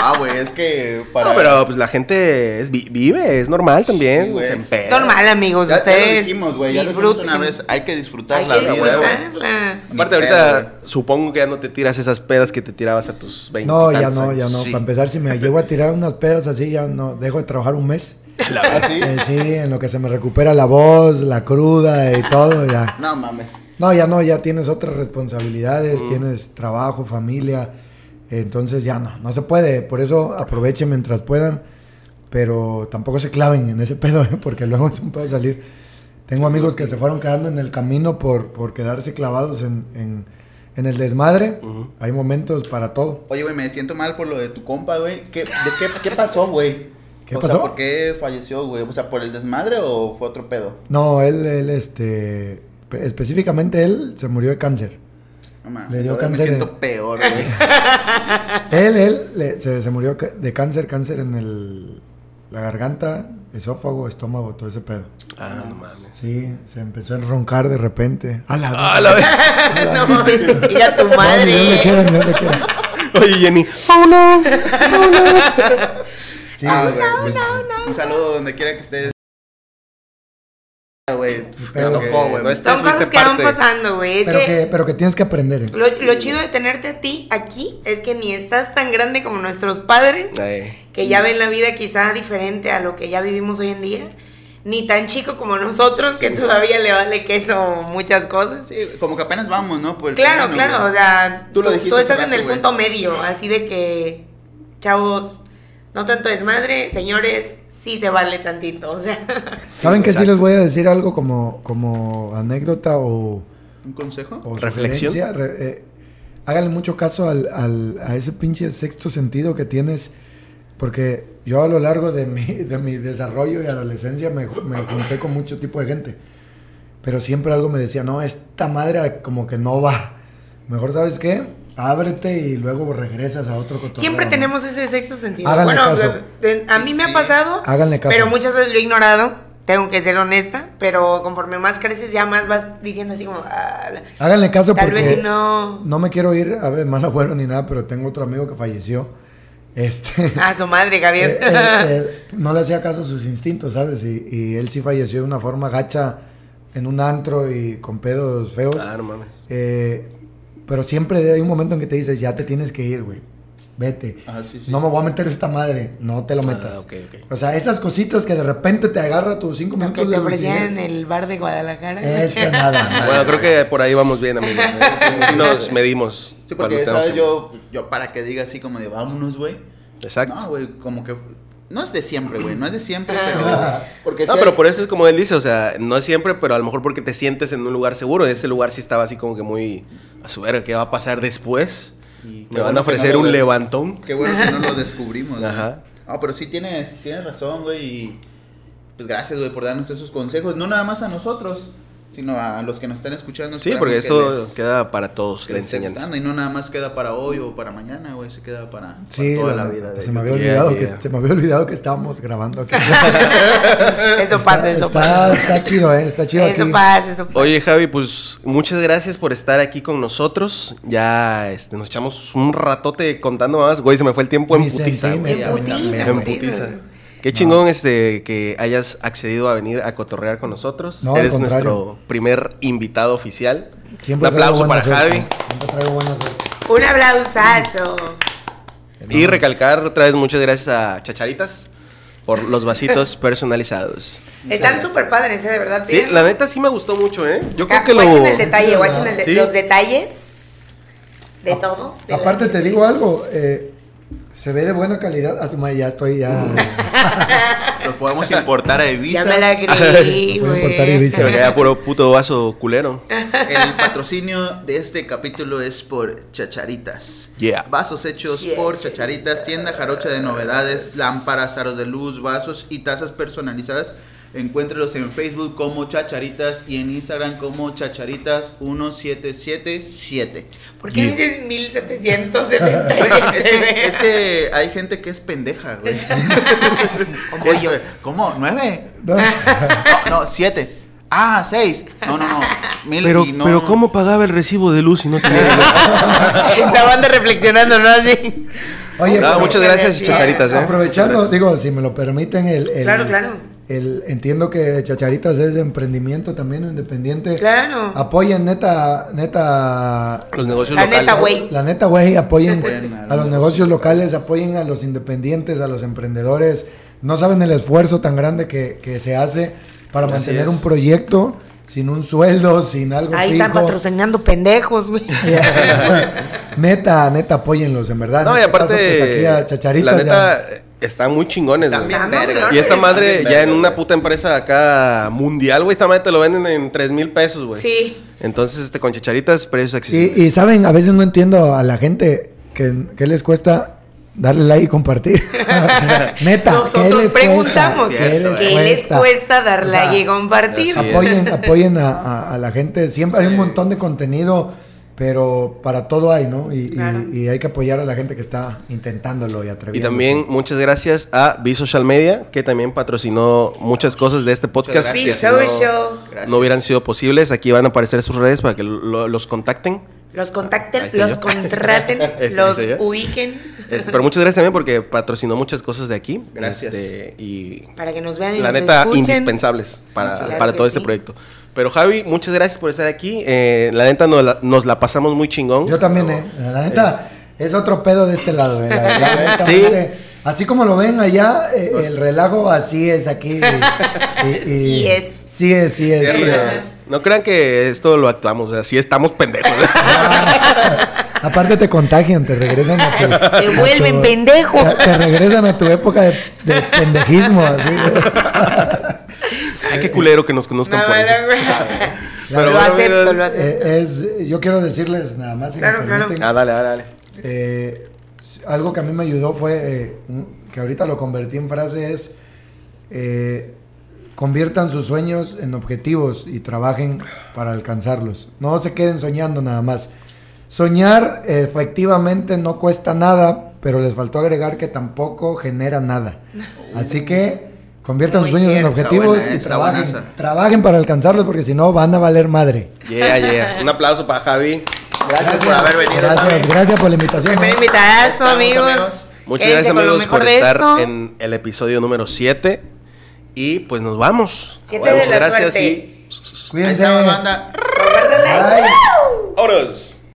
[SPEAKER 4] Ah, güey, es que para...
[SPEAKER 1] No, pero pues la gente es vi- vive, es normal también.
[SPEAKER 4] Sí,
[SPEAKER 1] güey,
[SPEAKER 4] güey.
[SPEAKER 1] se empeda.
[SPEAKER 3] Normal, amigos.
[SPEAKER 4] ya, ya
[SPEAKER 3] pues, ustedes.
[SPEAKER 4] lo dijimos, güey, ya lo dijimos
[SPEAKER 3] disfruten.
[SPEAKER 4] una vez, hay que disfrutar
[SPEAKER 3] Hay
[SPEAKER 4] la
[SPEAKER 3] que
[SPEAKER 4] vida, güey.
[SPEAKER 3] disfrutarla.
[SPEAKER 1] Aparte, ahorita supongo que ya no te tiras esas pedas que te tirabas a tus 20
[SPEAKER 2] No, ya
[SPEAKER 1] tantos
[SPEAKER 2] no,
[SPEAKER 1] años.
[SPEAKER 2] ya no.
[SPEAKER 4] Sí.
[SPEAKER 2] Para empezar, si me llevo a tirar unas pedas así, ya no dejo de trabajar un mes.
[SPEAKER 4] ¿Ah, sí?
[SPEAKER 2] Eh, sí, en lo que se me recupera la voz, la cruda y todo, ya.
[SPEAKER 4] No mames.
[SPEAKER 2] No, ya no, ya tienes otras responsabilidades,
[SPEAKER 4] Mm.
[SPEAKER 2] tienes trabajo, familia. Entonces ya no, no se puede. Por eso aprovechen mientras puedan, pero tampoco se claven en ese pedo, ¿eh? porque luego es un pedo salir. Tengo amigos que se fueron quedando en el camino por, por quedarse clavados en, en- en el desmadre. Hay momentos para todo.
[SPEAKER 4] Oye, güey, me siento mal por lo de tu compa, güey. ¿Qué, de qué, qué pasó, güey?
[SPEAKER 2] ¿Qué
[SPEAKER 4] o
[SPEAKER 2] pasó?
[SPEAKER 4] Sea, ¿Por qué falleció, güey? O sea, ¿por el desmadre o fue otro pedo?
[SPEAKER 2] No, él, él, este, específicamente él se murió de cáncer.
[SPEAKER 4] No mames,
[SPEAKER 2] Le dio
[SPEAKER 4] ahora
[SPEAKER 2] cáncer
[SPEAKER 4] Me
[SPEAKER 2] en-
[SPEAKER 4] siento peor, güey.
[SPEAKER 2] Él, él le- se, se murió ca- de cáncer, cáncer en el, la garganta, esófago, estómago, todo ese pedo.
[SPEAKER 1] Ah, no mames.
[SPEAKER 2] Sí, se empezó a roncar de repente. ¡A la
[SPEAKER 1] Ah, la ve-
[SPEAKER 3] no mames, chinga tu
[SPEAKER 2] No, ni Dios le
[SPEAKER 3] madre.
[SPEAKER 2] quiera, ni Dios le quiera.
[SPEAKER 1] Oye, Jenny.
[SPEAKER 2] Sí,
[SPEAKER 4] Ah,
[SPEAKER 2] güey.
[SPEAKER 4] güey, pues, Un saludo donde quiera que estés. Ah, Güey, me
[SPEAKER 2] Pero
[SPEAKER 1] que
[SPEAKER 4] tocó, güey.
[SPEAKER 1] no está-
[SPEAKER 3] Son cosas
[SPEAKER 1] fuiste
[SPEAKER 3] que van
[SPEAKER 1] parte.
[SPEAKER 3] pasando, güey. Es
[SPEAKER 2] pero,
[SPEAKER 3] que
[SPEAKER 2] que, pero que tienes que aprender. ¿eh?
[SPEAKER 3] Lo, lo chido de tenerte a ti aquí es que ni estás tan grande como nuestros padres,
[SPEAKER 1] Ay,
[SPEAKER 3] que ya ven la vida quizá diferente a lo que ya vivimos hoy en día, ni tan chico como nosotros, que todavía le vale queso muchas cosas.
[SPEAKER 4] Sí, güey, como que apenas vamos, ¿no? Por el
[SPEAKER 3] Claro,
[SPEAKER 4] camino,
[SPEAKER 3] claro,
[SPEAKER 4] güey.
[SPEAKER 3] o sea, tú,
[SPEAKER 4] Tú lo dijiste
[SPEAKER 3] tú estás
[SPEAKER 4] hace
[SPEAKER 3] en el
[SPEAKER 4] rato,
[SPEAKER 3] punto medio, así de que, chavos, no tanto desmadre, señores, sí se vale tantito, o sea,
[SPEAKER 2] ¿Saben que sí
[SPEAKER 1] exacto.
[SPEAKER 2] les voy a decir algo como, como anécdota o,
[SPEAKER 4] ¿Un consejo?
[SPEAKER 2] o
[SPEAKER 1] ¿Reflexión?
[SPEAKER 2] sugerencia? Re- eh, háganle mucho caso al, al- a ese pinche sexto sentido que tienes, porque yo a lo largo de mi, de mi desarrollo y adolescencia me, ju- me junté con mucho tipo de gente, pero siempre algo me decía, no, esta madre como que no va. Mejor, ¿sabes qué? Ábrete y luego regresas a otro cotorreo,
[SPEAKER 3] siempre
[SPEAKER 2] ¿no?
[SPEAKER 3] tenemos ese sexto sentido.
[SPEAKER 2] Háganle
[SPEAKER 3] bueno,
[SPEAKER 2] caso.
[SPEAKER 3] de- a mí me ha
[SPEAKER 4] Sí.
[SPEAKER 3] pasado,
[SPEAKER 2] Háganle caso.
[SPEAKER 3] Pero muchas veces lo he ignorado, tengo que ser honesta, pero conforme más creces ya más vas diciendo así como, "Ah, la-
[SPEAKER 2] Háganle caso
[SPEAKER 3] tal
[SPEAKER 2] porque...
[SPEAKER 3] vez si no...
[SPEAKER 2] No me quiero ir a ver mal agüero ni nada, pero tengo otro amigo que falleció. Este.
[SPEAKER 3] A su madre,
[SPEAKER 2] eh,
[SPEAKER 3] Gabriel.
[SPEAKER 2] eh, eh, no le hacía caso a sus instintos, ¿sabes? Y, y él sí falleció de una forma gacha en un antro y con pedos feos.
[SPEAKER 1] ah, no mames.
[SPEAKER 2] Eh, pero siempre hay un momento en que te dices, ya te tienes que ir, güey. Vete.
[SPEAKER 4] Ah, sí, sí.
[SPEAKER 2] No me voy a meter esta madre. No te lo metas.
[SPEAKER 1] Ah, ok, ok.
[SPEAKER 2] O sea, esas cositas que de repente te agarra tus cinco
[SPEAKER 3] Lo que
[SPEAKER 2] minutos
[SPEAKER 3] te
[SPEAKER 2] de
[SPEAKER 3] ofrecían en
[SPEAKER 2] lucidez.
[SPEAKER 3] el bar de Guadalajara.
[SPEAKER 2] Eso nada.
[SPEAKER 1] Bueno, creo que por ahí vamos bien, amigos. Sí nos medimos.
[SPEAKER 4] Sí,
[SPEAKER 1] cuando
[SPEAKER 4] porque,
[SPEAKER 1] tenemos
[SPEAKER 4] ¿sabes?
[SPEAKER 1] que-
[SPEAKER 4] Yo, pues, yo para que diga así como de vámonos, güey.
[SPEAKER 1] Exacto.
[SPEAKER 4] No,
[SPEAKER 1] No,
[SPEAKER 4] güey, como que... No es de siempre, güey, no es de siempre, pero... Porque sí hay-
[SPEAKER 1] pero por eso es como él dice, o sea, no siempre, pero a lo mejor porque te sientes en un lugar seguro. Ese lugar sí estaba así como que muy a su verga, ¿qué va a pasar después?
[SPEAKER 4] Y qué
[SPEAKER 1] Me van a
[SPEAKER 4] bueno que no
[SPEAKER 1] ofrecer
[SPEAKER 4] lo
[SPEAKER 1] un
[SPEAKER 4] ves.
[SPEAKER 1] levantón.
[SPEAKER 4] Qué bueno que no lo descubrimos, güey.
[SPEAKER 1] Ajá.
[SPEAKER 4] Ah, pero sí tienes, tienes razón, güey. y, Pues gracias, güey, por darnos esos consejos. No nada más a nosotros, sino a los que nos están escuchando.
[SPEAKER 1] Sí,
[SPEAKER 4] Esperamos
[SPEAKER 1] porque
[SPEAKER 4] que
[SPEAKER 1] eso
[SPEAKER 4] les-
[SPEAKER 1] queda para todos,
[SPEAKER 4] que
[SPEAKER 1] la
[SPEAKER 4] les esté
[SPEAKER 1] enseñanza.
[SPEAKER 4] gustando Y no nada más queda para hoy o para mañana, güey. Se queda para, para
[SPEAKER 2] Sí,
[SPEAKER 4] toda
[SPEAKER 2] la
[SPEAKER 4] la
[SPEAKER 2] neta,
[SPEAKER 4] vida. de
[SPEAKER 2] se me
[SPEAKER 4] ellos.
[SPEAKER 2] había
[SPEAKER 1] Yeah,
[SPEAKER 2] olvidado
[SPEAKER 1] yeah.
[SPEAKER 2] que se me había olvidado que estábamos grabando aquí.
[SPEAKER 3] Eso
[SPEAKER 2] Está-
[SPEAKER 3] pasa, eso
[SPEAKER 2] está,
[SPEAKER 3] pasa.
[SPEAKER 2] Está chido, ¿eh? Está chido
[SPEAKER 3] Eso
[SPEAKER 2] aquí.
[SPEAKER 3] pasa, eso pasa.
[SPEAKER 1] Oye Javi, pues muchas gracias por estar aquí con nosotros. Ya este, nos echamos un ratote contando más. Güey, se me fue el tiempo en
[SPEAKER 2] Ni
[SPEAKER 1] putiza.
[SPEAKER 2] sentí,
[SPEAKER 1] güey.
[SPEAKER 2] me-
[SPEAKER 3] En putiza,
[SPEAKER 1] En
[SPEAKER 3] en
[SPEAKER 1] putiza.
[SPEAKER 3] putiza.
[SPEAKER 1] Qué chingón este que hayas accedido a venir a cotorrear con nosotros.
[SPEAKER 2] No, al
[SPEAKER 1] Eres
[SPEAKER 2] contrario.
[SPEAKER 1] nuestro primer invitado oficial.
[SPEAKER 2] Siempre
[SPEAKER 1] un aplauso
[SPEAKER 2] traigo
[SPEAKER 1] para
[SPEAKER 2] buena
[SPEAKER 1] Javi.
[SPEAKER 2] suerte. Siempre traigo buena suerte.
[SPEAKER 3] Un aplausazo.
[SPEAKER 1] Y recalcar otra vez muchas gracias a Chacharitas por los vasitos personalizados.
[SPEAKER 3] Están súper padres, ¿eh? De verdad.
[SPEAKER 1] Sí, la neta sí me gustó mucho, ¿eh? Yo creo
[SPEAKER 3] Ca-
[SPEAKER 1] que lo...
[SPEAKER 3] Guachen Ah, el detalle, guachen el de-
[SPEAKER 1] Sí.
[SPEAKER 3] los detalles de todo. de
[SPEAKER 2] Aparte
[SPEAKER 3] las
[SPEAKER 2] te digo algo,
[SPEAKER 3] películas.
[SPEAKER 2] eh, se ve de buena calidad. A su madre, ya estoy ya.
[SPEAKER 4] Los podemos importar a
[SPEAKER 3] Ya
[SPEAKER 4] Ibiza.
[SPEAKER 3] me la creí,
[SPEAKER 2] No puede importar
[SPEAKER 3] güey.
[SPEAKER 2] Ibiza.
[SPEAKER 1] Se me caía puro puto vaso culero.
[SPEAKER 3] Ah,
[SPEAKER 4] El patrocinio de este capítulo es por Chacharitas.
[SPEAKER 1] Yeah.
[SPEAKER 4] Vasos hechos
[SPEAKER 3] Yeah.
[SPEAKER 4] por Chacharitas, tienda jarocha de novedades, lámparas, aros de luz, vasos y tazas personalizadas. Encuéntrelos en Facebook como Chacharitas y en Instagram como Chacharitas1777.
[SPEAKER 3] ¿Por qué
[SPEAKER 1] Yeah.
[SPEAKER 3] dices
[SPEAKER 4] Oiga, es, que,
[SPEAKER 3] 1777?
[SPEAKER 4] es que hay gente que es pendeja, güey.
[SPEAKER 3] Como
[SPEAKER 4] Es-
[SPEAKER 3] yo.
[SPEAKER 4] ¿Cómo? ¿Nueve?
[SPEAKER 2] No,
[SPEAKER 4] No, no, siete. Ah, seis. No, no, no. Mil
[SPEAKER 1] Pero,
[SPEAKER 4] y no-
[SPEAKER 1] pero ¿cómo pagaba el recibo de luz y no tenía?
[SPEAKER 3] La banda reflexionando, ¿no? Así.
[SPEAKER 2] Oye,
[SPEAKER 1] No,
[SPEAKER 2] pero-
[SPEAKER 1] muchas gracias, Chacharitas, ¿eh?
[SPEAKER 2] Aprovechando, digo, si me lo permiten, el, el-
[SPEAKER 3] Claro, claro.
[SPEAKER 2] el- entiendo que Chacharitas es de emprendimiento también, independiente.
[SPEAKER 3] Claro.
[SPEAKER 2] Apoyen, neta, neta.
[SPEAKER 1] Los negocios
[SPEAKER 3] La
[SPEAKER 1] locales.
[SPEAKER 3] neta, güey.
[SPEAKER 2] La neta, güey, apoyen
[SPEAKER 4] Bueno,
[SPEAKER 2] a los negocios locales, apoyen a los independientes, a los emprendedores. No saben el esfuerzo tan grande que, que se hace para
[SPEAKER 4] Así
[SPEAKER 2] mantener
[SPEAKER 4] es.
[SPEAKER 2] un proyecto sin un sueldo, sin algo
[SPEAKER 3] Ahí están
[SPEAKER 2] fijo.
[SPEAKER 3] patrocinando pendejos, güey.
[SPEAKER 2] neta, neta, apóyenlos, en verdad.
[SPEAKER 1] No, y
[SPEAKER 2] En este caso, pues, aquí
[SPEAKER 1] aparte,
[SPEAKER 2] a Chacharitas
[SPEAKER 1] la
[SPEAKER 2] y a-
[SPEAKER 1] neta, están muy chingones,
[SPEAKER 4] Están
[SPEAKER 1] güey.
[SPEAKER 4] bien
[SPEAKER 3] Están
[SPEAKER 4] vergas.
[SPEAKER 1] Y esta
[SPEAKER 3] Están
[SPEAKER 1] madre,
[SPEAKER 4] bien
[SPEAKER 1] ya
[SPEAKER 4] vergas,
[SPEAKER 1] en una
[SPEAKER 4] güey.
[SPEAKER 1] puta empresa acá mundial, güey, esta madre te lo venden en 3 mil pesos,
[SPEAKER 2] pues.
[SPEAKER 1] güey.
[SPEAKER 3] Sí.
[SPEAKER 1] Entonces, este, con chicharitas, precios accesibles.
[SPEAKER 2] Y, y, saben, a veces no entiendo a la gente que, que les cuesta darle like y compartir. Neta. ¿qué
[SPEAKER 3] Nosotros
[SPEAKER 2] les
[SPEAKER 3] preguntamos
[SPEAKER 2] cuesta? ¿Qué les
[SPEAKER 3] qué les
[SPEAKER 2] cuesta?
[SPEAKER 3] cuesta dar
[SPEAKER 2] O sea,
[SPEAKER 3] like y compartir.
[SPEAKER 1] así es.
[SPEAKER 2] Apoyen, apoyen a, a- a la gente. Siempre hay un
[SPEAKER 4] Sí.
[SPEAKER 2] montón de contenido, pero para todo hay, ¿no? Y, y-
[SPEAKER 3] Claro.
[SPEAKER 2] y hay que apoyar a la gente que está intentándolo y atreviéndose.
[SPEAKER 1] Y también muchas gracias a B Social Media, que también patrocinó muchas cosas de este podcast.
[SPEAKER 4] Muchas
[SPEAKER 1] que
[SPEAKER 3] Be
[SPEAKER 4] gracias.
[SPEAKER 1] si no-
[SPEAKER 3] social.
[SPEAKER 4] Gracias.
[SPEAKER 1] No hubieran sido posibles. Aquí van a aparecer sus redes para que lo- los contacten.
[SPEAKER 3] Los
[SPEAKER 1] Ahí
[SPEAKER 3] contacten,
[SPEAKER 1] soy
[SPEAKER 3] los
[SPEAKER 1] yo.
[SPEAKER 3] contraten,
[SPEAKER 1] Este,
[SPEAKER 3] los
[SPEAKER 1] soy yo.
[SPEAKER 3] ubiquen.
[SPEAKER 1] Este, pero muchas gracias también porque patrocinó muchas cosas de aquí.
[SPEAKER 4] Gracias.
[SPEAKER 1] Este, y
[SPEAKER 3] Para que nos vean y
[SPEAKER 1] la
[SPEAKER 3] nos
[SPEAKER 1] neta,
[SPEAKER 3] escuchen.
[SPEAKER 1] indispensables para,
[SPEAKER 3] Claro
[SPEAKER 1] para
[SPEAKER 3] que
[SPEAKER 1] todo
[SPEAKER 3] sí.
[SPEAKER 1] este proyecto. Pero Javi, muchas gracias por estar aquí. Eh, la neta nos la, nos la pasamos muy chingón.
[SPEAKER 2] Yo también, ¿eh? La neta, es, otro pedo de este lado, ¿eh? La verdad, honestamente, Así como lo ven allá, eh, el relajo así es aquí. y- y- y-
[SPEAKER 3] Sí es.
[SPEAKER 2] Sí es, sí es.
[SPEAKER 1] Sí,
[SPEAKER 4] Qué
[SPEAKER 1] eh,
[SPEAKER 4] real.
[SPEAKER 1] no crean que esto lo actuamos, así estamos pendejos.
[SPEAKER 2] Aparte te contagian, te regresan a tu...
[SPEAKER 3] Te
[SPEAKER 2] a
[SPEAKER 3] vuelven pendejo.
[SPEAKER 2] Te, te regresan a tu época de, de pendejismo, así.
[SPEAKER 1] Ay, qué culero que nos conozcan
[SPEAKER 3] No,
[SPEAKER 1] por eso.
[SPEAKER 3] no, no. Lo acepto, lo acepto.
[SPEAKER 2] Eh, es, yo quiero decirles nada más. si me
[SPEAKER 3] Claro, claro.
[SPEAKER 2] permiten,
[SPEAKER 1] Ah, dale, dale, dale.
[SPEAKER 2] Eh, s- algo que a mí me ayudó fue, eh, un- que ahorita lo convertí en frase, es eh, conviertan sus sueños en objetivos y trabajen para alcanzarlos. No se queden soñando nada más. Soñar eh, efectivamente no cuesta nada, pero les faltó agregar que tampoco genera nada. Así que conviertan
[SPEAKER 3] Muy
[SPEAKER 2] sus sueños en
[SPEAKER 3] cierto.
[SPEAKER 4] Está
[SPEAKER 2] objetivos
[SPEAKER 4] buena, eh,
[SPEAKER 2] y
[SPEAKER 4] está
[SPEAKER 2] trabajen,
[SPEAKER 4] buena esa.
[SPEAKER 2] trabajen para alcanzarlos porque si no van a valer madre.
[SPEAKER 1] Yeah, yeah. Un aplauso para Javi.
[SPEAKER 4] Gracias, por haber venido.
[SPEAKER 2] Gracias,
[SPEAKER 4] también.
[SPEAKER 2] gracias por la invitación.
[SPEAKER 3] Primer
[SPEAKER 2] ¿eh?
[SPEAKER 3] invitadazo,
[SPEAKER 4] Estamos,
[SPEAKER 3] amigos.
[SPEAKER 4] amigos.
[SPEAKER 1] Muchas
[SPEAKER 3] Quédense
[SPEAKER 1] gracias
[SPEAKER 3] con lo
[SPEAKER 1] amigos por
[SPEAKER 3] mejor de
[SPEAKER 1] estar
[SPEAKER 3] esto.
[SPEAKER 1] en el episodio número 7. Y pues nos vamos.
[SPEAKER 3] Siete
[SPEAKER 1] Muchas
[SPEAKER 3] de la
[SPEAKER 1] gracias
[SPEAKER 3] suerte.
[SPEAKER 1] y
[SPEAKER 4] Ahí
[SPEAKER 2] Cuídense.
[SPEAKER 4] estamos, banda.
[SPEAKER 3] Recuerda like.
[SPEAKER 2] Bye.
[SPEAKER 1] ¡Oros!